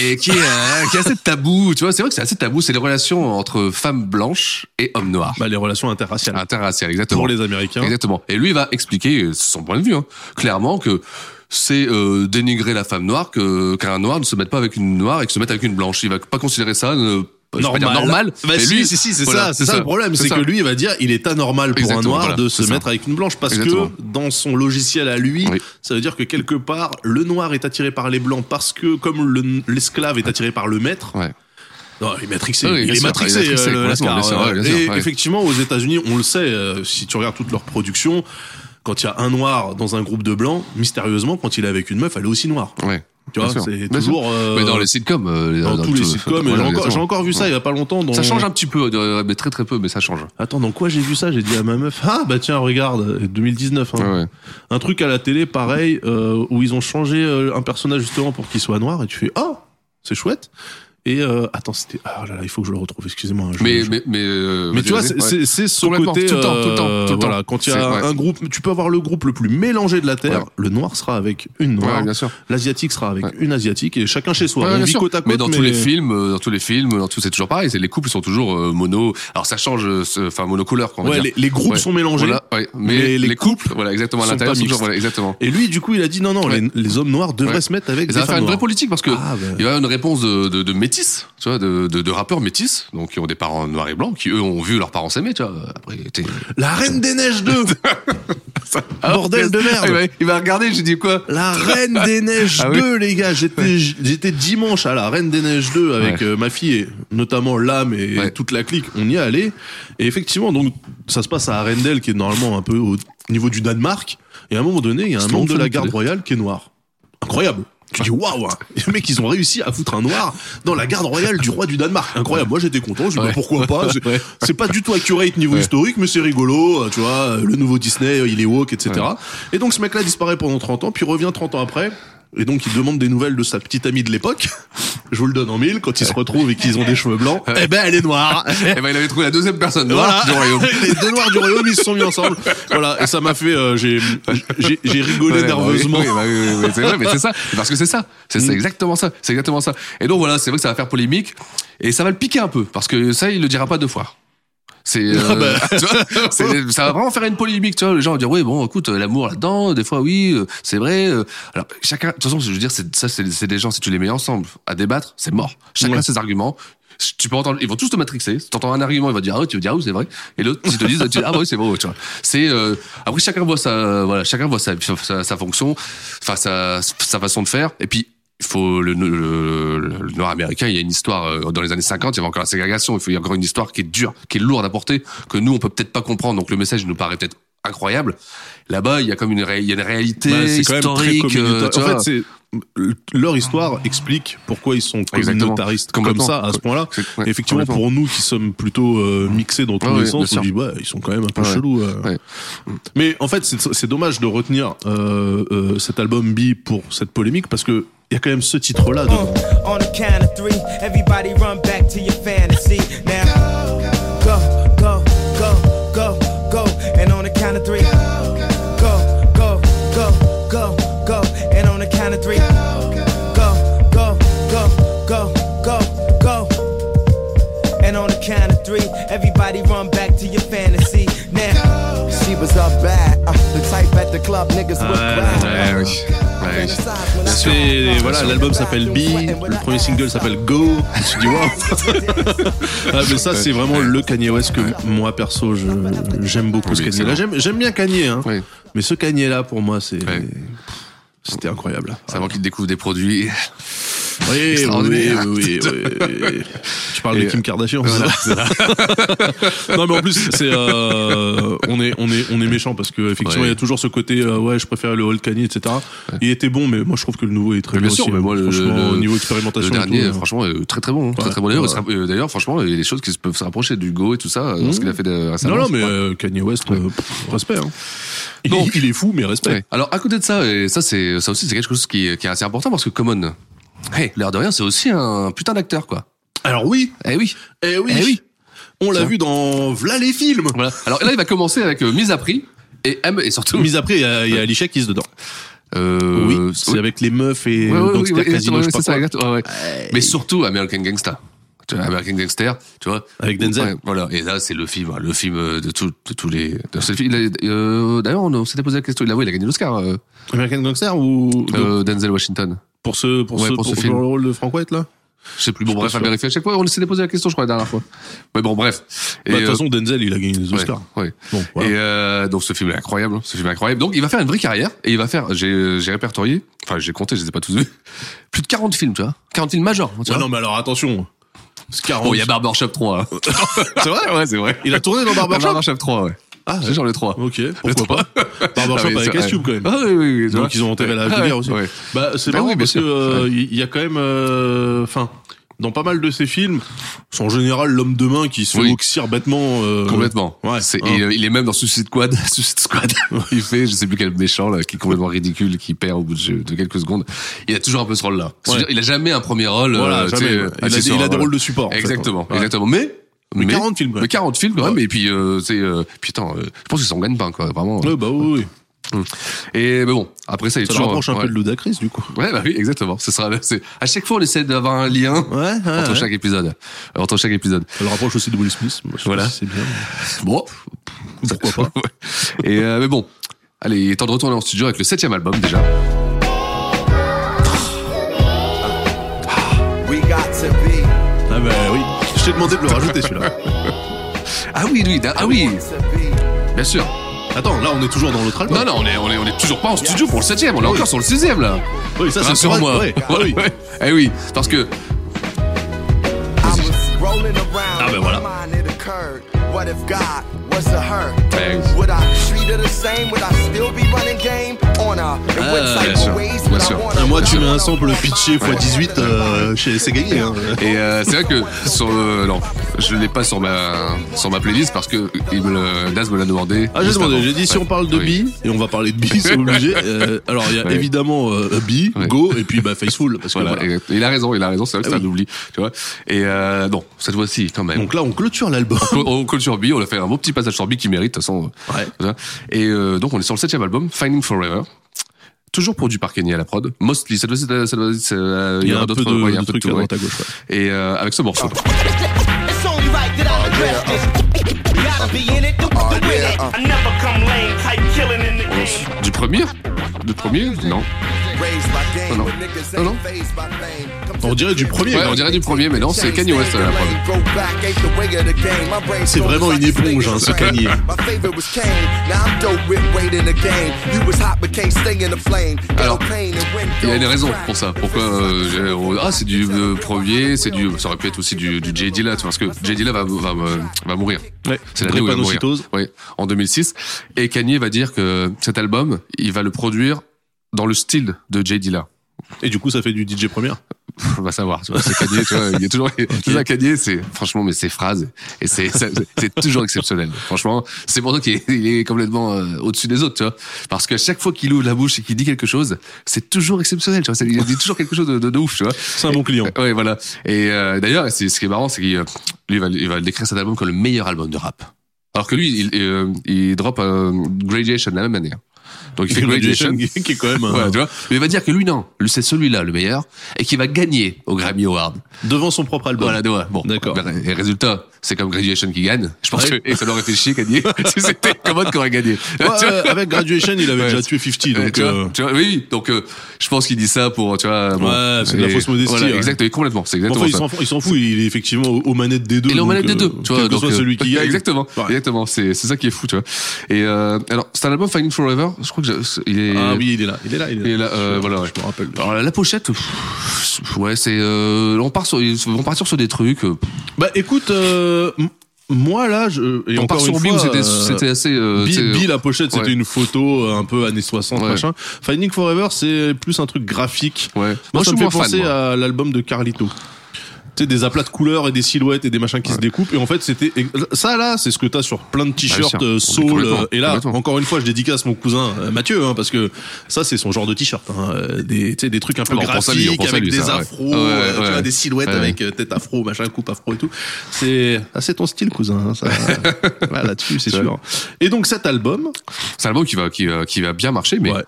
[SPEAKER 4] et qui est, euh, qui est assez tabou. Tu vois, c'est vrai que c'est assez tabou. C'est les relations entre femmes blanches et hommes noirs.
[SPEAKER 3] Bah, les relations interraciales
[SPEAKER 4] Interracial, exactement.
[SPEAKER 3] pour les Américains.
[SPEAKER 4] Exactement. Et lui va expliquer euh, son point de vue, hein, clairement que c'est euh, dénigrer la femme noire que qu'un noir ne se mette pas avec une noire et que se mette avec une blanche. Il va pas considérer ça euh, je vais pas dire normal.
[SPEAKER 3] Bah,
[SPEAKER 4] mais
[SPEAKER 3] si,
[SPEAKER 4] lui,
[SPEAKER 3] si, si, c'est
[SPEAKER 4] voilà,
[SPEAKER 3] ça, c'est ça, le problème, c'est
[SPEAKER 4] ça.
[SPEAKER 3] que lui, il va dire, il est anormal pour un
[SPEAKER 4] Exactement,
[SPEAKER 3] noir
[SPEAKER 4] voilà,
[SPEAKER 3] de se
[SPEAKER 4] c'est ça.
[SPEAKER 3] mettre avec une blanche parce
[SPEAKER 4] Exactement.
[SPEAKER 3] que dans son logiciel à lui,
[SPEAKER 4] Oui.
[SPEAKER 3] ça veut dire que quelque part, le noir est attiré par les blancs parce que comme le- l'esclave est attiré par le maître.
[SPEAKER 4] Ouais.
[SPEAKER 3] Non, il est matrixé,
[SPEAKER 4] Oui,
[SPEAKER 3] il
[SPEAKER 4] bien
[SPEAKER 3] est
[SPEAKER 4] sûr,
[SPEAKER 3] matrixé,
[SPEAKER 4] il est matrixé,
[SPEAKER 3] euh, le
[SPEAKER 4] complètement,
[SPEAKER 3] Lascar,
[SPEAKER 4] bien sûr,
[SPEAKER 3] ouais.
[SPEAKER 4] ouais, bien sûr,
[SPEAKER 3] Et
[SPEAKER 4] ouais.
[SPEAKER 3] effectivement, aux États-Unis, on le sait, euh, si tu regardes toute leur production, quand il y a un noir dans un groupe de blancs, mystérieusement, quand il est avec une meuf, elle est aussi noire.
[SPEAKER 4] Ouais.
[SPEAKER 3] Tu
[SPEAKER 4] Bien
[SPEAKER 3] vois,
[SPEAKER 4] sûr.
[SPEAKER 3] c'est
[SPEAKER 4] Bien sûr.
[SPEAKER 3] toujours, euh,
[SPEAKER 4] Mais dans les sitcoms, euh,
[SPEAKER 3] Dans, tous les
[SPEAKER 4] tout-
[SPEAKER 3] sitcoms, et
[SPEAKER 4] voilà,
[SPEAKER 3] j'ai encore,
[SPEAKER 4] exactement.
[SPEAKER 3] j'ai encore vu ça il y a pas longtemps. Dans...
[SPEAKER 4] Ça change un petit peu, euh, mais très très peu, mais ça change.
[SPEAKER 3] Attends, dans quoi j'ai vu ça J'ai dit à ma meuf, ah bah tiens, regarde, 2019. hein.
[SPEAKER 4] Ouais, ouais.
[SPEAKER 3] Un truc à la télé, pareil, euh, où ils ont changé euh, un personnage justement pour qu'il soit noir, et tu fais, oh, c'est chouette. Et euh, attends, c'était, ah là là, il faut que je le retrouve, excusez-moi. hein, je-
[SPEAKER 4] Mais
[SPEAKER 3] je-
[SPEAKER 4] mais mais. euh,
[SPEAKER 3] Mais tu vois,
[SPEAKER 4] vas-y,
[SPEAKER 3] c'est
[SPEAKER 4] vas-y, ouais.
[SPEAKER 3] c'est- c'est ce
[SPEAKER 4] Complètement,
[SPEAKER 3] côté.
[SPEAKER 4] tout le temps, tout le temps,
[SPEAKER 3] euh,
[SPEAKER 4] tout le temps.
[SPEAKER 3] Voilà, quand il y
[SPEAKER 4] C'est-
[SPEAKER 3] a
[SPEAKER 4] ouais.
[SPEAKER 3] un groupe, tu peux avoir le groupe le plus mélangé de la Terre,
[SPEAKER 4] Ouais.
[SPEAKER 3] le noir sera avec une
[SPEAKER 4] Ouais,
[SPEAKER 3] noire,
[SPEAKER 4] bien sûr.
[SPEAKER 3] l'asiatique sera avec
[SPEAKER 4] Ouais.
[SPEAKER 3] une asiatique, et chacun chez soi.
[SPEAKER 4] Ouais,
[SPEAKER 3] On
[SPEAKER 4] bien
[SPEAKER 3] vit
[SPEAKER 4] sûr.
[SPEAKER 3] côte à côte,
[SPEAKER 4] mais dans tous les films, euh, dans tous les films, dans tout, c'est toujours pareil. C'est les couples sont toujours euh, mono. Alors ça change, euh, ce- enfin monocolore, quand on va
[SPEAKER 3] Ouais,
[SPEAKER 4] dire.
[SPEAKER 3] les, les groupes
[SPEAKER 4] Ouais.
[SPEAKER 3] sont mélangés.
[SPEAKER 4] Voilà, ouais. Mais,
[SPEAKER 3] mais les
[SPEAKER 4] les, couples, voilà, exactement à
[SPEAKER 3] sont
[SPEAKER 4] l'intérieur,
[SPEAKER 3] pas
[SPEAKER 4] c'est toujours-
[SPEAKER 3] mixtes.
[SPEAKER 4] voilà, exactement.
[SPEAKER 3] Et lui, du coup, il a dit non, non,
[SPEAKER 4] Ouais.
[SPEAKER 3] les, les hommes noirs devraient
[SPEAKER 4] Ouais.
[SPEAKER 3] se mettre avec
[SPEAKER 4] Et
[SPEAKER 3] des
[SPEAKER 4] ça va faire
[SPEAKER 3] femmes
[SPEAKER 4] une vraie
[SPEAKER 3] noires.
[SPEAKER 4] politique parce que
[SPEAKER 3] Ah, ben.
[SPEAKER 4] il va y avoir une réponse de, de, de métis, tu vois, de, de, de rappeurs métis, donc qui ont des parents noirs et blancs, qui eux ont vu leurs parents s'aimer, tu vois. Après, t'es-
[SPEAKER 3] La Reine des Neiges 2 Bordel de merde
[SPEAKER 4] Il va, Eh ben, il va regarder, j'ai dit quoi
[SPEAKER 3] La Reine des Neiges
[SPEAKER 4] Ah oui.
[SPEAKER 3] 2, les gars J'étais j'étais dimanche à la Reine des Neiges 2 avec
[SPEAKER 4] Ouais.
[SPEAKER 3] euh, ma fille, et notamment l'âme et
[SPEAKER 4] Ouais.
[SPEAKER 3] toute la clique. On y est allé. Et effectivement, donc, ça se passe à Arendelle, qui est normalement un peu au niveau du Danemark. Et à un moment donné, il y a un
[SPEAKER 4] C'est
[SPEAKER 3] membre de
[SPEAKER 4] l'enfer,
[SPEAKER 3] la garde
[SPEAKER 4] peut-être.
[SPEAKER 3] royale qui est noir. Incroyable tu dis waouh, hein. les mecs ils ont réussi à foutre un noir dans la garde royale du roi du Danemark. Incroyable, moi j'étais content, je me dis bah,
[SPEAKER 4] Ouais.
[SPEAKER 3] pourquoi pas. C'est-
[SPEAKER 4] Ouais.
[SPEAKER 3] C'est pas du tout accurate niveau
[SPEAKER 4] Ouais.
[SPEAKER 3] historique, mais c'est rigolo, euh, tu vois, euh, le nouveau Disney, euh, il est woke, etc.
[SPEAKER 4] Ouais.
[SPEAKER 3] Et donc ce mec-là disparaît pendant 30 ans, puis revient 30 ans après, et donc il demande des nouvelles de sa petite amie de l'époque. Je vous le donne en mille, quand ils se retrouvent et qu'ils ont des cheveux blancs, eh ben elle est noire
[SPEAKER 4] Eh ben, il avait trouvé la deuxième personne
[SPEAKER 3] voilà.
[SPEAKER 4] noire du royaume.
[SPEAKER 3] les deux noirs du royaume ils se sont mis ensemble voilà et ça m'a fait euh, j'ai j'ai j'ai rigolé
[SPEAKER 4] Ouais, bah oui,
[SPEAKER 3] nerveusement Mm.
[SPEAKER 4] oui, bah oui, oui, oui, c'est vrai, mais c'est ça. Parce que c'est ça. C'est c'est exactement ça. C'est exactement ça. Et donc voilà, c'est vrai que ça va faire polémique. Et ça va le piquer un peu. Parce que ça, il le dira pas deux fois. C'est,
[SPEAKER 3] Ah
[SPEAKER 4] euh,
[SPEAKER 3] bah.
[SPEAKER 4] tu vois, c'est- ça va vraiment faire une polémique, tu vois. Les gens vont dire, ouais, bon, écoute, euh, l'amour là-dedans, euh, des fois, oui, euh, c'est vrai. euh. Alors, chacun, de toute façon, je veux dire, c'est, ça, c'est, c'est des gens, si tu les mets ensemble à débattre, c'est mort. Chacun
[SPEAKER 3] Ouais.
[SPEAKER 4] ses arguments. Tu peux entendre, ils vont tous te matrixer. Si T'entends un argument, il va dire ah oui, tu veux dire ah oui, c'est vrai. Et l'autre, ils te disent tu dis, ah bah oui, c'est vrai. Tu vois. C'est euh, après chacun voit sa voilà, chacun voit sa sa, sa fonction, enfin sa sa façon de faire. Et puis il faut le, le, le- le noir américain, il y a une histoire euh, dans les années 50, il y avait encore la ségrégation, il faut il y a encore une histoire qui est dure, qui est lourde à porter, que nous on peut peut-être pas comprendre. Donc le message nous paraît peut-être incroyable. Là-bas, il y a comme une ré- il y a une réalité
[SPEAKER 3] Bah, c'est quand même très
[SPEAKER 4] historique. euh,
[SPEAKER 3] communautaire.
[SPEAKER 4] tu
[SPEAKER 3] en
[SPEAKER 4] vois.
[SPEAKER 3] fait, c'est leur histoire explique pourquoi ils sont
[SPEAKER 4] Exactement.
[SPEAKER 3] communautaristes comme
[SPEAKER 4] Complètement.
[SPEAKER 3] ça à ce point-là.
[SPEAKER 4] C'est- ouais,
[SPEAKER 3] Et effectivement,
[SPEAKER 4] complètement.
[SPEAKER 3] pour nous qui sommes plutôt euh, mixés dans tous
[SPEAKER 4] Ah
[SPEAKER 3] les
[SPEAKER 4] oui, bien
[SPEAKER 3] sens, on
[SPEAKER 4] sûr.
[SPEAKER 3] dit ouais, ils sont quand même un peu
[SPEAKER 4] Ouais.
[SPEAKER 3] chelous. euh.
[SPEAKER 4] Ouais.
[SPEAKER 3] Mais en fait, c'est c'est dommage de retenir euh, euh, cet album B pour cette polémique parce que il y a quand même ce titre-là. dedans.
[SPEAKER 4] Oh.
[SPEAKER 9] Uh, on the count of three, everybody run back to your fantasy. Now, go, go, go, go, go, and on the count of three, go, go, go, go, go, and on the count of three, go, go, go, go, go, go. And on the count of three, everybody run back to your fantasy. Now,
[SPEAKER 5] She was up bad, uh, the type at the club niggas
[SPEAKER 3] Ah,
[SPEAKER 5] would
[SPEAKER 4] Ah,
[SPEAKER 5] grab.
[SPEAKER 4] Ouais, oui. Ouais, oui.
[SPEAKER 3] C'est voilà, l'album s'appelle B, le premier single s'appelle Go. Je me suis dit waouh. ah, mais ça c'est vraiment le Kanye West que moi perso je- j'aime beaucoup ce
[SPEAKER 4] Oui,
[SPEAKER 3] Kanye là.
[SPEAKER 4] excellent.
[SPEAKER 3] J'aime j'aime bien Kanye hein.
[SPEAKER 4] Oui.
[SPEAKER 3] Mais ce Kanye là pour moi c'est
[SPEAKER 4] Ouais.
[SPEAKER 3] c'était incroyable.
[SPEAKER 4] Savoir qu'il découvre des produits.
[SPEAKER 3] Oui, oui,
[SPEAKER 4] Extraordinaire.
[SPEAKER 3] oui, oui, oui. Tu parles de
[SPEAKER 4] Et, euh,
[SPEAKER 3] Kim Kardashian. c'est ça non, mais en plus, c'est euh, on est on est on est méchant parce que effectivement, il
[SPEAKER 4] Ouais.
[SPEAKER 3] y a toujours ce côté euh, ouais, je préfère le old Kanye, etc. Il était bon, mais moi je trouve que le nouveau est très
[SPEAKER 4] Mais bien
[SPEAKER 3] bien
[SPEAKER 4] sûr,
[SPEAKER 3] aussi, hein.
[SPEAKER 4] mais moi, le-
[SPEAKER 3] franchement,
[SPEAKER 4] le-
[SPEAKER 3] au niveau
[SPEAKER 4] Le
[SPEAKER 3] expérimentation, et
[SPEAKER 4] dernier,
[SPEAKER 3] tout, euh,
[SPEAKER 4] franchement, euh, très très bon. hein.
[SPEAKER 3] Ouais.
[SPEAKER 4] Très très bon. D'ailleurs,
[SPEAKER 3] Ouais.
[SPEAKER 4] il se rapp- euh, d'ailleurs, franchement, il y a des choses qui se peuvent se rapprocher du Go et tout ça, euh, ce qu'il a fait de- récemment.
[SPEAKER 3] Mmh. non, non, mais
[SPEAKER 4] je crois.
[SPEAKER 3] euh, Kanye West, euh, pff, respect. Hein. Il,
[SPEAKER 4] Donc-
[SPEAKER 3] il est fou, mais respect.
[SPEAKER 4] Ouais. Alors à côté de ça, et ça c'est ça aussi c'est quelque chose qui, qui est assez important parce que Common, hey, l'air de rien, c'est aussi un putain d'acteur quoi.
[SPEAKER 3] Alors oui,
[SPEAKER 4] Eh oui.
[SPEAKER 3] eh oui,
[SPEAKER 4] Eh oui.
[SPEAKER 3] on l'a
[SPEAKER 4] Tiens.
[SPEAKER 3] vu dans V'là les films.
[SPEAKER 4] Voilà. Alors là, il va commencer avec euh, mise à prix et M et surtout.
[SPEAKER 3] Mis après, il y a, il y a Alicia Keys dedans.
[SPEAKER 4] Euh,
[SPEAKER 3] oui, c'est avec les meufs et
[SPEAKER 4] Ouais, ouais,
[SPEAKER 3] euh,
[SPEAKER 4] oui,
[SPEAKER 3] Gangster
[SPEAKER 4] oui,
[SPEAKER 3] Casino,
[SPEAKER 4] exactement,
[SPEAKER 3] je sais pas
[SPEAKER 4] c'est ça,
[SPEAKER 3] quoi.
[SPEAKER 4] exactement, ouais, ouais. Mais surtout American Gangsta. Tu vois, American Gangster, tu vois.
[SPEAKER 3] Avec Denzel.
[SPEAKER 4] Ouais, voilà. Et là, c'est le film, hein, le film euh, de, tout- de tous les. de- c'est le film- il a- euh, D'ailleurs, on, on s'était posé la question. Il a, oui, il a gagné l'Oscar, euh,
[SPEAKER 3] American Gangster ou
[SPEAKER 4] euh, Denzel Washington.
[SPEAKER 3] pour ce pour
[SPEAKER 4] ouais,
[SPEAKER 3] ce
[SPEAKER 4] pour ce
[SPEAKER 3] pour-
[SPEAKER 4] film.
[SPEAKER 3] pour le rôle de Frank White là
[SPEAKER 4] Je sais plus. Bon,
[SPEAKER 3] Je suis
[SPEAKER 4] bref,
[SPEAKER 3] pas
[SPEAKER 4] à
[SPEAKER 3] sûr.
[SPEAKER 4] vérifier à chaque fois. On s'était posé la question, je crois, la dernière fois. Mais bon, bref.
[SPEAKER 3] Bah, De
[SPEAKER 4] Et,
[SPEAKER 3] toute
[SPEAKER 4] euh,
[SPEAKER 3] façon, Denzel, il a gagné les
[SPEAKER 4] Ouais,
[SPEAKER 3] Oscars.
[SPEAKER 4] ouais.
[SPEAKER 3] Bon, voilà.
[SPEAKER 4] Et euh, donc ce film est incroyable, hein, ce film est incroyable. Donc il va faire une vraie carrière et il va faire, j'ai j'ai répertorié, enfin j'ai compté, je les ai pas tous vus, plus de 40 films, tu vois, 40 films majeurs. Tu
[SPEAKER 3] Ouais,
[SPEAKER 4] vois.
[SPEAKER 3] Ah non, mais alors attention. Scar,
[SPEAKER 4] euh, Bon, il y a Barbershop 3. hein.
[SPEAKER 3] c'est vrai
[SPEAKER 4] ouais, c'est vrai.
[SPEAKER 3] Il a tourné dans Barbershop
[SPEAKER 4] Barbershop 3, ouais. Ah, c'est genre le 3.
[SPEAKER 3] Ok, pourquoi pas Barbershop
[SPEAKER 4] Ah, mais
[SPEAKER 3] avec
[SPEAKER 4] c'est-
[SPEAKER 3] Ice Cube, quand même.
[SPEAKER 4] Ah oui, oui, oui. tu vois.
[SPEAKER 3] Donc ils ont enterré la
[SPEAKER 4] Ah,
[SPEAKER 3] guerre
[SPEAKER 4] ouais,
[SPEAKER 3] aussi.
[SPEAKER 4] ouais.
[SPEAKER 3] Bah, c'est
[SPEAKER 4] Bah
[SPEAKER 3] marrant
[SPEAKER 4] oui, bien
[SPEAKER 3] parce que
[SPEAKER 4] sûr.
[SPEAKER 3] euh, il y a quand même, euh, enfin, dans pas mal de ces films, c'est en général l'homme de main qui se fait
[SPEAKER 4] Oui.
[SPEAKER 3] oxyre bêtement. euh,
[SPEAKER 4] Complètement.
[SPEAKER 3] Ouais.
[SPEAKER 4] C'est-
[SPEAKER 3] hein.
[SPEAKER 4] il, il est même dans Suicide Squad. Suicide Squad. il fait, je sais plus quel méchant là, qui est complètement ridicule, qui perd au bout de, de quelques secondes. Il a toujours un peu ce rôle-là. C'est-à-dire, Il a jamais un premier rôle. euh,
[SPEAKER 3] Voilà,
[SPEAKER 4] tu sais,
[SPEAKER 3] jamais, ouais. Il a des-
[SPEAKER 4] accessoire,
[SPEAKER 3] il a des
[SPEAKER 4] voilà.
[SPEAKER 3] rôles de support, en fait,
[SPEAKER 4] Exactement,
[SPEAKER 3] ouais.
[SPEAKER 4] exactement. Mais
[SPEAKER 3] Mais 40 films, quand
[SPEAKER 4] Mais
[SPEAKER 3] même.
[SPEAKER 4] 40 films quand même.
[SPEAKER 3] Ouais.
[SPEAKER 4] Et puis euh, c'est euh, putain, euh, je pense qu'ils s'en gagnent pas quoi, vraiment.
[SPEAKER 3] Ouais, bah oui, oui.
[SPEAKER 4] Et mais bon, après ça, il est
[SPEAKER 3] Ça le
[SPEAKER 4] toujours.
[SPEAKER 3] rapproche un
[SPEAKER 4] ouais.
[SPEAKER 3] peu de Ludacris, du coup.
[SPEAKER 4] Ouais, bah oui, exactement. Ce sera, c'est, à chaque fois, on essaie d'avoir un lien
[SPEAKER 3] Ouais,
[SPEAKER 4] entre chaque épisode. Euh, Entre chaque épisode.
[SPEAKER 3] Ça le rapproche aussi de Will Smith. Moi, je sais
[SPEAKER 4] Voilà.
[SPEAKER 3] pas si C'est bien.
[SPEAKER 4] Bon.
[SPEAKER 3] Pourquoi
[SPEAKER 4] pas. Et euh, mais bon. Allez, il est temps de retourner en studio avec le septième album déjà.
[SPEAKER 5] We got to be.
[SPEAKER 3] Ah bah oui. Je t'ai demandé de le rajouter, celui-là.
[SPEAKER 4] Ah oui, oui, da- ah oui,
[SPEAKER 5] Want to be.
[SPEAKER 4] bien sûr.
[SPEAKER 3] Attends, là, on est toujours dans l'autre album.
[SPEAKER 4] Non, non, on est, on est, on est toujours pas en studio pour le septième, on est encore sur le sixième là.
[SPEAKER 3] Oui, ça, c'est
[SPEAKER 4] Rassure
[SPEAKER 3] le
[SPEAKER 4] moi.
[SPEAKER 3] vrai. Ah, Ouais, oui.
[SPEAKER 4] Eh oui, parce que
[SPEAKER 5] I was rolling around
[SPEAKER 3] Ah ben voilà.
[SPEAKER 5] my mind it occurred. What if God was a her?
[SPEAKER 4] Thanks.
[SPEAKER 5] Would I treat her the same? Would I still be running game on her? And what
[SPEAKER 4] Ah,
[SPEAKER 5] type
[SPEAKER 4] bien
[SPEAKER 5] of
[SPEAKER 4] sûr,
[SPEAKER 5] ways
[SPEAKER 4] bien
[SPEAKER 5] would I
[SPEAKER 4] sûr.
[SPEAKER 5] want her?
[SPEAKER 3] Ah, moi, tu
[SPEAKER 5] Would I
[SPEAKER 3] mets un
[SPEAKER 5] want her
[SPEAKER 3] sample
[SPEAKER 5] on
[SPEAKER 3] pitché
[SPEAKER 5] my mind?
[SPEAKER 3] x18, euh, chez- c'est gagné. Hein.
[SPEAKER 4] Et euh, c'est vrai que sur le, non, je l'ai pas sur ma sur ma playlist parce que il me le, Daz me l'a demandé.
[SPEAKER 3] Ah, j'ai
[SPEAKER 4] juste
[SPEAKER 3] demandé,
[SPEAKER 4] avant.
[SPEAKER 3] j'ai dit si
[SPEAKER 4] Ouais.
[SPEAKER 3] on parle de
[SPEAKER 4] Oui.
[SPEAKER 3] bi, et on va parler de bi, c'est obligé. Euh, alors, il y a
[SPEAKER 4] Ouais.
[SPEAKER 3] évidemment euh, bi,
[SPEAKER 4] Ouais.
[SPEAKER 3] go, et puis bah, Faceful. Parce que,
[SPEAKER 4] Voilà,
[SPEAKER 3] voilà.
[SPEAKER 4] exact. il a raison, il a raison, c'est vrai que
[SPEAKER 3] Ah
[SPEAKER 4] c'est
[SPEAKER 3] oui.
[SPEAKER 4] un oubli, tu vois. Et euh, non, cette fois-ci quand même.
[SPEAKER 3] Donc là, on clôture l'album.
[SPEAKER 4] On- on colle sur B, on a fait un beau petit passage sur B qui mérite de toute façon.
[SPEAKER 3] Ouais.
[SPEAKER 4] Voilà. Et euh, donc on est sur le septième album, Finding Forever. Toujours produit par Kenny à la prod. Mostly, cette fois-ci, cette fois-ci, c'est, euh,
[SPEAKER 3] Il y a
[SPEAKER 4] aura
[SPEAKER 3] un peu
[SPEAKER 4] d'autres-
[SPEAKER 3] de,
[SPEAKER 4] ouais, il y
[SPEAKER 3] de
[SPEAKER 4] a un peu de
[SPEAKER 3] trucs
[SPEAKER 4] tout,
[SPEAKER 3] à
[SPEAKER 4] ouais.
[SPEAKER 3] droite à gauche. ouais.
[SPEAKER 4] Et euh, avec ce morceau.
[SPEAKER 9] it's only right
[SPEAKER 10] like that I address this. Gotta be in it to to win it. I never come lame, type killing in
[SPEAKER 4] Oh,
[SPEAKER 10] the game.
[SPEAKER 4] Du premier Du premier Non. Oh non. Oh non.
[SPEAKER 3] On dirait du premier.
[SPEAKER 4] Ouais, on dirait du premier, mais non, c'est Kanye West la preuve.
[SPEAKER 3] C'est vraiment une éponge, hein, ce Kanye.
[SPEAKER 4] Alors, Il y a des raisons pour ça. Pourquoi euh, j'ai- on- Ah, c'est du euh, premier, c'est du. Ça aurait pu être aussi du, du J. Dilla, tu vois, parce que J. Dilla va, va, va mourir.
[SPEAKER 3] Ouais,
[SPEAKER 4] C'est l'année où il va mourir.
[SPEAKER 3] drépanocytose.
[SPEAKER 4] Ouais, en 2006. Et Kanye va dire que cet album, il va le produire dans le style de J. Dilla.
[SPEAKER 3] Et du coup, ça fait du DJ première.
[SPEAKER 4] On va savoir. tu vois, C'est Kanye, tu vois, il y a toujours. C'est ça, Kanye, c'est franchement, mais ses phrases, et c'est ça- c'est toujours exceptionnel. Franchement, c'est pour ça qu'il est, il est complètement euh, au-dessus des autres, tu vois. Parce qu'à chaque fois qu'il ouvre la bouche et qu'il dit quelque chose, c'est toujours exceptionnel, tu vois. c'est- Il dit toujours quelque chose de, de- de ouf, tu vois.
[SPEAKER 3] C'est un bon client.
[SPEAKER 4] Ouais, voilà. Et euh, d'ailleurs, c'est- ce qui est marrant, c'est qu'il euh, lui, il va, il va décrire cet album comme le meilleur album de rap. Alors que lui, il, euh, il drop euh, Graduation la même année. hein. Donc il fait Graduation.
[SPEAKER 3] Graduation, qui est quand même euh, un-
[SPEAKER 4] Ouais, tu vois. Mais il va dire que lui, non, lui, c'est celui-là le meilleur et qui va gagner au Grammy Award.
[SPEAKER 3] devant son propre album.
[SPEAKER 4] Voilà, ouais, bon.
[SPEAKER 3] Ah D'accord.
[SPEAKER 4] Ben, Et résultat, c'est comme Graduation qui gagne. Je pense
[SPEAKER 3] Ouais.
[SPEAKER 4] que et ça l'aurait fait chier gagner si c'était Commode qui aurait gagné.
[SPEAKER 3] Ouais,
[SPEAKER 4] Tu vois
[SPEAKER 3] euh, avec Graduation, il avait
[SPEAKER 4] Ouais.
[SPEAKER 3] déjà tué 50,
[SPEAKER 4] Ouais,
[SPEAKER 3] donc
[SPEAKER 4] tu,
[SPEAKER 3] euh,
[SPEAKER 4] vois, tu vois, oui, donc euh, je pense qu'il dit ça pour, tu vois.
[SPEAKER 3] Ouais, c'est de la
[SPEAKER 4] et-
[SPEAKER 3] fausse modestie,
[SPEAKER 4] Voilà,
[SPEAKER 3] ouais.
[SPEAKER 4] exact, et complètement. C'est
[SPEAKER 3] bon,
[SPEAKER 4] exactement
[SPEAKER 3] enfin, il
[SPEAKER 4] ça.
[SPEAKER 3] s'en fout- il s'en fout, il est effectivement aux aux manettes des deux.
[SPEAKER 4] Il est en
[SPEAKER 3] donc,
[SPEAKER 4] manette des
[SPEAKER 3] euh,
[SPEAKER 4] deux, tu vois.
[SPEAKER 3] Quel que
[SPEAKER 4] donc,
[SPEAKER 3] soit
[SPEAKER 4] euh,
[SPEAKER 3] celui qui gagne.
[SPEAKER 4] Exactement,
[SPEAKER 3] pareil.
[SPEAKER 4] exactement. C'est c'est ça qui est fou, tu vois. Et euh, alors, c'est un album Finding Forever. Je crois que j'ai- il est.
[SPEAKER 3] Ah oui, il est là, il est là, il
[SPEAKER 4] Et
[SPEAKER 3] est là.
[SPEAKER 4] là, euh,
[SPEAKER 3] Je-
[SPEAKER 4] voilà, ouais.
[SPEAKER 3] Je me rappelle.
[SPEAKER 4] Alors la pochette, pff, ouais, c'est euh, on part sur ils vont partir sur des trucs. euh,
[SPEAKER 3] Bah écoute, euh, m- moi là, je, et
[SPEAKER 4] on part
[SPEAKER 3] encore
[SPEAKER 4] sur
[SPEAKER 3] une
[SPEAKER 4] Bee où
[SPEAKER 3] fois,
[SPEAKER 4] c'était
[SPEAKER 3] euh,
[SPEAKER 4] c'était assez. euh,
[SPEAKER 3] Bee-
[SPEAKER 4] tu sais,
[SPEAKER 3] Bee, la pochette, c'était
[SPEAKER 4] ouais.
[SPEAKER 3] une photo euh, un peu années 60,
[SPEAKER 4] Ouais.
[SPEAKER 3] machin. Finding Forever, c'est plus un truc graphique.
[SPEAKER 4] Ouais.
[SPEAKER 3] Moi, ça me fait
[SPEAKER 4] moins fan,
[SPEAKER 3] penser
[SPEAKER 4] moi.
[SPEAKER 3] à l'album de Carlito. Tu sais, des aplats de couleurs et des silhouettes et des machins qui se découpent. Et en fait, c'était ça là, c'est ce que t'as sur plein de
[SPEAKER 4] Bah,
[SPEAKER 3] t-shirts
[SPEAKER 4] bien
[SPEAKER 3] euh,
[SPEAKER 4] sûr.
[SPEAKER 3] soul.
[SPEAKER 4] Complètement,
[SPEAKER 3] euh, Et là,
[SPEAKER 4] complètement.
[SPEAKER 3] encore une fois, je dédicace mon cousin euh, Mathieu hein, parce que ça, c'est son genre de t-shirt. hein, euh, Des, tu sais, des trucs un peu
[SPEAKER 4] Ah, on pense à lui, on
[SPEAKER 3] graphiques
[SPEAKER 4] pense à
[SPEAKER 3] avec
[SPEAKER 4] lui,
[SPEAKER 3] des
[SPEAKER 4] ça, ouais.
[SPEAKER 3] afros,
[SPEAKER 4] Ouais,
[SPEAKER 3] euh, tu
[SPEAKER 4] ouais.
[SPEAKER 3] vois, des silhouettes
[SPEAKER 4] Ouais,
[SPEAKER 3] avec euh, tête afro, machin, coupe afro et tout. C'est ah, c'est ton style, cousin. hein, ça. Ouais, Là-dessus, c'est
[SPEAKER 4] Ouais.
[SPEAKER 3] sûr. Et donc cet album,
[SPEAKER 4] C'est un album qui va qui va qui va bien marcher, mais
[SPEAKER 3] Ouais.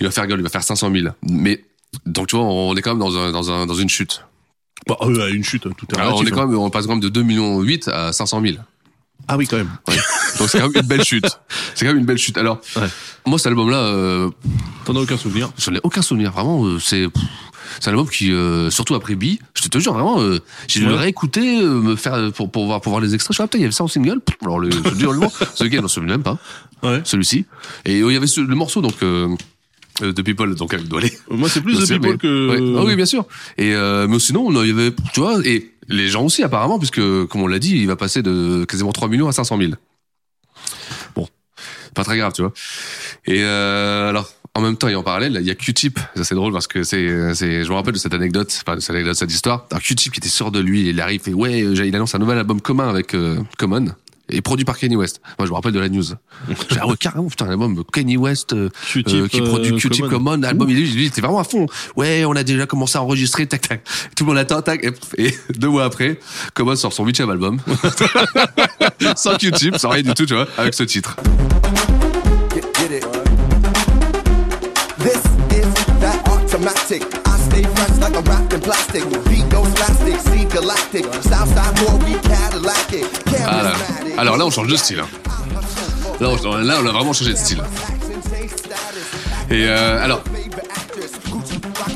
[SPEAKER 4] il va faire gueule, il va faire 500 000. Mais donc tu vois, on est quand même dans un, dans un dans une chute.
[SPEAKER 3] bah, euh, une chute, tout est
[SPEAKER 4] Alors, Ah, on
[SPEAKER 3] relatif,
[SPEAKER 4] est quand même on passe quand même de 2 millions 8 à 500 000.
[SPEAKER 3] hein. Ah oui, quand même.
[SPEAKER 4] Donc c'est quand même une belle chute. C'est quand même une belle chute. Alors
[SPEAKER 3] Ouais.
[SPEAKER 4] moi cet album là, euh,
[SPEAKER 3] T'en as aucun souvenir.
[SPEAKER 4] Je n'ai aucun souvenir, vraiment. euh, c'est pff, c'est un album qui, euh, surtout après B, je te jure vraiment, euh, j'ai dû
[SPEAKER 3] Ouais.
[SPEAKER 4] le réécouter euh, me faire euh, pour pour voir pour voir les extraits. Je me suis dit, ah, putain, il y avait ça en single. Pff, Alors le je dis, oh, le nom, ce gars, non, celui-là même pas,
[SPEAKER 3] Ouais.
[SPEAKER 4] celui-ci. Et euh, il y avait ce- le morceau donc euh, euh, de People, donc elle doit aller.
[SPEAKER 3] Moi, c'est plus
[SPEAKER 4] Bien
[SPEAKER 3] The
[SPEAKER 4] sûr,
[SPEAKER 3] People
[SPEAKER 4] mais-
[SPEAKER 3] que.
[SPEAKER 4] Ouais. Ah oui, bien sûr. Et euh, mais sinon, on, il y avait, tu vois, et les gens aussi apparemment, puisque comme on l'a dit, il va passer de quasiment 3 millions à 500 000. Bon, pas très grave, tu vois. Et euh, alors. En même temps et en parallèle, il y a Q-Tip. Ça c'est drôle parce que c'est, c'est, je me rappelle de cette anecdote, enfin de cette anecdote, cette histoire. Alors Q-Tip qui était sûr de lui, il arrive et ouais, euh, il annonce un nouvel album commun avec euh, Common et produit par Kanye West. Moi je me rappelle de la news. J'ai dit, ah ouais carrément putain l'album Kanye West euh,
[SPEAKER 3] Q-Tip,
[SPEAKER 4] euh, qui
[SPEAKER 3] euh,
[SPEAKER 4] produit Q-Tip
[SPEAKER 3] Common.
[SPEAKER 4] Common, l'album il, il était vraiment à fond. Ouais, on a déjà commencé à enregistrer, tac tac. Tout le monde attend, tac. Et, et deux mois après, Common sort son huitième album, sans Q-Tip, sans rien du tout, tu vois, avec ce titre.
[SPEAKER 5] Get, get it. This is that automatic. I stay fresh like I'm wrapped in plastic. Beat goes plastic, see galactic. Southside more, we Cadillac it.
[SPEAKER 4] Ah là.
[SPEAKER 5] Charismatic.
[SPEAKER 4] Alors là, on change de style. hein. Là, on, là, on a vraiment changé de style. Et euh, alors,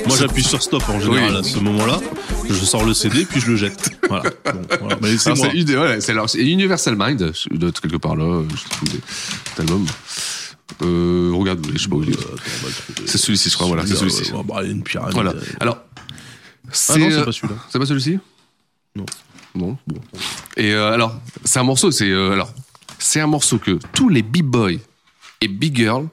[SPEAKER 3] Moi, j'appuie sur stop en général
[SPEAKER 4] Oui.
[SPEAKER 3] à ce moment-là. Je sors le CD puis je le jette. Voilà. Bon, voilà. Mais c'est
[SPEAKER 4] alors,
[SPEAKER 3] moi.
[SPEAKER 4] Ah, c'est une- voilà, c'est alors, c'est Universal Mind, je dois être quelque part là, euh, je trouve des- cet album. Euh, regarde, je sais pas où il est. C'est celui-ci, je crois, voilà, c'est celui-ci.
[SPEAKER 3] Bah, il y a une pyramide.
[SPEAKER 4] Voilà.
[SPEAKER 3] Euh,
[SPEAKER 4] Alors,
[SPEAKER 3] Ah non, c'est
[SPEAKER 4] euh,
[SPEAKER 3] pas celui-là.
[SPEAKER 4] C'est pas celui-ci
[SPEAKER 3] Non.
[SPEAKER 4] Non. Bon. Et euh, alors, c'est un morceau. C'est euh, alors, c'est un morceau que tous les b-boys et b-girls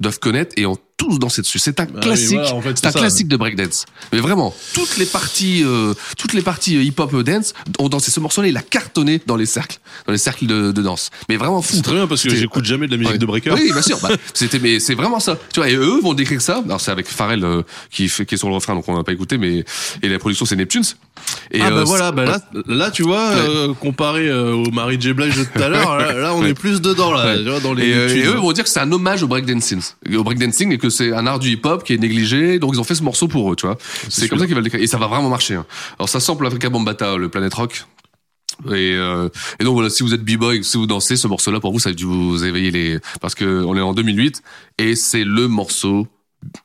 [SPEAKER 4] doivent connaître et ont tous dansé dessus. C'est un
[SPEAKER 3] Ah oui,
[SPEAKER 4] classique.
[SPEAKER 3] voilà, en fait,
[SPEAKER 4] c'est
[SPEAKER 3] c'est
[SPEAKER 4] un
[SPEAKER 3] ça.
[SPEAKER 4] classique de breakdance. Mais vraiment, toutes les parties, euh, toutes les parties euh, hip-hop euh, dance ont dansé ce morceau-là. Il a cartonné dans les cercles, dans les cercles de, de danse. Mais vraiment fou.
[SPEAKER 3] C'est très bien parce que
[SPEAKER 4] C'était-
[SPEAKER 3] j'écoute jamais de la musique
[SPEAKER 4] Ouais.
[SPEAKER 3] de breaker.
[SPEAKER 4] Oui, bien sûr. Bah, c'était, mais c'est vraiment ça. Tu vois, et eux vont décrire ça. Alors c'est avec Pharrell euh, qui, fait, qui est sur le refrain, donc on n'a pas écouté, mais et la production c'est Neptunes. Et,
[SPEAKER 3] ah bah
[SPEAKER 4] euh,
[SPEAKER 3] voilà,
[SPEAKER 4] c'est-
[SPEAKER 3] bah là, là tu vois, euh, comparé euh, au Marie J Blige de tout à l'heure, là, là, on
[SPEAKER 4] Ouais.
[SPEAKER 3] est plus dedans là,
[SPEAKER 4] Ouais.
[SPEAKER 3] tu vois, dans les
[SPEAKER 4] et, euh,
[SPEAKER 3] études.
[SPEAKER 4] et eux vont dire que c'est un hommage au breakdancing, au breakdancing et que c'est un art du hip-hop qui est négligé, donc ils ont fait ce morceau pour eux, tu vois. C'est comme
[SPEAKER 3] sûr.
[SPEAKER 4] ça qu'ils veulent le décrire. Et ça va vraiment marcher. hein. Alors ça sample Africa Bambata, le Planet Rock. Et, euh, et donc voilà, si vous êtes b-boy, si vous dansez ce morceau-là, pour vous, ça a dû vous éveiller les... Parce que on est en 2008 et c'est le morceau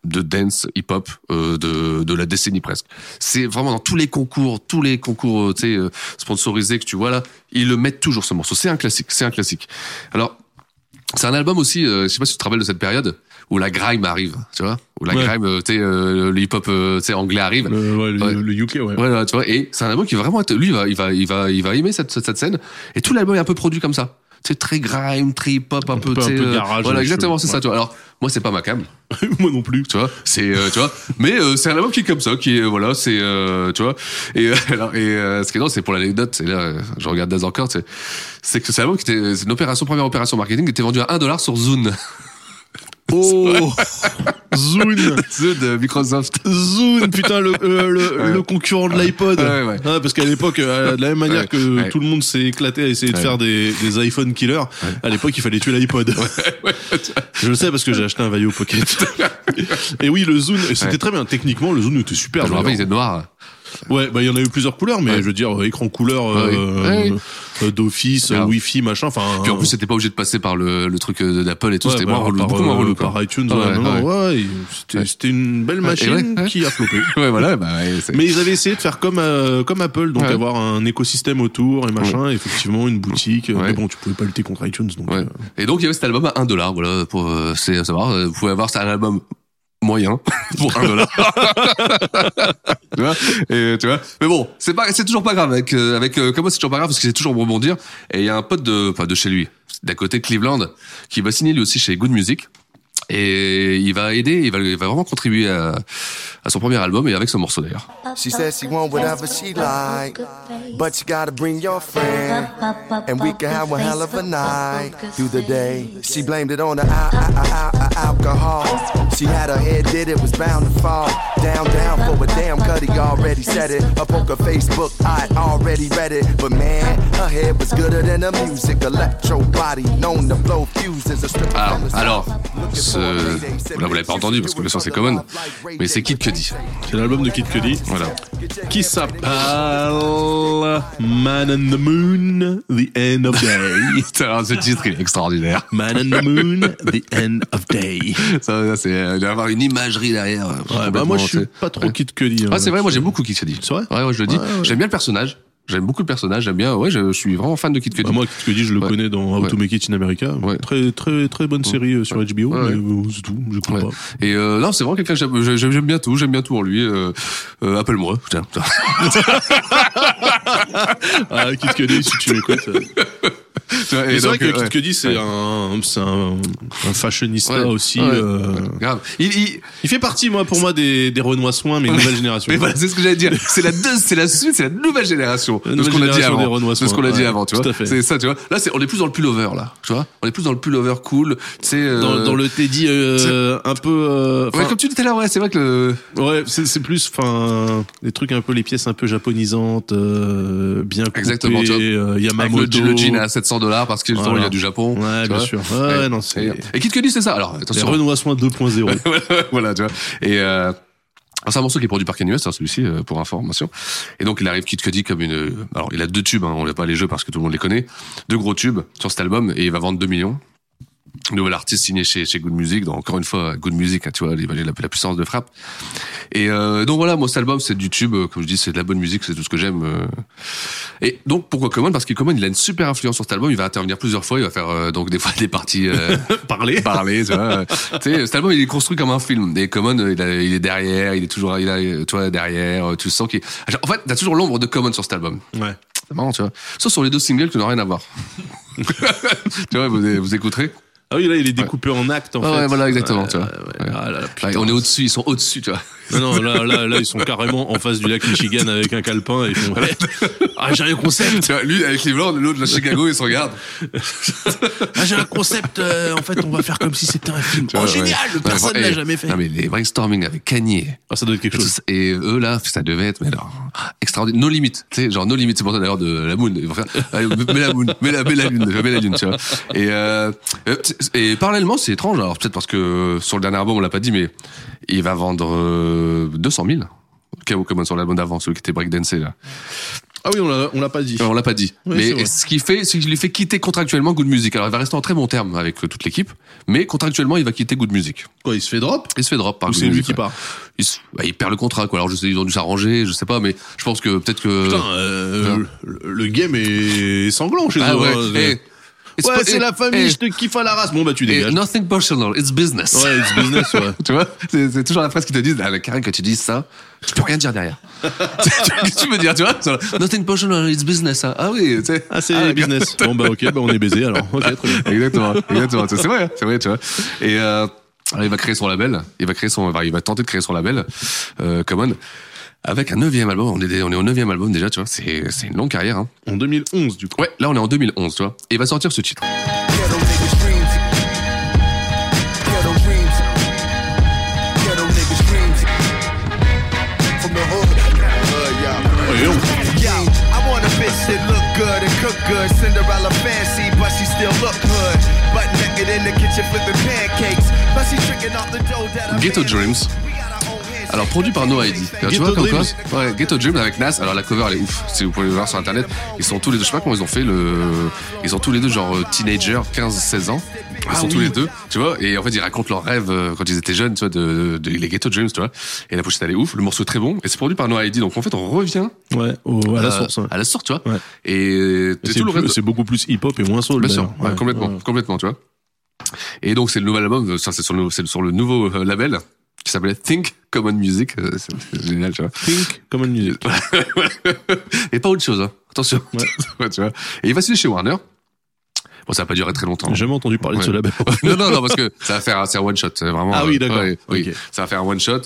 [SPEAKER 4] de dance hip-hop euh, de, de la décennie presque. C'est vraiment dans tous les concours, tous les concours euh, tu sais, euh, sponsorisés que tu vois là, ils le mettent toujours ce morceau. C'est un classique, c'est un classique. Alors, c'est un album aussi, euh, je sais pas si tu te rappelles de cette période, où la grime arrive, tu vois Où la
[SPEAKER 3] Ouais.
[SPEAKER 4] grime, euh, tu sais, euh, le hip-hop euh, tu sais, anglais arrive.
[SPEAKER 3] Le, ouais, le-
[SPEAKER 4] Ouais.
[SPEAKER 3] le UK, ouais.
[SPEAKER 4] Ouais, ouais, tu vois, et c'est un album qui va vraiment être, lui, il va, il va, il va, il va aimer cette, cette, cette scène. Et tout l'album est un peu produit comme ça. C'est très grime, très hip-hop, un, peu,
[SPEAKER 3] peu- un
[SPEAKER 4] tu sais,
[SPEAKER 3] peu
[SPEAKER 4] euh,
[SPEAKER 3] garage,
[SPEAKER 4] Voilà,
[SPEAKER 3] euh,
[SPEAKER 4] exactement, c'est
[SPEAKER 3] chelou,
[SPEAKER 4] ça,
[SPEAKER 3] ouais.
[SPEAKER 4] tu vois. Alors, moi, c'est pas ma cam.
[SPEAKER 3] Moi non plus.
[SPEAKER 4] Tu vois, c'est, euh, tu vois, mais euh, c'est un album qui est comme ça, qui est, voilà, c'est, euh, tu vois. Et, euh, alors, et euh, ce qui est drôle, c'est pour l'anecdote, c'est là, euh, je regarde Daz encore, c'est, c'est que c'est un album qui était, c'est une opération, première opération marketing qui était vendue à 1 dollar sur Zune.
[SPEAKER 3] Oh Zune
[SPEAKER 4] Zune de Microsoft.
[SPEAKER 3] Zune, putain, le, euh, le,
[SPEAKER 4] Ouais.
[SPEAKER 3] le concurrent de l'iPod.
[SPEAKER 4] Ouais, ouais.
[SPEAKER 3] Ah, parce qu'à l'époque, euh, de la même manière
[SPEAKER 4] Ouais,
[SPEAKER 3] que
[SPEAKER 4] ouais.
[SPEAKER 3] tout le monde s'est éclaté à essayer de
[SPEAKER 4] Ouais.
[SPEAKER 3] faire des, des iPhone killers, à l'époque, il fallait tuer l'iPod. Je le sais parce que j'ai acheté un Vaio Pocket. et oui, le Zune, et c'était
[SPEAKER 4] Ouais.
[SPEAKER 3] très bien. Techniquement, le Zune était super.
[SPEAKER 4] Je me rappelle, il
[SPEAKER 3] d'ailleurs.
[SPEAKER 4] était noir.
[SPEAKER 3] Ouais, bah il y en a eu plusieurs couleurs, mais
[SPEAKER 4] Ouais. Ah
[SPEAKER 3] je veux dire, euh, écran couleur
[SPEAKER 4] Ouais,
[SPEAKER 3] euh,
[SPEAKER 4] ouais.
[SPEAKER 3] euh, d'office,
[SPEAKER 4] Grave.
[SPEAKER 3] euh, Wi-Fi, machin. Enfin,
[SPEAKER 4] Ah.
[SPEAKER 3] hein.
[SPEAKER 4] Puis en plus, c'était pas obligé de passer par le, le truc euh, d'Apple et tout,
[SPEAKER 3] Oh. Ouais,
[SPEAKER 4] c'était
[SPEAKER 3] bah,
[SPEAKER 4] moins relou,
[SPEAKER 3] par,
[SPEAKER 4] beaucoup moins
[SPEAKER 3] euh,
[SPEAKER 4] relou, quoi.
[SPEAKER 3] par iTunes,
[SPEAKER 4] Ah
[SPEAKER 3] ouais,
[SPEAKER 4] ouais,
[SPEAKER 3] non,
[SPEAKER 4] ouais.
[SPEAKER 3] non, ouais, il- c'était
[SPEAKER 4] Ouais.
[SPEAKER 3] c'était une belle
[SPEAKER 4] Ouais,
[SPEAKER 3] machine
[SPEAKER 4] et ouais, ouais.
[SPEAKER 3] qui a flopé.
[SPEAKER 4] Ouais, voilà, bah, ouais, c'est-
[SPEAKER 3] Mais ils avaient essayé de faire comme euh, comme Apple, donc
[SPEAKER 4] Ouais.
[SPEAKER 3] avoir un écosystème autour et machin. et effectivement, une boutique. euh,
[SPEAKER 4] Ouais.
[SPEAKER 3] Mais bon, tu pouvais pas lutter contre iTunes, donc.
[SPEAKER 4] Ouais.
[SPEAKER 3] euh,
[SPEAKER 4] Et donc il y avait cet album à 1 dollar, voilà, pour euh, c'est- savoir. euh, Vous pouvez avoir c'est un album moyen pour 1 dollar. tu vois, et, tu vois. Mais bon, c'est pas, c'est toujours pas grave avec euh, avec euh, comme moi, c'est toujours pas grave parce que c'est toujours bon rebondir. Et il y a un pote de, enfin de chez lui, d'à côté de Cleveland, qui va signer lui aussi chez Good Music. Et il va aider, il va, il va vraiment contribuer à, à son premier album et avec ce morceau d'ailleurs.
[SPEAKER 5] She says she want whatever she like, but you gotta bring your friend, and we can have a hell of a night through the day. She blamed it on the al- al- al- al- alcohol. She had her head did it was bound to fall down down for a damn cutty already said it up on her Facebook I already read it, but man her head was gooder than the music electro body known to blow fuses a stripper
[SPEAKER 4] Ah,
[SPEAKER 5] from the
[SPEAKER 4] alors,
[SPEAKER 5] south.
[SPEAKER 4] ce... là vous l'avez pas entendu parce que le son c'est common, mais c'est Kid Cudi.
[SPEAKER 3] C'est l'album de Kid Cudi
[SPEAKER 4] Voilà.
[SPEAKER 3] qui s'appelle Man and the Moon, The End of Day.
[SPEAKER 4] Putain, ce titre il est extraordinaire.
[SPEAKER 3] Man and the Moon, The End of Day.
[SPEAKER 4] Ça, ça, c'est euh, d'avoir une imagerie derrière. euh,
[SPEAKER 3] Ouais, bah
[SPEAKER 4] complètement,
[SPEAKER 3] moi, je
[SPEAKER 4] tu
[SPEAKER 3] suis
[SPEAKER 4] sais.
[SPEAKER 3] pas trop
[SPEAKER 4] Ouais.
[SPEAKER 3] Kid Cudi. hein.
[SPEAKER 4] Ah, c'est vrai, moi j'aime beaucoup Kid Cudi.
[SPEAKER 3] C'est vrai
[SPEAKER 4] Ouais, ouais, je le dis.
[SPEAKER 3] Ouais, ouais.
[SPEAKER 4] J'aime bien le personnage. J'aime beaucoup le personnage. J'aime bien. Ouais, je, je suis vraiment fan de Kid Cudi.
[SPEAKER 3] Bah, moi, Kid Cudi, je le
[SPEAKER 4] Ouais.
[SPEAKER 3] connais dans How to
[SPEAKER 4] Ouais.
[SPEAKER 3] Make It in America.
[SPEAKER 4] Ouais.
[SPEAKER 3] Très, très, très bonne série euh, sur HBO,
[SPEAKER 4] Ouais, ouais.
[SPEAKER 3] mais euh, c'est tout, je crois
[SPEAKER 4] Ouais.
[SPEAKER 3] pas.
[SPEAKER 4] Et euh, non, c'est vraiment quelqu'un que j'aime- j'aime j'aime bien tout, j'aime bien tout en lui. Euh, euh, Appelle-moi. Putain, putain.
[SPEAKER 3] Ah, Kid Cudi, si tu m'écoutes. euh.
[SPEAKER 4] Et
[SPEAKER 3] Mais C'est
[SPEAKER 4] donc,
[SPEAKER 3] vrai que
[SPEAKER 4] euh,
[SPEAKER 3] Kid
[SPEAKER 4] ouais.
[SPEAKER 3] Cudi, c'est
[SPEAKER 4] Ouais.
[SPEAKER 3] un, c'est un, un fashionista
[SPEAKER 4] Ouais.
[SPEAKER 3] aussi.
[SPEAKER 4] Ouais.
[SPEAKER 3] euh,
[SPEAKER 4] Ouais. Grave. Il, il-
[SPEAKER 3] Il fait partie, moi, pour moi, des, des Renoir Soins, mais nouvelle génération.
[SPEAKER 4] Mais voilà, c'est ce que j'allais dire. C'est la deux, c'est la suite, c'est la nouvelle génération
[SPEAKER 3] La
[SPEAKER 4] de ce
[SPEAKER 3] nouvelle
[SPEAKER 4] qu'on a dit
[SPEAKER 3] génération des
[SPEAKER 4] avant.
[SPEAKER 3] Renoir
[SPEAKER 4] De ce
[SPEAKER 3] Soins,
[SPEAKER 4] qu'on a dit
[SPEAKER 3] ouais.
[SPEAKER 4] avant, tu vois.
[SPEAKER 3] Tout à fait.
[SPEAKER 4] C'est ça, tu vois. Là, c'est, on est plus dans le pullover, là. Tu vois. On est plus dans le pullover cool. Tu sais, euh,
[SPEAKER 3] Dans, dans le Teddy, euh, un peu. euh,
[SPEAKER 4] Ouais,
[SPEAKER 3] enfin,
[SPEAKER 4] comme tu dis tout à l'heure, ouais, c'est vrai que le,
[SPEAKER 3] Ouais, c'est c'est plus, enfin, des trucs un peu, les pièces un peu japonisantes, euh, bien coupées,
[SPEAKER 4] Exactement, tu vois.
[SPEAKER 3] euh,
[SPEAKER 4] avec
[SPEAKER 3] Yamamoto.
[SPEAKER 4] le, le jean à 700 dollars parce que justement,
[SPEAKER 3] Voilà.
[SPEAKER 4] il y a du Japon.
[SPEAKER 3] Ouais,
[SPEAKER 4] tu
[SPEAKER 3] bien
[SPEAKER 4] vois.
[SPEAKER 3] sûr. Ouais, ouais, non, c'est-
[SPEAKER 4] Et, et qui te dit c'est ça Alors,
[SPEAKER 3] Les
[SPEAKER 4] attention.
[SPEAKER 3] Renoir Soins 2.0.
[SPEAKER 4] voilà, tu vois. Et euh, alors, c'est un morceau qui est produit par Kanye West, hein, celui-ci, euh, pour information. Et donc, il arrive Kid Cudi comme une... euh, Alors, il a deux tubes, hein, on n'a pas les jeux parce que tout le monde les connaît. Deux gros tubes sur cet album, et il va vendre 2 millions. Nouvel artiste signé chez, chez Good Music, donc encore une fois, Good Music, hein, tu vois, il valait la, la puissance de frappe. Et euh, donc voilà, moi, cet album, c'est du tube, euh, comme je dis, c'est de la bonne musique, c'est tout ce que j'aime. euh. Et donc, pourquoi Common Parce que Common, il a une super influence sur cet album, il va intervenir plusieurs fois, il va faire euh, donc des fois des parties... euh,
[SPEAKER 3] Parler.
[SPEAKER 4] parler, tu vois. tu sais, cet album, il est construit comme un film. Et Common, euh, il, a- il est derrière, il est toujours, il a, euh, tu vois, derrière, euh, tu sens qu'il, en fait, t'as toujours l'ombre de Common sur cet album.
[SPEAKER 3] Ouais.
[SPEAKER 4] C'est marrant, tu vois. Sauf sur les deux singles qui n'ont rien à voir. tu vois, vous, vous écouterez.
[SPEAKER 3] Ah oui, là, il est découpé en actes, en
[SPEAKER 4] Ouais,
[SPEAKER 3] fait.
[SPEAKER 4] ouais, voilà, exactement, tu vois.
[SPEAKER 3] ouais. Ah là là, putain.
[SPEAKER 4] Ouais, on est au-dessus, ils sont au-dessus, tu vois.
[SPEAKER 3] Non, non, là, là, là, ils sont carrément en face du lac Michigan avec un calepin et ils font, Ah, j'ai un concept!
[SPEAKER 4] Tu vois, lui, avec Cleveland, l'autre, la Chicago, ils se regardent.
[SPEAKER 3] Oh, Ah, j'ai un concept! euh, en fait, on va faire comme si c'était un film. Oh,
[SPEAKER 4] Tu vois, ouais. Non, mais fran- eh, Non, mais les brainstorming avec Kanye.
[SPEAKER 3] Ah, ça doit être quelque chose.
[SPEAKER 4] Et eux là, ça devait être mais alors, extraordinaire, nos limites, tu sais, genre nos limites, c'est pour ça d'ailleurs de la moon. Ils vont faire, allez, Mets la moon, mets la, mets la lune, mets la lune, tu vois. Et, euh, et parallèlement, c'est étrange, alors peut-être parce que sur le dernier album, on l'a pas dit, mais il va vendre euh, 200 000. K.O. Common sur l'album d'avant, celui qui était breakdancé là.
[SPEAKER 3] Ah oui, on l'a- on l'a pas dit.
[SPEAKER 4] On l'a pas dit.
[SPEAKER 3] Oui, c'est
[SPEAKER 4] mais
[SPEAKER 3] vrai.
[SPEAKER 4] ce qui fait, c'est qu'il lui fait quitter contractuellement Good Music. Alors il va rester en très bon terme avec euh, toute l'équipe, mais contractuellement il va quitter Good Music.
[SPEAKER 3] Quoi, il se fait drop
[SPEAKER 4] Il se fait drop Ah, par
[SPEAKER 3] Ou
[SPEAKER 4] Good
[SPEAKER 3] c'est lui
[SPEAKER 4] Music,
[SPEAKER 3] qui
[SPEAKER 4] ouais.
[SPEAKER 3] part
[SPEAKER 4] Il, se- bah, il perd le contrat quoi. Alors je sais ils ont dû s'arranger, je sais pas, mais je pense que peut-être que.
[SPEAKER 3] Putain, euh, le, le game est sanglant chez
[SPEAKER 4] Ah
[SPEAKER 3] eux.
[SPEAKER 4] ouais.
[SPEAKER 3] hein.
[SPEAKER 4] Eh, it's
[SPEAKER 3] Ouais,
[SPEAKER 4] pas-
[SPEAKER 3] c'est
[SPEAKER 4] eh,
[SPEAKER 3] la famille,
[SPEAKER 4] eh,
[SPEAKER 3] je te kiffe à la race. Bon, bah, tu
[SPEAKER 4] eh,
[SPEAKER 3] dégages.
[SPEAKER 4] nothing personal, it's business.
[SPEAKER 3] Ouais, it's business, ouais.
[SPEAKER 4] tu vois, c'est c'est toujours la phrase qu'ils te disent. Ah, mais Karine, quand tu dis ça, tu peux rien dire derrière. Qu'est-ce que tu veux dire, tu vois genre, Nothing personal, it's business. hein. Ah oui, tu sais.
[SPEAKER 3] Ah, c'est
[SPEAKER 4] d'accord.
[SPEAKER 3] business. Bon, bah, ok, bah, on est baisé alors. Ok, très bien.
[SPEAKER 4] exactement, exactement. C'est vrai, hein, c'est vrai, tu vois. Et euh, alors, il va créer son label. Il va créer son, enfin, il va tenter de créer son label, euh, Common, avec un neuvième album. On est, on est au neuvième album déjà, tu vois. C'est, c'est une longue carrière. Hein.
[SPEAKER 3] En 2011, du coup.
[SPEAKER 4] Ouais, là on est en 2011, tu vois. Et il va sortir ce titre.
[SPEAKER 5] Ghetto niggas dreams. Ghetto dreams. Ghetto niggas dreams. From the hood. Uh, yeah.
[SPEAKER 3] Ouais, et on-
[SPEAKER 5] Yo, I want a bitch that look good and cook good. Cinderella fancy, but she still look hood. Butt naked in the kitchen flipping pancakes. Plus she tricking off the dough that I
[SPEAKER 4] Ghetto
[SPEAKER 5] made.
[SPEAKER 4] Dreams.
[SPEAKER 5] We got our own handshake.
[SPEAKER 4] Alors produit par No ID. Alors, tu
[SPEAKER 3] Ghetto
[SPEAKER 4] vois comme
[SPEAKER 3] Dreams.
[SPEAKER 4] quoi Ouais, Ghetto Dreams avec Nas. Alors la cover elle est ouf. Si vous pouvez le voir sur internet, ils sont tous les deux. Je sais pas comment ils ont fait le. Ils sont tous les deux genre euh, teenagers, 15-16 ans. Ils
[SPEAKER 3] Ah
[SPEAKER 4] sont tous les deux, tu vois. Et en fait ils racontent leurs rêves euh, quand ils étaient jeunes, tu vois, de, de- les Ghetto Dreams, tu vois. Et la pochette elle est ouf. Le morceau est très bon. Et c'est produit par No ID. Donc en fait on revient
[SPEAKER 3] Ouais, au- à la
[SPEAKER 4] euh,
[SPEAKER 3] source. ouais.
[SPEAKER 4] à la source, tu vois.
[SPEAKER 3] Ouais.
[SPEAKER 4] Et euh,
[SPEAKER 3] Et
[SPEAKER 4] tout
[SPEAKER 3] C'est
[SPEAKER 4] le
[SPEAKER 3] plus-
[SPEAKER 4] reste.
[SPEAKER 3] c'est beaucoup plus hip-hop et moins soul.
[SPEAKER 4] Bien sûr,
[SPEAKER 3] d'ailleurs.
[SPEAKER 4] ouais,
[SPEAKER 3] Ouais.
[SPEAKER 4] complètement,
[SPEAKER 3] Ouais.
[SPEAKER 4] complètement, tu vois. Et donc c'est le nouvel album, euh, ça c'est sur le, c'est sur le nouveau euh, label qui s'appelait Think Common Music, euh, c'est c'est génial, tu vois.
[SPEAKER 3] Think comme une musique.
[SPEAKER 4] Et pas autre chose, hein. attention. Ouais, tu vois. Et il va signer chez Warner. Bon, ça va pas durer très longtemps.
[SPEAKER 3] J'ai jamais entendu parler de ce
[SPEAKER 4] Ouais.
[SPEAKER 3] label.
[SPEAKER 4] non, non, non, parce que ça va faire un, c'est un one shot, c'est vraiment. euh,
[SPEAKER 3] Ah oui, d'accord.
[SPEAKER 4] oui.
[SPEAKER 3] Ok.
[SPEAKER 4] Ça va faire un one shot.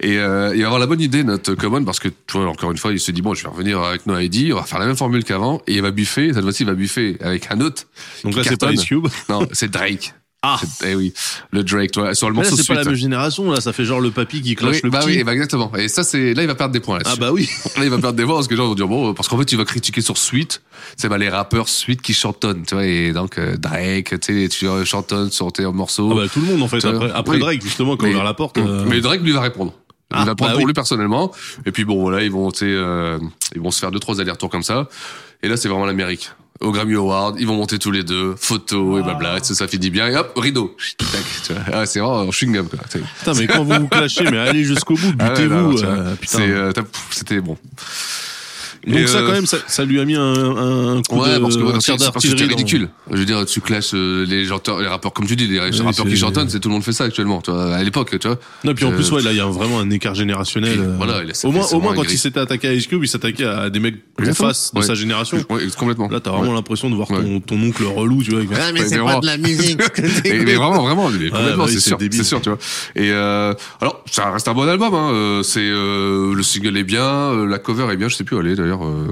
[SPEAKER 4] Et euh, il va avoir la bonne idée, notre common, parce que, tu vois, encore une fois, il se dit, bon, je vais revenir avec No ID, on va faire la même formule qu'avant, et il va buffer, cette fois-ci, il va buffer avec un autre.
[SPEAKER 3] Donc là,
[SPEAKER 4] qui
[SPEAKER 3] c'est pas
[SPEAKER 4] cartonne.
[SPEAKER 3] Ice Cube.
[SPEAKER 4] Non, c'est Drake.
[SPEAKER 3] Ah.
[SPEAKER 4] C'est- Eh oui, le Drake, toi, sur le
[SPEAKER 3] Mais Là,
[SPEAKER 4] morceau
[SPEAKER 3] c'est pas la
[SPEAKER 4] suite.
[SPEAKER 3] même génération. Là, ça fait genre le papy qui clash
[SPEAKER 4] Oui,
[SPEAKER 3] le
[SPEAKER 4] bah
[SPEAKER 3] petit.
[SPEAKER 4] oui, bah exactement. Et ça, c'est là, il va perdre des points.
[SPEAKER 3] ah
[SPEAKER 4] là-dessus.
[SPEAKER 3] bah oui.
[SPEAKER 4] Là, il va perdre des voix parce que les gens vont dire bon, parce qu'en fait, tu vas critiquer sur Suite. C'est bah les rappeurs Suite qui chantonnent, tu vois. Et donc euh, Drake, tu sais, tu euh, chantonnes sur tes morceaux.
[SPEAKER 3] Ah bah tout le monde en fait.
[SPEAKER 4] Tu vois.
[SPEAKER 3] Après, après
[SPEAKER 4] Oui.
[SPEAKER 3] Drake, justement, quand on
[SPEAKER 4] Mais-
[SPEAKER 3] ouvre la porte. euh,
[SPEAKER 4] Mais Drake lui va répondre. Il
[SPEAKER 3] Ah,
[SPEAKER 4] va prendre
[SPEAKER 3] bah
[SPEAKER 4] pour
[SPEAKER 3] oui.
[SPEAKER 4] lui personnellement. Et puis bon, voilà, ils vont, tu sais, euh, ils vont se faire deux trois allers-retours comme ça. Et là, c'est vraiment l'Amérique. Au Grammy Award, ils vont monter tous les deux, photos et blabla, ça, ça finit bien, et hop, rideau. Tac, tu vois. Ah, c'est vraiment un chewing-gum, quoi. tu sais.
[SPEAKER 3] Putain, mais quand vous vous clashez, mais allez jusqu'au bout,
[SPEAKER 4] Ah ouais, non, non,
[SPEAKER 3] butez-vous.
[SPEAKER 4] tu vois.
[SPEAKER 3] euh,
[SPEAKER 4] C'est,
[SPEAKER 3] Putain.
[SPEAKER 4] euh, t'as- pff, C'était bon.
[SPEAKER 3] Donc
[SPEAKER 4] Et,
[SPEAKER 3] ça,
[SPEAKER 4] euh,
[SPEAKER 3] quand même, ça, ça lui a mis un, un coup
[SPEAKER 4] Ouais,
[SPEAKER 3] de
[SPEAKER 4] parce que
[SPEAKER 3] un
[SPEAKER 4] parce
[SPEAKER 3] tir
[SPEAKER 4] que- parce que
[SPEAKER 3] d'artillerie.
[SPEAKER 4] c'était
[SPEAKER 3] dans-
[SPEAKER 4] ridicule. Je veux dire, tu clashes euh, les, chanteurs- les rappeurs, comme tu dis, les rappeurs
[SPEAKER 3] c'est-
[SPEAKER 4] qui chantonnent, c'est tout le monde fait ça actuellement, tu vois, à l'époque, tu vois.
[SPEAKER 3] Non, puis en
[SPEAKER 4] Euh,
[SPEAKER 3] plus, ouais, là, il y a vraiment un écart générationnel.
[SPEAKER 4] Et
[SPEAKER 3] euh,
[SPEAKER 4] voilà, il a- ça
[SPEAKER 3] au
[SPEAKER 4] fait
[SPEAKER 3] moins, au
[SPEAKER 4] vraiment
[SPEAKER 3] moins,
[SPEAKER 4] un
[SPEAKER 3] quand
[SPEAKER 4] gris.
[SPEAKER 3] il s'était attaqué à Ice Cube, il s'attaquait à des mecs en
[SPEAKER 4] Exactement.
[SPEAKER 3] face de
[SPEAKER 4] Ouais.
[SPEAKER 3] sa génération.
[SPEAKER 4] Ouais, complètement.
[SPEAKER 3] Là, t'as vraiment
[SPEAKER 4] Ouais.
[SPEAKER 3] l'impression de voir ton,
[SPEAKER 4] Ouais.
[SPEAKER 3] ton oncle relou, tu vois. avec-
[SPEAKER 4] mais c'est pas de la musique. mais vraiment, vraiment, mais complètement,
[SPEAKER 3] bah oui,
[SPEAKER 4] c'est
[SPEAKER 3] c'est
[SPEAKER 4] sûr,
[SPEAKER 3] débile.
[SPEAKER 4] c'est sûr, tu vois. Et euh, alors, ça reste un bon album. Hein. euh, C'est euh, le single est bien, euh, la cover est bien. Je sais plus où elle est d'ailleurs. euh,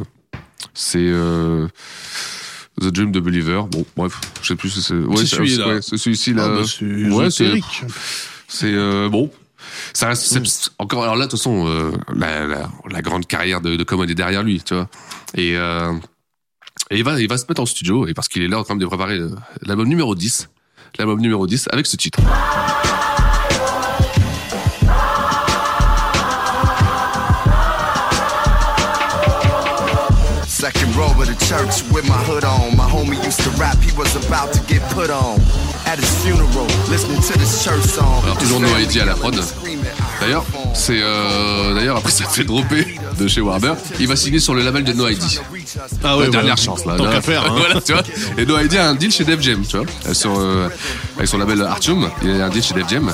[SPEAKER 4] c'est euh, The Dream de Believer. Bon, bref, je sais plus. si C'est ouais,
[SPEAKER 3] C'est
[SPEAKER 4] c'est-
[SPEAKER 3] celui-là.
[SPEAKER 4] ouais, c'est celui-ci là.
[SPEAKER 3] Ah, bah, c'est
[SPEAKER 4] ouais, c'est
[SPEAKER 3] ésotérique.
[SPEAKER 4] c'est euh, bon. Ça reste c'est- encore. Alors là, de toute façon, euh, la, la, la grande carrière de, de Common est derrière lui, tu vois. Et, euh, et il va, il va se mettre en studio et parce qu'il est là en train de préparer euh, l'album numéro 10 l'album numéro 10 avec ce titre.
[SPEAKER 5] Second row of the church with my hood on. My homie used to rap, he was about to get put on. At his funeral, listening to this church song.
[SPEAKER 4] Alors, toujours No ID à la prod. D'ailleurs, c'est euh, d'ailleurs après ça fait dropper de chez Warner, il va signer sur le label de No ID.
[SPEAKER 3] Ah ouais,
[SPEAKER 4] La dernière
[SPEAKER 3] voilà.
[SPEAKER 4] chance là.
[SPEAKER 3] Tant
[SPEAKER 4] Là,
[SPEAKER 3] qu'à faire. hein.
[SPEAKER 4] voilà, tu vois. Et No ID a un deal chez Def Jam, tu vois. Sur, euh, avec son label Artium, il a un deal chez Def Jam.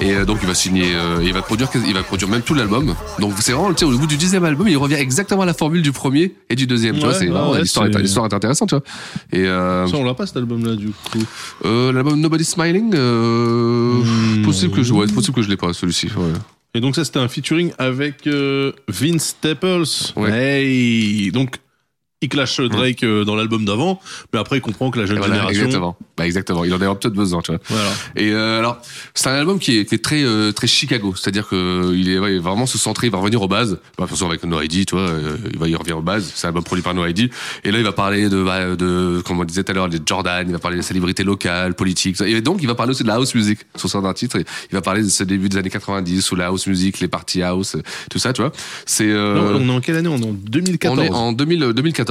[SPEAKER 4] Et euh, donc il va signer, euh, il va produire, il va produire même tout l'album. Donc c'est vraiment, tu sais, au bout du dixième album, il revient exactement à la formule du premier et du deuxième. tu vois,
[SPEAKER 3] Ouais,
[SPEAKER 4] c'est
[SPEAKER 3] ouais,
[SPEAKER 4] vraiment,
[SPEAKER 3] ouais,
[SPEAKER 4] l'histoire
[SPEAKER 3] c'est-
[SPEAKER 4] est... l'histoire est intéressante, tu vois. Et euh,
[SPEAKER 3] Ça, on l'a pas cet album-là, du coup.
[SPEAKER 4] euh, l'album Nobody Smiling, euh,
[SPEAKER 3] Hmm.
[SPEAKER 4] possible que je, ouais, possible que je l'ai pas celui-ci. Ouais.
[SPEAKER 3] Et donc ça, c'était un featuring avec euh, Vince Staples.
[SPEAKER 4] Ouais. Mm.
[SPEAKER 3] Hey Donc, il clash Drake euh, dans l'album d'avant, mais après il comprend que la jeune
[SPEAKER 4] Voilà,
[SPEAKER 3] génération.
[SPEAKER 4] Exactement. Bah, exactement. Il en a peut-être besoin, tu vois.
[SPEAKER 3] Voilà.
[SPEAKER 4] Et euh, alors, c'est un album qui est, qui est très euh, très Chicago, c'est-à-dire que euh, il est ouais, vraiment se centrer, il va revenir aux bases. Bah, de toute façon, avec No ID, tu vois, euh, il va y revenir aux bases. C'est un album produit par No ID. Et là, il va parler de bah, de comme on disait tout à l'heure, des Jordan. Il va parler des célébrités locales, politiques. tout ça. Et donc, il va parler aussi de la house music sur certains titres. Et il va parler de ce début des années 90 où la house music, les party house, euh, tout ça, tu vois. C'est euh,
[SPEAKER 3] Non, on est en quelle année On est en 2014.
[SPEAKER 4] on est en 2000, euh, 2014.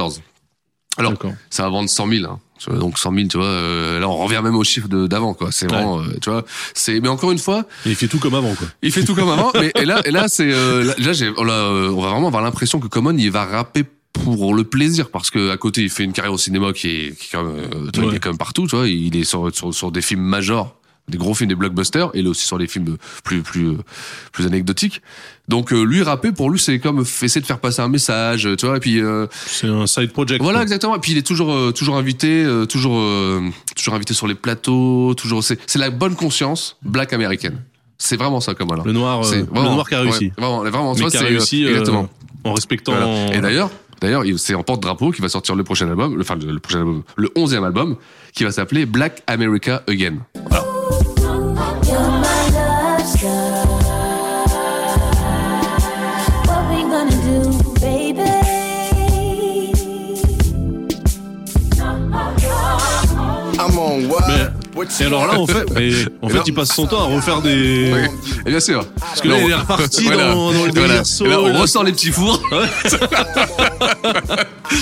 [SPEAKER 4] Alors, ça va vendre 100 000. hein. Tu vois, Donc 100 000, tu vois. euh, là, on revient même au chiffre de- d'avant, quoi. C'est vraiment, euh, tu vois. C'est, mais encore une fois,
[SPEAKER 3] Il fait tout comme avant, quoi.
[SPEAKER 4] il fait tout comme avant. mais et là, et là, c'est euh, là, là, j'ai- on, l'a, euh, on va vraiment avoir l'impression que Common, il va rapper pour le plaisir parce que à côté il fait une carrière au cinéma qui est, qui est quand même, euh, tu vois, il est quand même partout tu vois il est sur, sur, sur des films majors des gros films des blockbusters et il est aussi sur des films plus plus euh, plus anecdotiques donc euh, lui rapper pour lui c'est comme f- essayer de faire passer un message euh, tu vois et puis euh,
[SPEAKER 3] C'est un side project.
[SPEAKER 4] voilà
[SPEAKER 3] quoi.
[SPEAKER 4] exactement. Et puis il est toujours euh, toujours invité, euh, toujours euh, toujours invité sur les plateaux, toujours c'est c'est la bonne conscience black américaine. C'est vraiment ça comme alors.
[SPEAKER 3] Le noir, euh,
[SPEAKER 4] C'est
[SPEAKER 3] le noir qui a réussi.
[SPEAKER 4] ouais, vraiment, vraiment. tu
[SPEAKER 3] mais
[SPEAKER 4] vois,
[SPEAKER 3] qui a
[SPEAKER 4] c'est, euh,
[SPEAKER 3] réussi euh,
[SPEAKER 4] exactement.
[SPEAKER 3] en respectant.
[SPEAKER 4] Voilà. Et d'ailleurs, d'ailleurs, il- c'est en porte-drapeau qui va sortir le prochain album, le- enfin le, le prochain album, le 11e album, qui va s'appeler Black America Again. Voilà.
[SPEAKER 3] Et alors là, en fait, mais en fait, il passe son temps à refaire des.
[SPEAKER 4] Et Eh, bien sûr.
[SPEAKER 3] Parce que là, il est reparti dans, dans le délire
[SPEAKER 4] Voilà.
[SPEAKER 3] soul.
[SPEAKER 4] Et là, on ressort les petits fours.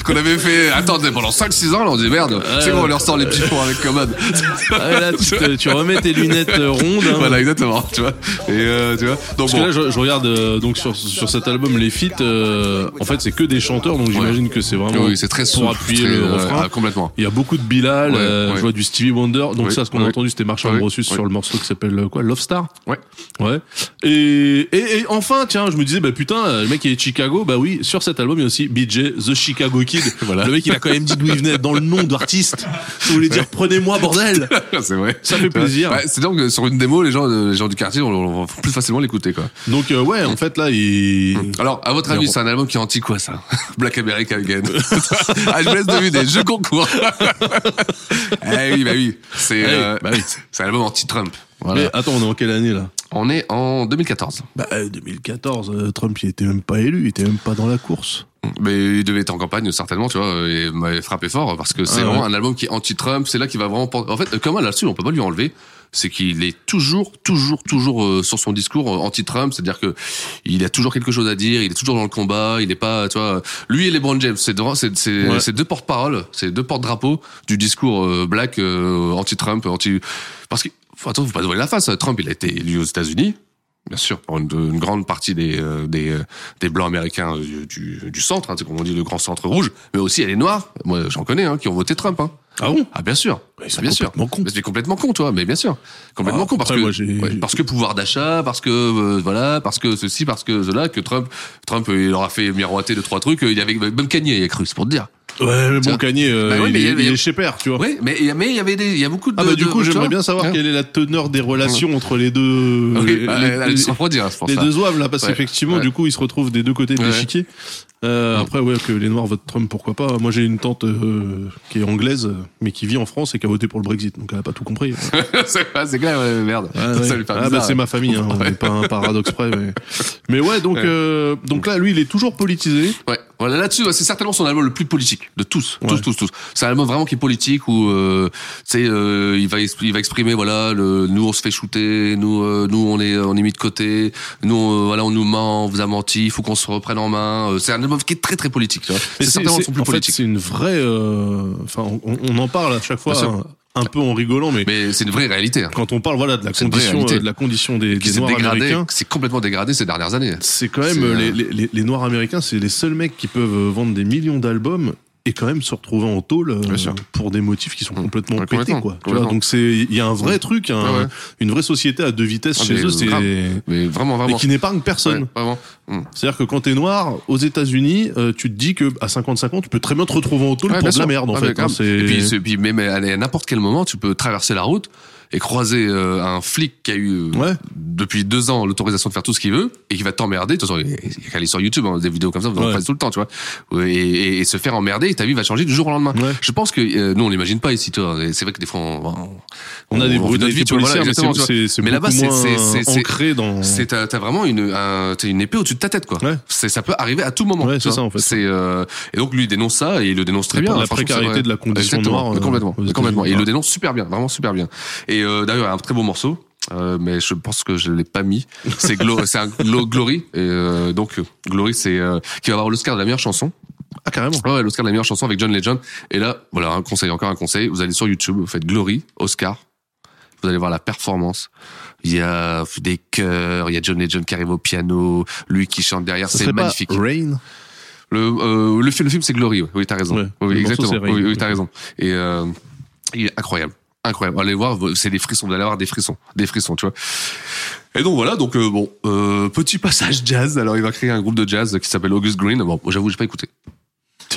[SPEAKER 4] Qu'on avait fait. Attendez, pendant 5-6 ans, là, on dit merde. c'est bon, on leur sort les petits fours avec Commode.
[SPEAKER 3] Ouais, Ah, là, tu, te- tu remets tes lunettes euh, rondes. hein.
[SPEAKER 4] Voilà, exactement. Tu vois. Et euh, tu vois. Donc,
[SPEAKER 3] Parce que
[SPEAKER 4] bon.
[SPEAKER 3] là, je, je regarde euh, donc sur, sur cet album les feats. euh, en fait, c'est que des chanteurs, donc j'imagine que c'est vraiment
[SPEAKER 4] Oui, c'est très
[SPEAKER 3] pour
[SPEAKER 4] souple,
[SPEAKER 3] appuyer
[SPEAKER 4] très,
[SPEAKER 3] le
[SPEAKER 4] euh,
[SPEAKER 3] refrain.
[SPEAKER 4] ah, complètement.
[SPEAKER 3] Il y a beaucoup de Bilal.
[SPEAKER 4] Ouais,
[SPEAKER 3] euh,
[SPEAKER 4] ouais.
[SPEAKER 3] Je vois du Stevie Wonder. Donc
[SPEAKER 4] Oui,
[SPEAKER 3] ça, ce qu'on a
[SPEAKER 4] oui.
[SPEAKER 3] entendu, c'était Marshall
[SPEAKER 4] Oui,
[SPEAKER 3] Brosus
[SPEAKER 4] oui.
[SPEAKER 3] sur le morceau qui s'appelle euh, quoi, Love Star.
[SPEAKER 4] Ouais.
[SPEAKER 3] Ouais. Et, et, et enfin, tiens, je me disais, bah putain, euh, le mec il est de Chicago. Bah oui, sur cet album, il y a aussi BJ, The Chicago Kid.
[SPEAKER 4] Voilà.
[SPEAKER 3] Le mec, il a quand même dit d'où il venait dans le nom d'artiste. Ça voulait dire prenez-moi, bordel.
[SPEAKER 4] c'est vrai.
[SPEAKER 3] Ça fait plaisir.
[SPEAKER 4] Ouais, C'est donc euh, sur une démo, les gens, euh, les gens du quartier, on, on va plus facilement l'écouter, quoi.
[SPEAKER 3] Donc euh, ouais, en fait là, il.
[SPEAKER 4] Alors, à votre avis,
[SPEAKER 3] Zéro.
[SPEAKER 4] c'est un album qui est anti quoi, ça Black America Again. ah, je me laisse deviner, je concours. eh oui, bah oui. C'est
[SPEAKER 3] Eh oui,
[SPEAKER 4] euh,
[SPEAKER 3] bah oui.
[SPEAKER 4] c'est un album anti-Trump. Voilà.
[SPEAKER 3] Mais attends, on est en quelle année là
[SPEAKER 4] On est en 2014.
[SPEAKER 3] Ah. Bah, euh, 2014, euh, Trump, il était même pas élu, il était même pas dans la course.
[SPEAKER 4] Mais il devait être en campagne, certainement, tu vois, et m'avait frappé fort, parce que c'est
[SPEAKER 3] Ah,
[SPEAKER 4] vraiment
[SPEAKER 3] ouais.
[SPEAKER 4] un album qui est anti-Trump, c'est là qu'il va vraiment... pen- En fait, euh, comment là-dessus, on peut pas lui enlever c'est qu'il est toujours, toujours, toujours euh, sur son discours euh, anti-Trump, c'est-à-dire que il a toujours quelque chose à dire, il est toujours dans le combat, il est pas, tu vois, lui et LeBron James, c'est dra- c'est c'est-
[SPEAKER 3] Ouais.
[SPEAKER 4] c'est deux porte-paroles, c'est deux porte-drapeaux du discours euh, black euh, anti-Trump, anti, parce que faut- attends, faut pas se voiler la face, Trump il a été élu aux États-Unis, bien sûr, par une, une grande partie des, euh, des, euh, des blancs américains euh, du, du- du centre, hein, c'est comme on dit le grand centre rouge, mais aussi elle est noire. Moi, j'en connais hein, qui ont voté Trump. Hein.
[SPEAKER 3] Ah bon
[SPEAKER 4] Ah bien sûr,
[SPEAKER 3] ils sont
[SPEAKER 4] bien sûr.
[SPEAKER 3] complètement cons.
[SPEAKER 4] Mais C'est complètement con, toi. Mais bien sûr, complètement
[SPEAKER 3] Ah,
[SPEAKER 4] con parce
[SPEAKER 3] après,
[SPEAKER 4] que
[SPEAKER 3] moi, j'ai-
[SPEAKER 4] ouais, parce que pouvoir d'achat, parce que euh, voilà, parce que ceci, parce que cela, que Trump, Trump, euh, il leur a fait miroiter deux trois trucs. euh, Il y avait même Kanye, il a cru, c'est pour te dire.
[SPEAKER 3] Ouais, mais bon,
[SPEAKER 4] Tiens.
[SPEAKER 3] Kanye, euh,
[SPEAKER 4] Bah ouais,
[SPEAKER 3] il,
[SPEAKER 4] mais
[SPEAKER 3] est,
[SPEAKER 4] il y avait-
[SPEAKER 3] il est chez Père, tu vois.
[SPEAKER 4] Oui, mais mais il y avait des, il y a beaucoup de.
[SPEAKER 3] Ah bah du
[SPEAKER 4] de-
[SPEAKER 3] coup
[SPEAKER 4] tu
[SPEAKER 3] j'aimerais
[SPEAKER 4] vois
[SPEAKER 3] bien savoir
[SPEAKER 4] Hein
[SPEAKER 3] quelle est la teneur des relations entre les deux
[SPEAKER 4] Ok,
[SPEAKER 3] les,
[SPEAKER 4] bah,
[SPEAKER 3] les-
[SPEAKER 4] elle- elle se refroidit, hein, c'est pour
[SPEAKER 3] les
[SPEAKER 4] ça.
[SPEAKER 3] deux oeuvres là parce
[SPEAKER 4] Ouais,
[SPEAKER 3] qu'effectivement
[SPEAKER 4] ouais.
[SPEAKER 3] du coup ils se retrouvent des deux côtés de
[SPEAKER 4] Ouais.
[SPEAKER 3] l'échiquier. Euh, Après ouais que les noirs votent Trump pourquoi pas. Moi j'ai une tante euh, qui est anglaise mais qui vit en France et qui a voté pour le Brexit donc elle a pas tout compris.
[SPEAKER 4] c'est pas- c'est clair, ouais, merde.
[SPEAKER 3] Ouais,
[SPEAKER 4] Ça
[SPEAKER 3] ouais.
[SPEAKER 4] lui fait
[SPEAKER 3] Ah
[SPEAKER 4] bizarre,
[SPEAKER 3] bah c'est
[SPEAKER 4] ouais.
[SPEAKER 3] ma famille, hein, on n'est pas un paradoxe près. Mais, mais ouais donc euh, donc là lui il est toujours politisé.
[SPEAKER 4] Ouais, voilà là-dessus, ouais, c'est certainement son album le plus politique de tous,
[SPEAKER 3] Ouais.
[SPEAKER 4] tous, tous, tous. C'est un album vraiment qui est politique où euh, tu sais, euh, il va exp- il va exprimer voilà, le, nous on se fait shooter, nous euh, nous on est on est mis de côté, nous euh, voilà on nous ment, on vous a menti, il faut qu'on se reprenne en main. Euh, C'est un album qui est très très politique. tu vois.
[SPEAKER 3] Mais
[SPEAKER 4] C'est certainement son plus
[SPEAKER 3] en fait,
[SPEAKER 4] politique.
[SPEAKER 3] c'est une vraie. euh, Enfin on, on en parle à chaque fois
[SPEAKER 4] Bien sûr.
[SPEAKER 3] un, un peu en rigolant mais.
[SPEAKER 4] mais c'est une vraie réalité. hein,
[SPEAKER 3] quand on parle voilà de la
[SPEAKER 4] C'est une vraie
[SPEAKER 3] condition
[SPEAKER 4] réalité.
[SPEAKER 3] euh, de la condition des,
[SPEAKER 4] qui
[SPEAKER 3] des
[SPEAKER 4] s'est
[SPEAKER 3] noirs
[SPEAKER 4] dégradée,
[SPEAKER 3] américains
[SPEAKER 4] qui s'est complètement dégradée ces dernières années.
[SPEAKER 3] c'est quand même
[SPEAKER 4] C'est,
[SPEAKER 3] euh,
[SPEAKER 4] euh,
[SPEAKER 3] les, les, les- les noirs américains c'est les seuls mecs qui peuvent euh, vendre des millions d'albums et quand même se retrouver en tôle euh,
[SPEAKER 4] Bien sûr. Mmh.
[SPEAKER 3] pour des motifs qui sont complètement
[SPEAKER 4] Ouais,
[SPEAKER 3] pétés
[SPEAKER 4] complètement,
[SPEAKER 3] quoi Tu
[SPEAKER 4] complètement.
[SPEAKER 3] vois, donc c'est il y a un vrai truc un-
[SPEAKER 4] Ouais, ouais.
[SPEAKER 3] une vraie société à deux vitesses
[SPEAKER 4] Ah,
[SPEAKER 3] chez
[SPEAKER 4] mais
[SPEAKER 3] eux c'est
[SPEAKER 4] grave. Mais vraiment
[SPEAKER 3] et
[SPEAKER 4] vraiment.
[SPEAKER 3] qui n'épargne personne.
[SPEAKER 4] Ouais, vraiment. Mm.
[SPEAKER 3] C'est-à-dire que quand t'es noir, aux États-Unis, euh, tu te dis que à 50-50, tu peux très bien te retrouver en tôle
[SPEAKER 4] Ouais,
[SPEAKER 3] pour
[SPEAKER 4] bien
[SPEAKER 3] de la
[SPEAKER 4] sûr.
[SPEAKER 3] merde, en
[SPEAKER 4] Ah, mais
[SPEAKER 3] fait. hein,
[SPEAKER 4] grave.
[SPEAKER 3] c'est-
[SPEAKER 4] et puis, c'est- puis même à à n'importe quel moment, tu peux traverser la route et croiser euh, un flic qui a eu euh,
[SPEAKER 3] Ouais.
[SPEAKER 4] depuis deux ans l'autorisation de faire tout ce qu'il veut et qui va t'emmerder. De toute façon, il y a qu'à aller sur YouTube, hein, des vidéos comme ça, vous en
[SPEAKER 3] Ouais.
[SPEAKER 4] faites tout le temps, tu vois. Et, et- et se faire emmerder, ta vie va changer du jour au lendemain. Je pense que euh, nous on l'imagine pas ici, toi. Et C'est vrai que des fois on,
[SPEAKER 3] On a des
[SPEAKER 4] bruits
[SPEAKER 3] brutalités policières, mais
[SPEAKER 4] exactement,
[SPEAKER 3] c'est-
[SPEAKER 4] tu vois.
[SPEAKER 3] c'est- c'est
[SPEAKER 4] Mais là-bas,
[SPEAKER 3] beaucoup
[SPEAKER 4] c'est
[SPEAKER 3] moins
[SPEAKER 4] c'est- c'est- c'est-
[SPEAKER 3] ancré dans-
[SPEAKER 4] C'est t'as t'as vraiment une un- t'as une épée au-dessus de ta tête, quoi. C'est ça peut arriver à tout moment. tu
[SPEAKER 3] c'est
[SPEAKER 4] vois.
[SPEAKER 3] ça, en fait.
[SPEAKER 4] C'est euh, et donc lui il dénonce ça et il le dénonce très
[SPEAKER 3] Il
[SPEAKER 4] bien.
[SPEAKER 3] parle de la
[SPEAKER 4] Franchement, c'est
[SPEAKER 3] précarité
[SPEAKER 4] vrai.
[SPEAKER 3] de la condition
[SPEAKER 4] Exactement,
[SPEAKER 3] noire, euh,
[SPEAKER 4] complètement,
[SPEAKER 3] aux États-Unis.
[SPEAKER 4] complètement. Et il
[SPEAKER 3] Ouais.
[SPEAKER 4] le dénonce super bien, vraiment super bien. Et euh, d'ailleurs il y a un très beau morceau. euh, mais je pense que je l'ai pas mis. C'est Glo- c'est un Glo- Glory. Et euh, donc euh, Glory, c'est euh, qui va avoir l'Oscar de la meilleure chanson.
[SPEAKER 3] Ah carrément.
[SPEAKER 4] Ouais, ouais, l'Oscar de la meilleure chanson avec John Legend. Et là, voilà, un conseil, encore un conseil. Vous allez sur YouTube, vous faites Glory, Oscar. Vous allez voir la performance. Il y a des chœurs, il y a John Legend qui arrive au piano, lui qui chante derrière.
[SPEAKER 3] Ça
[SPEAKER 4] C'est
[SPEAKER 3] serait pas
[SPEAKER 4] magnifique. Rain. Le, euh, le, fi- le film, c'est Glory. ouais. Oui, t'as raison. Oui,
[SPEAKER 3] le morceau,
[SPEAKER 4] exactement.
[SPEAKER 3] c'est Rain.
[SPEAKER 4] Oui, oui, t'as raison. Et euh, il est incroyable. Incroyable. Allez voir, c'est des frissons. Vous allez avoir des frissons. Des frissons, tu vois. Et donc voilà, donc euh, bon, euh, petit passage jazz. Alors il va créer un groupe de jazz qui s'appelle August Green. Bon, j'avoue, j'ai pas écouté.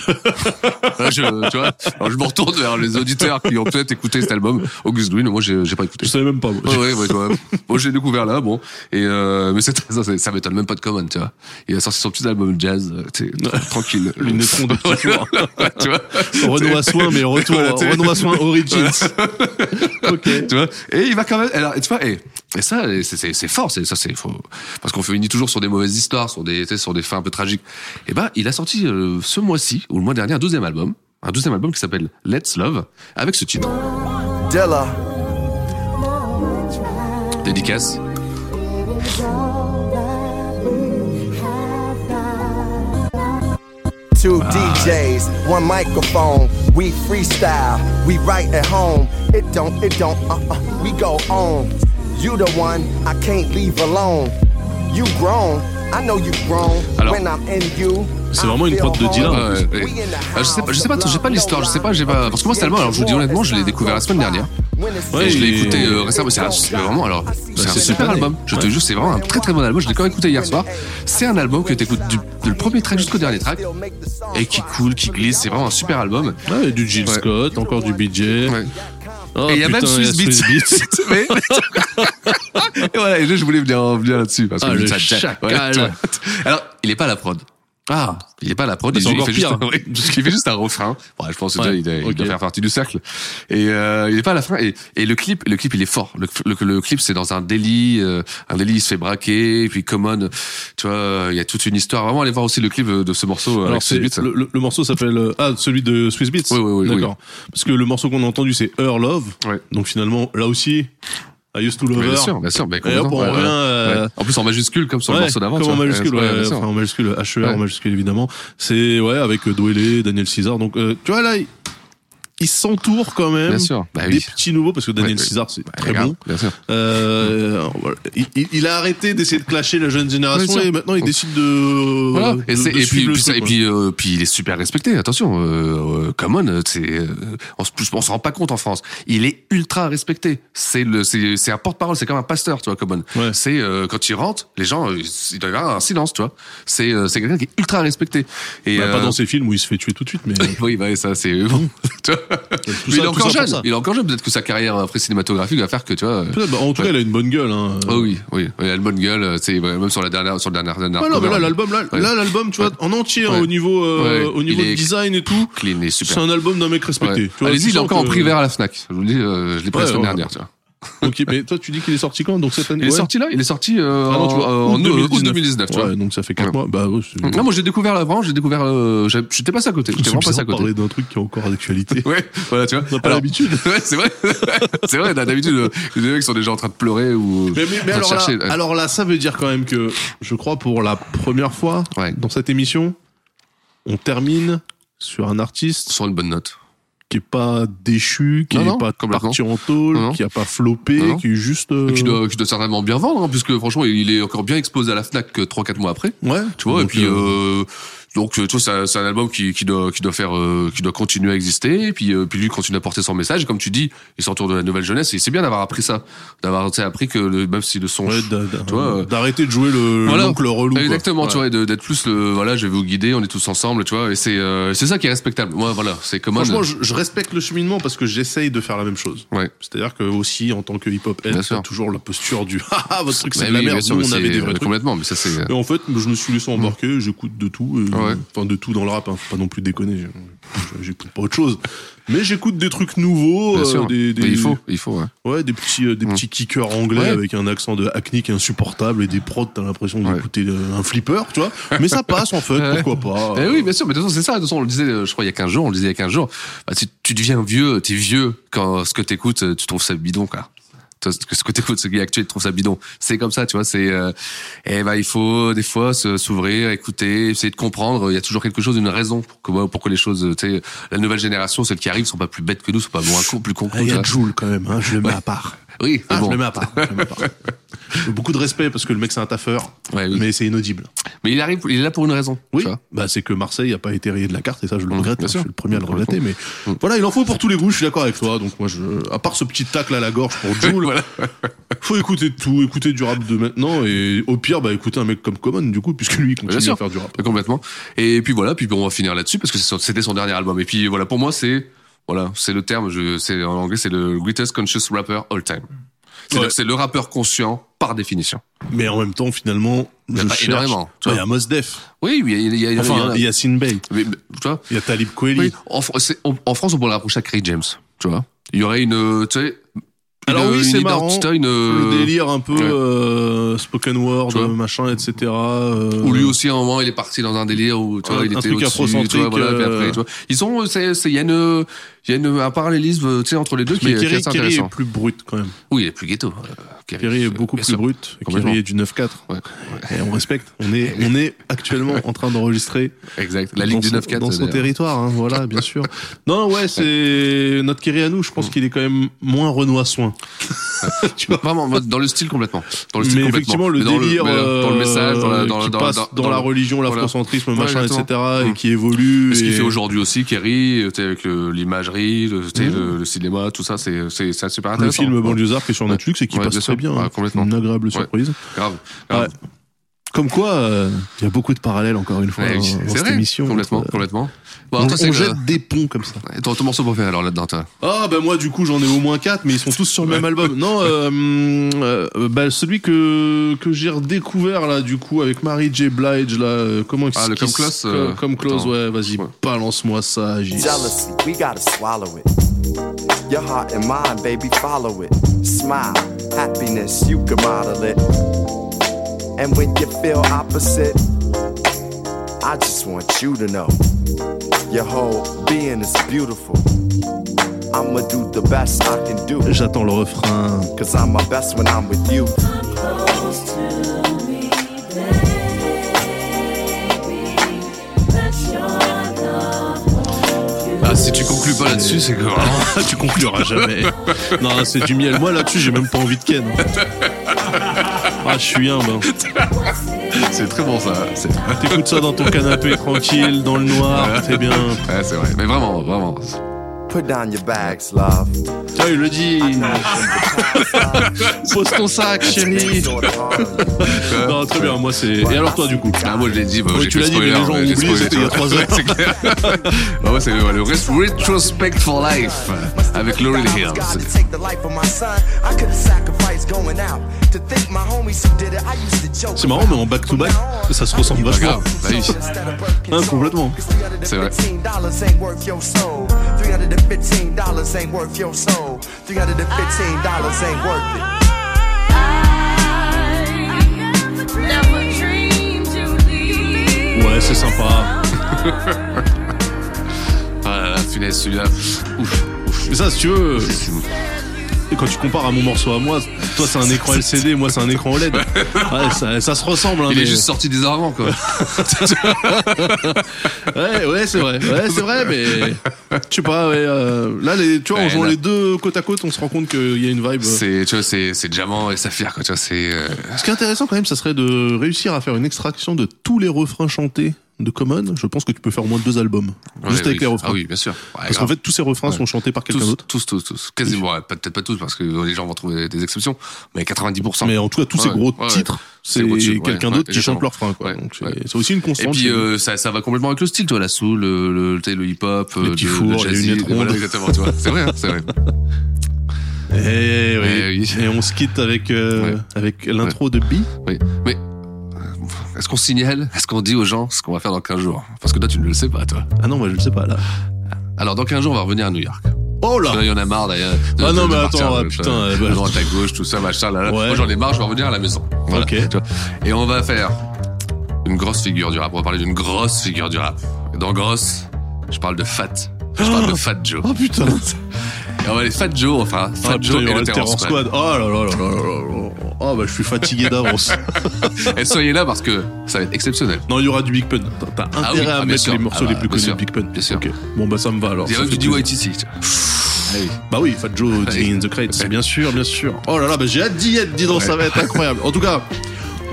[SPEAKER 4] Là, je, tu vois, alors je me retourne vers les auditeurs qui ont peut-être écouté cet album. August Green, moi j'ai j'ai pas écouté. Je savais même pas. Moi, ouais, ouais, ouais. Moi, j'ai découvert là, bon. Et euh, mais c'est- ça, c'est- ça m'étonne même pas de Common, tu vois. Il a sorti son petit album jazz, euh, tu sais, tranquille. Une
[SPEAKER 3] fond de petit jour.
[SPEAKER 4] tu vois.
[SPEAKER 3] Renaud Assoin, mais retour,
[SPEAKER 4] tu sais.
[SPEAKER 3] Renaud Assoin Origins.
[SPEAKER 4] Tu vois et il va quand même. Alors, tu vois, et, et ça, c'est- c'est c'est fort, c'est ça, c'est faut- parce qu'on finit toujours sur des mauvaises histoires, sur des, tu sais, sur des fins un peu tragiques. Et ben, il a sorti euh, ce mois-ci ou le mois dernier un deuxième album, un deuxième album qui s'appelle Let's Love, avec ce titre.
[SPEAKER 5] Della.
[SPEAKER 4] Dédicace.
[SPEAKER 5] Two DJs, one microphone. We freestyle, we write at home. It don't, it don't, uh uh, we go on. You the one I can't leave alone. You grown, I know you grown.
[SPEAKER 4] Alors,
[SPEAKER 5] when I'm in you,
[SPEAKER 4] C'est vraiment
[SPEAKER 5] une prod de Dylan, en plus.
[SPEAKER 4] Ouais, ouais. Ah, je sais pas, je sais pas, j'ai pas l'histoire, je sais pas, j'ai pas. Parce que moi, cet album, alors je vous dis honnêtement, je l'ai découvert la semaine dernière.
[SPEAKER 3] Ouais,
[SPEAKER 4] et je l'ai
[SPEAKER 3] il-
[SPEAKER 4] écouté euh, récemment. C'est un- C'est vraiment alors, bah, c'est un
[SPEAKER 3] c'est
[SPEAKER 4] super
[SPEAKER 3] spontané.
[SPEAKER 4] album. Je te
[SPEAKER 3] Ouais.
[SPEAKER 4] jure, c'est vraiment un très très bon album. Je l'ai quand même écouté hier soir. C'est un album que t'écoutes du, du premier track jusqu'au dernier track et qui coule, qui glisse. C'est vraiment un super album.
[SPEAKER 3] Ouais, Ah, du Jill Scott, encore du BJ. Oh,
[SPEAKER 4] et il y a même
[SPEAKER 3] putain, il
[SPEAKER 4] Swiss Beats. Mais- mais- et voilà, et là, je voulais venir, venir là-dessus. Parce que
[SPEAKER 3] Ah, le
[SPEAKER 4] ça- ça-
[SPEAKER 3] chacal.
[SPEAKER 4] voilà, tu vois. Alors, il est pas à la prod. Ah, il est pas à la prod.
[SPEAKER 3] Bah,
[SPEAKER 4] il,
[SPEAKER 3] c'est
[SPEAKER 4] il
[SPEAKER 3] encore
[SPEAKER 4] fait juste,
[SPEAKER 3] pire.
[SPEAKER 4] ouais, parce qu'il fait juste un refrain. Bon, je pense que déjà,
[SPEAKER 3] Ouais,
[SPEAKER 4] il, doit- il
[SPEAKER 3] ok.
[SPEAKER 4] doit faire partie du cercle. Et euh, il est pas à la fin. Et, et le clip, le clip, il est fort. Le, le- le clip, c'est dans un délit. euh, un délit, il se fait braquer. Et puis Common, tu vois, il y a toute une histoire. Vraiment, allez voir aussi le clip euh, de ce morceau.
[SPEAKER 3] Alors
[SPEAKER 4] avec
[SPEAKER 3] c'est
[SPEAKER 4] Swiss Beats.
[SPEAKER 3] le, le- le morceau s'appelle euh, ah celui de Swiss Beats.
[SPEAKER 4] oui, oui.
[SPEAKER 3] D'accord. Parce que le morceau qu'on a entendu c'est Her Love. Donc finalement là aussi I used to love
[SPEAKER 4] Mais
[SPEAKER 3] her.
[SPEAKER 4] Bien sûr, bien sûr. mais
[SPEAKER 3] Et
[SPEAKER 4] complètement,
[SPEAKER 3] hop, on
[SPEAKER 4] ouais, ouais.
[SPEAKER 3] revient. euh,
[SPEAKER 4] Ouais. En plus, en majuscule, comme sur le
[SPEAKER 3] ouais,
[SPEAKER 4] morceau d'avant.
[SPEAKER 3] Comme
[SPEAKER 4] tu
[SPEAKER 3] en
[SPEAKER 4] vois.
[SPEAKER 3] majuscule,
[SPEAKER 4] Ouais,
[SPEAKER 3] ouais,
[SPEAKER 4] bien sûr.
[SPEAKER 3] enfin, en majuscule HER en
[SPEAKER 4] Ouais.
[SPEAKER 3] majuscule évidemment. C'est ouais avec euh, Doelé, Daniel César. Donc euh, tu vois là il, il s'entoure quand même
[SPEAKER 4] Bien sûr, bah
[SPEAKER 3] des
[SPEAKER 4] oui.
[SPEAKER 3] petits nouveaux parce que Daniel
[SPEAKER 4] Ouais, Bah, ouais.
[SPEAKER 3] César c'est très
[SPEAKER 4] grave,
[SPEAKER 3] bon.
[SPEAKER 4] bien sûr.
[SPEAKER 3] Euh, voilà. il, il- il a arrêté d'essayer de clasher la jeune génération
[SPEAKER 4] Ouais, bien sûr.
[SPEAKER 3] et maintenant il décide de
[SPEAKER 4] Voilà.
[SPEAKER 3] de-
[SPEAKER 4] Et, c'est-
[SPEAKER 3] de
[SPEAKER 4] et puis,
[SPEAKER 3] suivre Euh, le
[SPEAKER 4] puis ça-
[SPEAKER 3] truc,
[SPEAKER 4] et
[SPEAKER 3] quoi.
[SPEAKER 4] puis, euh, puis il est super respecté. Attention, euh, euh, Common, euh, c'est euh, on se on se rend pas compte en France. Il est ultra respecté. C'est le c'est c'est un porte-parole, c'est comme un pasteur, tu vois, Common. C'est euh, quand il rentre, les gens euh, il doit y avoir un silence, tu vois. C'est euh, c'est quelqu'un qui est ultra respecté. Et
[SPEAKER 3] Bah, pas
[SPEAKER 4] euh,
[SPEAKER 3] dans ses films où il se fait tuer tout de suite mais euh,
[SPEAKER 4] oui, bah, ça, c'est bon. Tu vois. Mais
[SPEAKER 3] ça-
[SPEAKER 4] il est
[SPEAKER 3] Mmh. tout
[SPEAKER 4] encore
[SPEAKER 3] ça pour
[SPEAKER 4] jeune.
[SPEAKER 3] ça.
[SPEAKER 4] Il est encore jeune. Peut-être que sa carrière euh, après cinématographique va faire que, tu vois. euh,
[SPEAKER 3] Peut-être, bah, en tout cas,
[SPEAKER 4] ouais.
[SPEAKER 3] elle a une bonne gueule. Hein.
[SPEAKER 4] Ah oui, oui, elle a une bonne gueule, euh, c'est ouais, même sur la dernière, sur le dernier, dernier
[SPEAKER 3] Ouais, non, mais là, l'album, là,
[SPEAKER 4] Ouais.
[SPEAKER 3] là, l'album, tu vois, en entier, hein,
[SPEAKER 4] Ouais.
[SPEAKER 3] au niveau, euh,
[SPEAKER 4] Ouais.
[SPEAKER 3] au niveau
[SPEAKER 4] Il
[SPEAKER 3] de
[SPEAKER 4] est
[SPEAKER 3] design et tout,
[SPEAKER 4] clean et super.
[SPEAKER 3] c'est un album d'un mec
[SPEAKER 4] Ouais.
[SPEAKER 3] respecté. Tu vois,
[SPEAKER 4] Allez-y,
[SPEAKER 3] tu
[SPEAKER 4] il est
[SPEAKER 3] sens
[SPEAKER 4] encore en
[SPEAKER 3] que-
[SPEAKER 4] prix vert à la Fnac. Je vous le dis, euh, je l'ai pris
[SPEAKER 3] Ouais,
[SPEAKER 4] la semaine
[SPEAKER 3] ouais.
[SPEAKER 4] dernière, tu vois.
[SPEAKER 3] Ok, mais toi, tu dis qu'il est sorti quand Donc cette année
[SPEAKER 4] Il est
[SPEAKER 3] ouais.
[SPEAKER 4] sorti là, il est sorti euh,
[SPEAKER 3] Ah non, tu vois,
[SPEAKER 4] en, en
[SPEAKER 3] août
[SPEAKER 4] août 2019. tu vois.
[SPEAKER 3] Ouais, donc ça fait 4
[SPEAKER 4] Ouais.
[SPEAKER 3] mois. Bah, ouais, c'est-
[SPEAKER 4] Non, moi j'ai découvert là, vraiment, j'ai découvert. euh, j'ai- J'étais passé à côté, j'étais
[SPEAKER 3] c'est
[SPEAKER 4] vraiment passé à
[SPEAKER 3] bizarre de
[SPEAKER 4] côté.
[SPEAKER 3] parler d'un truc qui est encore d'actualité.
[SPEAKER 4] Ouais, voilà, tu vois.
[SPEAKER 3] On n'a pas
[SPEAKER 4] Alors-
[SPEAKER 3] l'habitude.
[SPEAKER 4] Ouais, c'est vrai. c'est vrai, d'habitude, euh, les mecs sont déjà en train de pleurer ou.
[SPEAKER 3] Mais, mais- mais
[SPEAKER 4] en train de
[SPEAKER 3] alors,
[SPEAKER 4] chercher. euh.
[SPEAKER 3] là, alors là, ça veut dire quand même que, je crois, pour la première fois dans cette émission, on termine sur un artiste.
[SPEAKER 4] Sur une bonne note.
[SPEAKER 3] Qui est pas déchu, qui
[SPEAKER 4] Non,
[SPEAKER 3] est
[SPEAKER 4] non,
[SPEAKER 3] pas
[SPEAKER 4] complètement.
[SPEAKER 3] parti en tôle,
[SPEAKER 4] Non, non.
[SPEAKER 3] qui a pas floppé,
[SPEAKER 4] Non, non.
[SPEAKER 3] qui est juste. euh,
[SPEAKER 4] Qui doit, qui doit certainement bien vendre, hein, puisque franchement, il est encore bien exposé à la Fnac que 3-4 mois après.
[SPEAKER 3] Ouais.
[SPEAKER 4] Tu vois, et
[SPEAKER 3] Donc,
[SPEAKER 4] puis
[SPEAKER 3] euh,
[SPEAKER 4] euh, donc euh, tu vois, c'est un- c'est un album qui, qui doit qui doit faire euh, qui doit continuer à exister, et puis euh, puis lui continue à porter son message. Et comme tu dis, il s'entoure de la nouvelle jeunesse, et c'est bien d'avoir appris ça, d'avoir tu sais, appris que le, même si le son, tu vois, euh,
[SPEAKER 3] d'arrêter de jouer le
[SPEAKER 4] voilà.
[SPEAKER 3] l'oncle relou. quoi.
[SPEAKER 4] Exactement, tu
[SPEAKER 3] Ouais.
[SPEAKER 4] vois, et de- d'être plus le voilà, je vais vous guider, on est tous ensemble, tu vois, et c'est euh, c'est ça qui est respectable. Moi, voilà, c'est comme
[SPEAKER 3] Franchement, je, je respecte le cheminement parce que j'essaye de faire la même chose.
[SPEAKER 4] Ouais.
[SPEAKER 3] C'est-à-dire que aussi en tant que hip-hop, head, t'as toujours la posture du
[SPEAKER 4] Bah
[SPEAKER 3] ah votre truc c'est de la merde. Nous, on avait des vrais trucs.
[SPEAKER 4] complètement, mais ça c'est Mm.
[SPEAKER 3] Et en fait, je me suis laissé embarquer, j'écoute de tout. Et enfin de tout dans le rap, hein, faut pas non plus déconner. j'ai- J'écoute pas autre chose, mais j'écoute des trucs nouveaux,
[SPEAKER 4] Bien
[SPEAKER 3] euh,
[SPEAKER 4] sûr.
[SPEAKER 3] des, des-
[SPEAKER 4] Mais il faut, il faut, ouais.
[SPEAKER 3] Ouais, des petits, euh, des petits kickers anglais
[SPEAKER 4] Ouais.
[SPEAKER 3] avec un accent de hacknick insupportable et des prods, t'as l'impression d'écouter euh, un flipper, tu vois. Mais ça passe en fait,
[SPEAKER 4] Ouais.
[SPEAKER 3] pourquoi pas.
[SPEAKER 4] Eh oui, bien sûr, mais de toute façon, c'est ça. De toute façon, on le disait, euh, je crois, il y a 15 jours, on le disait il y a 15 jours. Bah, tu, tu deviens vieux, t'es vieux quand ce que t'écoutes, euh, tu trouves ça bidon, quoi. Toi, ce que- ce que t'écoutes, ce qui est actuel, tu trouves ça bidon. C'est comme ça, tu vois, c'est, euh, eh ben, il faut, des fois, se- s'ouvrir, écouter, essayer de comprendre. Il y a toujours quelque chose, une raison pour que, pour que les choses, euh, tu sais, la nouvelle génération, celles qui arrivent, sont pas plus bêtes que nous, sont pas moins cons, plus cons que
[SPEAKER 3] Ah,
[SPEAKER 4] nous.
[SPEAKER 3] Il y
[SPEAKER 4] tu
[SPEAKER 3] a
[SPEAKER 4] vois.
[SPEAKER 3] Joule quand même, hein, je le mets
[SPEAKER 4] Ouais.
[SPEAKER 3] à part.
[SPEAKER 4] Oui,
[SPEAKER 3] Ah,
[SPEAKER 4] mais bon.
[SPEAKER 3] je le mets à part. je le mets à part. Beaucoup de respect parce que le mec c'est un taffeur, mais c'est inaudible.
[SPEAKER 4] Mais il arrive, il est là pour une raison.
[SPEAKER 3] Oui, bah, c'est que Marseille n'a pas été rayé de la carte et ça je le regrette,
[SPEAKER 4] Mmh, bien
[SPEAKER 3] hein, je
[SPEAKER 4] sûr.
[SPEAKER 3] suis le premier à le regretter. Mais
[SPEAKER 4] Mmh.
[SPEAKER 3] voilà, il en faut pour tous les goûts, je suis d'accord avec toi. Donc moi, je... à part ce petit tacle à la gorge pour Joule, faut écouter de tout, écouter du rap de maintenant et au pire, bah écouter un mec comme Common du coup, puisque lui il
[SPEAKER 4] Bien
[SPEAKER 3] continue
[SPEAKER 4] sûr,
[SPEAKER 3] à faire du rap.
[SPEAKER 4] complètement. Et puis voilà, puis on va finir là-dessus parce que c'est son- c'était son dernier album. Et puis voilà, pour moi, c'est voilà, c'est le terme. Je, c'est en anglais, c'est le greatest conscious rapper all time. C'est le- c'est le, rappeur conscient par définition.
[SPEAKER 3] Mais en même temps, finalement,
[SPEAKER 4] Il y en
[SPEAKER 3] je
[SPEAKER 4] a pas
[SPEAKER 3] cherche-
[SPEAKER 4] énormément, tu
[SPEAKER 3] Ouais, Il y
[SPEAKER 4] vois.
[SPEAKER 3] a Mos Def.
[SPEAKER 4] Oui, oui, il y, a- il y, a- il y en
[SPEAKER 3] Enfin,
[SPEAKER 4] a-
[SPEAKER 3] il y a Sin Bey.
[SPEAKER 4] Mais, mais, tu vois,
[SPEAKER 3] Il y a Talib Kweli.
[SPEAKER 4] oui, en, Fr- c'est- en- en France, on pourrait le rapprocher à Craig James. Tu vois, il y aurait une, tu sais,
[SPEAKER 3] Alors
[SPEAKER 4] une-
[SPEAKER 3] oui,
[SPEAKER 4] une
[SPEAKER 3] c'est
[SPEAKER 4] identi-
[SPEAKER 3] marrant.
[SPEAKER 4] une-
[SPEAKER 3] Le délire un peu
[SPEAKER 4] Ouais.
[SPEAKER 3] euh, spoken word,
[SPEAKER 4] Tu vois.
[SPEAKER 3] machin, etc. euh,
[SPEAKER 4] Ou lui aussi, à un moment, il est parti dans un délire où, tu vois,
[SPEAKER 3] Un-
[SPEAKER 4] il
[SPEAKER 3] un
[SPEAKER 4] était
[SPEAKER 3] truc
[SPEAKER 4] au-dessus,
[SPEAKER 3] afrocentrique,
[SPEAKER 4] tu vois, voilà, puis
[SPEAKER 3] euh,
[SPEAKER 4] après, tu vois. Ils ont, c'est, c'est, il y a une, il y a une, un parallélisme, tu sais, entre les deux qui,
[SPEAKER 3] Mais
[SPEAKER 4] est- qui est
[SPEAKER 3] Kerry,
[SPEAKER 4] assez
[SPEAKER 3] Kerry
[SPEAKER 4] intéressant.
[SPEAKER 3] est plus brut quand même.
[SPEAKER 4] Oui, il est plus ghetto. euh, Kerry,
[SPEAKER 3] Kerry est
[SPEAKER 4] euh,
[SPEAKER 3] beaucoup
[SPEAKER 4] bien
[SPEAKER 3] plus
[SPEAKER 4] sûr.
[SPEAKER 3] brut.
[SPEAKER 4] Complètement.
[SPEAKER 3] Kerry est du 9-4. Et on respecte. On est, on est actuellement en train d'enregistrer.
[SPEAKER 4] Exact. La ligue
[SPEAKER 3] dans
[SPEAKER 4] du
[SPEAKER 3] son-
[SPEAKER 4] 9-4.
[SPEAKER 3] Dans son
[SPEAKER 4] d'ailleurs.
[SPEAKER 3] territoire, hein, voilà, bien sûr. Non, ouais, c'est notre Kerry à nous. Je pense qu'il est quand même moins Renoir soin.
[SPEAKER 4] Vraiment, moi, dans le style complètement. Dans le style
[SPEAKER 3] mais
[SPEAKER 4] complètement.
[SPEAKER 3] effectivement, le
[SPEAKER 4] Mais dans
[SPEAKER 3] délire,
[SPEAKER 4] mais dans, le message, dans la,
[SPEAKER 3] euh,
[SPEAKER 4] dans,
[SPEAKER 3] qui
[SPEAKER 4] dans,
[SPEAKER 3] passe dans, la religion,
[SPEAKER 4] voilà.
[SPEAKER 3] l'afrocentrisme,
[SPEAKER 4] Ouais,
[SPEAKER 3] machin, etc.,
[SPEAKER 4] exactement.
[SPEAKER 3] et
[SPEAKER 4] Mm.
[SPEAKER 3] qui évolue.
[SPEAKER 4] Et Ce qu'il
[SPEAKER 3] et-
[SPEAKER 4] fait aujourd'hui aussi, Kerry, euh, t'sais, avec le- l'imagerie, le, t'sais, le, le cinéma, tout ça, c'est c'est c'est super
[SPEAKER 3] Mmh. Le
[SPEAKER 4] intéressant.
[SPEAKER 3] film
[SPEAKER 4] Ouais.
[SPEAKER 3] Banlieusard qui est sur Netflix et qui
[SPEAKER 4] Ouais,
[SPEAKER 3] passe
[SPEAKER 4] bien
[SPEAKER 3] très
[SPEAKER 4] sûr.
[SPEAKER 3] bien. hein.
[SPEAKER 4] Ouais, complètement.
[SPEAKER 3] Une agréable surprise.
[SPEAKER 4] Grave. grave.
[SPEAKER 3] Ouais. Comme quoi, euh, il y a beaucoup de parallèles encore une fois
[SPEAKER 4] Ouais,
[SPEAKER 3] dans,
[SPEAKER 4] c'est
[SPEAKER 3] dans
[SPEAKER 4] c'est
[SPEAKER 3] cette
[SPEAKER 4] vrai,
[SPEAKER 3] émission. Euh,
[SPEAKER 4] complètement, complètement. Bon, alors,
[SPEAKER 3] on
[SPEAKER 4] toi, c'est
[SPEAKER 3] on
[SPEAKER 4] que-
[SPEAKER 3] jette des ponts comme ça.
[SPEAKER 4] Et Ton, ton morceau préféré alors là-dedans, toi
[SPEAKER 3] Ah bah moi du coup j'en ai au moins quatre mais ils sont tous sur le même album. Non, euh, hum, euh, bah, celui que que j'ai redécouvert là du coup avec Mary J Blige là, euh, comment
[SPEAKER 4] Ah, le
[SPEAKER 3] qui-
[SPEAKER 4] Come Close,
[SPEAKER 3] Comme,
[SPEAKER 4] euh,
[SPEAKER 3] Come Close,
[SPEAKER 4] attends.
[SPEAKER 3] ouais, vas-y, balance-moi ça. J.
[SPEAKER 5] Jealousy, we gotta swallow it. Your heart and mind, baby, follow it. Smile, happiness, you can model it. And when you feel opposite, I just want you to know your whole being is beautiful. I'ma do the best I can do.
[SPEAKER 3] J'attends le refrain.
[SPEAKER 5] Cause I'm my best when I'm with you.
[SPEAKER 4] Ah, si tu conclus pas là-dessus, c'est que vraiment.
[SPEAKER 3] tu concluras jamais. non, c'est du miel. Moi là-dessus, j'ai même pas envie de ken. Ah, je suis humble. hein.
[SPEAKER 4] C'est très bon ça. C'est
[SPEAKER 3] T'écoutes ça dans ton canapé tranquille, dans le noir, c'est bien.
[SPEAKER 4] ouais, c'est vrai. Mais vraiment, vraiment.
[SPEAKER 5] Put down your bags, love.
[SPEAKER 3] Tiens, il le dit. Pose ton sac, chérie. non, très bien. Moi, c'est. Et alors toi, du coup
[SPEAKER 4] Ah, moi je l'ai dit. Bah,
[SPEAKER 3] Oui,
[SPEAKER 4] j'ai
[SPEAKER 3] tu
[SPEAKER 4] fait
[SPEAKER 3] l'as dit, mais
[SPEAKER 4] spoiler,
[SPEAKER 3] les gens ont
[SPEAKER 4] j'ai
[SPEAKER 3] oublié,
[SPEAKER 4] spoilé,
[SPEAKER 3] c'était
[SPEAKER 4] tu
[SPEAKER 3] il y a
[SPEAKER 4] vois.
[SPEAKER 3] trois heures.
[SPEAKER 4] Ouais, c'est clair. bah, ouais, c'est ouais, le rest- Retrospect for Life avec Lauren Hill.
[SPEAKER 5] God to take the life of my son. I could sacrifice going out. To think my homies who did it, I used to joke.
[SPEAKER 3] C'est marrant, mais en back-to-back, ça se ressemble vachement.
[SPEAKER 4] grave, bah oui.
[SPEAKER 3] Hein, complètement.
[SPEAKER 4] C'est vrai.
[SPEAKER 5] $315 ain't worth your soul. $315 ain't worth your soul. $315 ain't worth it.
[SPEAKER 3] Ouais, c'est sympa.
[SPEAKER 4] Ah, la finesse, celui-là. Ouf.
[SPEAKER 3] Mais ça, si tu veux, Ah, et quand tu compares à mon morceau à moi, toi, c'est un écran LCD, moi, c'est un écran OLED. Ouais, ça, ça se ressemble. hein,
[SPEAKER 4] Il est
[SPEAKER 3] mais-
[SPEAKER 4] juste sorti des heures avant, quoi.
[SPEAKER 3] Ouais, ouais, c'est vrai. Ouais, c'est vrai, mais. Tu sais pas, ouais. euh, Là, les, tu vois, en
[SPEAKER 4] Ouais,
[SPEAKER 3] jouant
[SPEAKER 4] là.
[SPEAKER 3] les deux côte à côte, on se rend compte qu'il y a une vibe. euh,
[SPEAKER 4] C'est, tu vois, c'est, c'est Diamant et Saphir, quoi. Tu vois, c'est. euh,
[SPEAKER 3] Ce qui est intéressant quand même, ça serait de réussir à faire une extraction de tous les refrains chantés de Common. Je pense que tu peux faire au moins deux albums.
[SPEAKER 4] ouais,
[SPEAKER 3] juste avec
[SPEAKER 4] oui.
[SPEAKER 3] les refrains.
[SPEAKER 4] Ah oui, bien sûr. Ouais,
[SPEAKER 3] Parce qu'en
[SPEAKER 4] grave.
[SPEAKER 3] fait, tous ces refrains sont chantés par quelqu'un
[SPEAKER 4] tous,
[SPEAKER 3] d'autre.
[SPEAKER 4] tous, tous, tous. Quasiment, ouais, pas- peut-être pas tous, parce que les gens vont trouver des exceptions, mais 90%.
[SPEAKER 3] Mais en tout cas, tous ces
[SPEAKER 4] Ouais,
[SPEAKER 3] gros
[SPEAKER 4] ouais, ouais.
[SPEAKER 3] titres, c'est
[SPEAKER 4] C'est gros titres, ouais,
[SPEAKER 3] quelqu'un
[SPEAKER 4] ouais,
[SPEAKER 3] d'autre qui
[SPEAKER 4] exactement.
[SPEAKER 3] chante leur refrain. quoi.
[SPEAKER 4] Ouais,
[SPEAKER 3] Donc, c'est-
[SPEAKER 4] ouais.
[SPEAKER 3] C'est aussi une
[SPEAKER 4] Et
[SPEAKER 3] constante.
[SPEAKER 4] puis euh, ça, ça va complètement avec le style, toi, la soul, le, le, tu sais, le hip-hop,
[SPEAKER 3] Les
[SPEAKER 4] euh,
[SPEAKER 3] petits
[SPEAKER 4] le-
[SPEAKER 3] fours,
[SPEAKER 4] le
[SPEAKER 3] les
[SPEAKER 4] jazzy,
[SPEAKER 3] lunettes
[SPEAKER 4] voilà,
[SPEAKER 3] rondes.
[SPEAKER 4] exactement, tu vois. C'est vrai, hein, c'est vrai.
[SPEAKER 3] Eh oui.
[SPEAKER 4] Eh oui.
[SPEAKER 3] Et on se quitte avec, euh,
[SPEAKER 4] Ouais.
[SPEAKER 3] avec l'intro de Bi.
[SPEAKER 4] Oui, mais Est-ce qu'on signale Est-ce qu'on dit aux gens ce qu'on va faire dans 15 jours Parce que toi, tu ne le sais pas, toi.
[SPEAKER 3] Ah non, moi, je ne sais pas, là.
[SPEAKER 4] Alors, dans 15 jours, on va revenir à New York.
[SPEAKER 3] Oh
[SPEAKER 4] Parce que là Il y en a marre d'ailleurs. de-
[SPEAKER 3] Ah non,
[SPEAKER 4] de- de
[SPEAKER 3] mais
[SPEAKER 4] partir,
[SPEAKER 3] attends,
[SPEAKER 4] euh,
[SPEAKER 3] ah, putain, euh, bah,
[SPEAKER 4] à droite, à gauche, tout ça, machin. Là, là.
[SPEAKER 3] Ouais.
[SPEAKER 4] Moi j'en ai marre, je vais revenir à la maison. Voilà.
[SPEAKER 3] Ok.
[SPEAKER 4] Tu vois. Et on va faire une grosse figure du rap. On va parler d'une grosse figure du rap. Et dans grosse, je parle de Fat. Je parle de Fat Joe.
[SPEAKER 3] Oh putain
[SPEAKER 4] Et on va aller Fat Joe, enfin Fat
[SPEAKER 3] Ah
[SPEAKER 4] Joe
[SPEAKER 3] putain, il y
[SPEAKER 4] et
[SPEAKER 3] aura
[SPEAKER 4] le
[SPEAKER 3] le Terror Squad. Oh là là là là là là là. Oh bah je suis fatigué d'avance.
[SPEAKER 4] Et soyez là parce que ça va être exceptionnel.
[SPEAKER 3] non, il y aura du Big Pun. T'as t'as
[SPEAKER 4] Ah
[SPEAKER 3] intérêt
[SPEAKER 4] oui, ah,
[SPEAKER 3] à
[SPEAKER 4] bien
[SPEAKER 3] mettre
[SPEAKER 4] sûr.
[SPEAKER 3] les morceaux
[SPEAKER 4] Ah
[SPEAKER 3] les
[SPEAKER 4] bah, bien
[SPEAKER 3] plus connus de
[SPEAKER 4] sûr.
[SPEAKER 3] Big Pun.
[SPEAKER 4] Bien sûr.
[SPEAKER 3] Ok. Bon bah ça me va alors.
[SPEAKER 4] Il y
[SPEAKER 3] ça
[SPEAKER 4] a
[SPEAKER 3] fait
[SPEAKER 4] du
[SPEAKER 3] plaisir.
[SPEAKER 4] DYTC. tu vois. Allez.
[SPEAKER 3] Bah oui, Fat Joe,
[SPEAKER 4] Ouais.
[SPEAKER 3] Tea in the Crates, bien sûr, bien sûr. Oh là là, bah j'ai hâte d'y être, dis donc,
[SPEAKER 4] Ouais.
[SPEAKER 3] ça va être incroyable. En tout cas,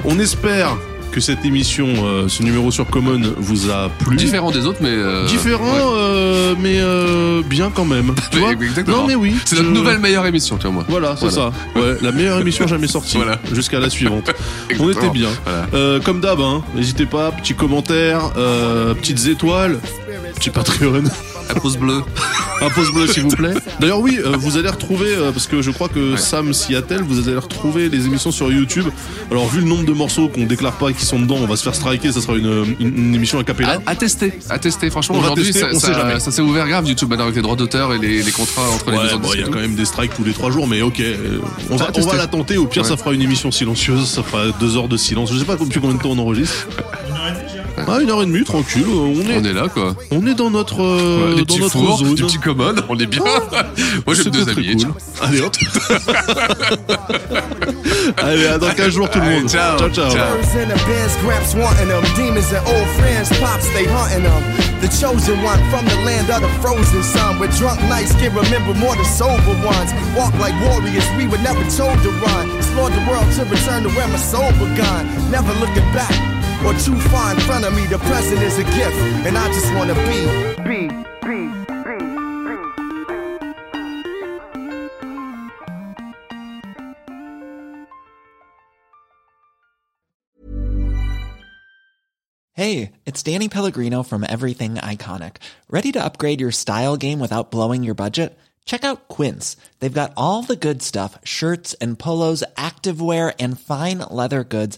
[SPEAKER 3] on espère que cette émission, euh, ce numéro sur Common vous a plu.
[SPEAKER 4] Différent des autres, mais. euh,
[SPEAKER 3] Différent,
[SPEAKER 4] ouais.
[SPEAKER 3] euh, mais euh, bien quand même. Tu
[SPEAKER 4] Mais-
[SPEAKER 3] vois
[SPEAKER 4] exactement.
[SPEAKER 3] Non mais oui.
[SPEAKER 4] C'est notre
[SPEAKER 3] je-
[SPEAKER 4] nouvelle meilleure émission, tu vois, moi.
[SPEAKER 3] Voilà, c'est
[SPEAKER 4] Voilà.
[SPEAKER 3] ça. Ouais, la meilleure émission jamais sortie.
[SPEAKER 4] Voilà.
[SPEAKER 3] Jusqu'à la suivante. on
[SPEAKER 4] Exactement.
[SPEAKER 3] était bien.
[SPEAKER 4] Voilà.
[SPEAKER 3] Euh, comme d'hab, hein, n'hésitez pas, petits commentaires, euh, petites étoiles, petit Patreon,
[SPEAKER 4] La pouce bleue.
[SPEAKER 3] un pouce bleu s'il vous plaît. D'ailleurs oui, euh, vous allez retrouver, euh, parce que je crois que Sam s'y attelle, vous allez retrouver les émissions sur YouTube. Alors vu le nombre de morceaux qu'on déclare pas et qui sont dedans, on va se faire striker, ça sera une, une, une émission a
[SPEAKER 4] À,
[SPEAKER 3] cappella.
[SPEAKER 4] Ah, à tester, à tester. Franchement,
[SPEAKER 3] Ah, On va
[SPEAKER 4] aujourd'hui,
[SPEAKER 3] tester,
[SPEAKER 4] ça,
[SPEAKER 3] on sait
[SPEAKER 4] ça,
[SPEAKER 3] jamais.
[SPEAKER 4] ça s'est ouvert grave YouTube maintenant avec les droits d'auteur et les, les contrats entre les
[SPEAKER 3] Ouais,
[SPEAKER 4] maisons
[SPEAKER 3] bon,
[SPEAKER 4] de
[SPEAKER 3] il y a
[SPEAKER 4] disques et
[SPEAKER 3] quand
[SPEAKER 4] tout.
[SPEAKER 3] même des strikes tous les trois jours, mais ok, euh, on
[SPEAKER 4] Ça va
[SPEAKER 3] va, on
[SPEAKER 4] tester.
[SPEAKER 3] va la tenter. Au pire,
[SPEAKER 4] Ouais.
[SPEAKER 3] ça fera une émission silencieuse, ça fera deux heures de silence. Je sais pas depuis combien de temps on enregistre. Ah, une heure et demie, tranquille. euh, On
[SPEAKER 4] On
[SPEAKER 3] est,
[SPEAKER 4] est là, quoi.
[SPEAKER 3] on est dans notre,
[SPEAKER 4] Ouais,
[SPEAKER 3] euh,
[SPEAKER 4] des
[SPEAKER 3] dans
[SPEAKER 4] petits
[SPEAKER 3] notre
[SPEAKER 4] fours,
[SPEAKER 3] zone.
[SPEAKER 4] des petits commodes, on est bien. Moi, j'ai
[SPEAKER 3] C'est
[SPEAKER 4] deux
[SPEAKER 3] très
[SPEAKER 4] amis.
[SPEAKER 3] cool. Allez hop. Allez, à dans 15 jours tout le
[SPEAKER 4] Allez,
[SPEAKER 3] monde.
[SPEAKER 4] ciao. Ciao.
[SPEAKER 3] ciao.
[SPEAKER 5] Birds in the biz, gramps wanting them. Demons and old friends, pops, they hunting them. The chosen one from the land of the frozen sun. Where drunk nights can remember more than sober ones. Walk like warriors, we were never told to run. Explored the world to return to where my soul begun. Never looking back or too far in front of me. The present is a gift, and I just wanna be.
[SPEAKER 11] Hey, it's Danny Pellegrino from Everything Iconic. Ready to upgrade your style game without blowing your budget? Check out Quince. They've got all the good stuff, shirts and polos, activewear and fine leather goods,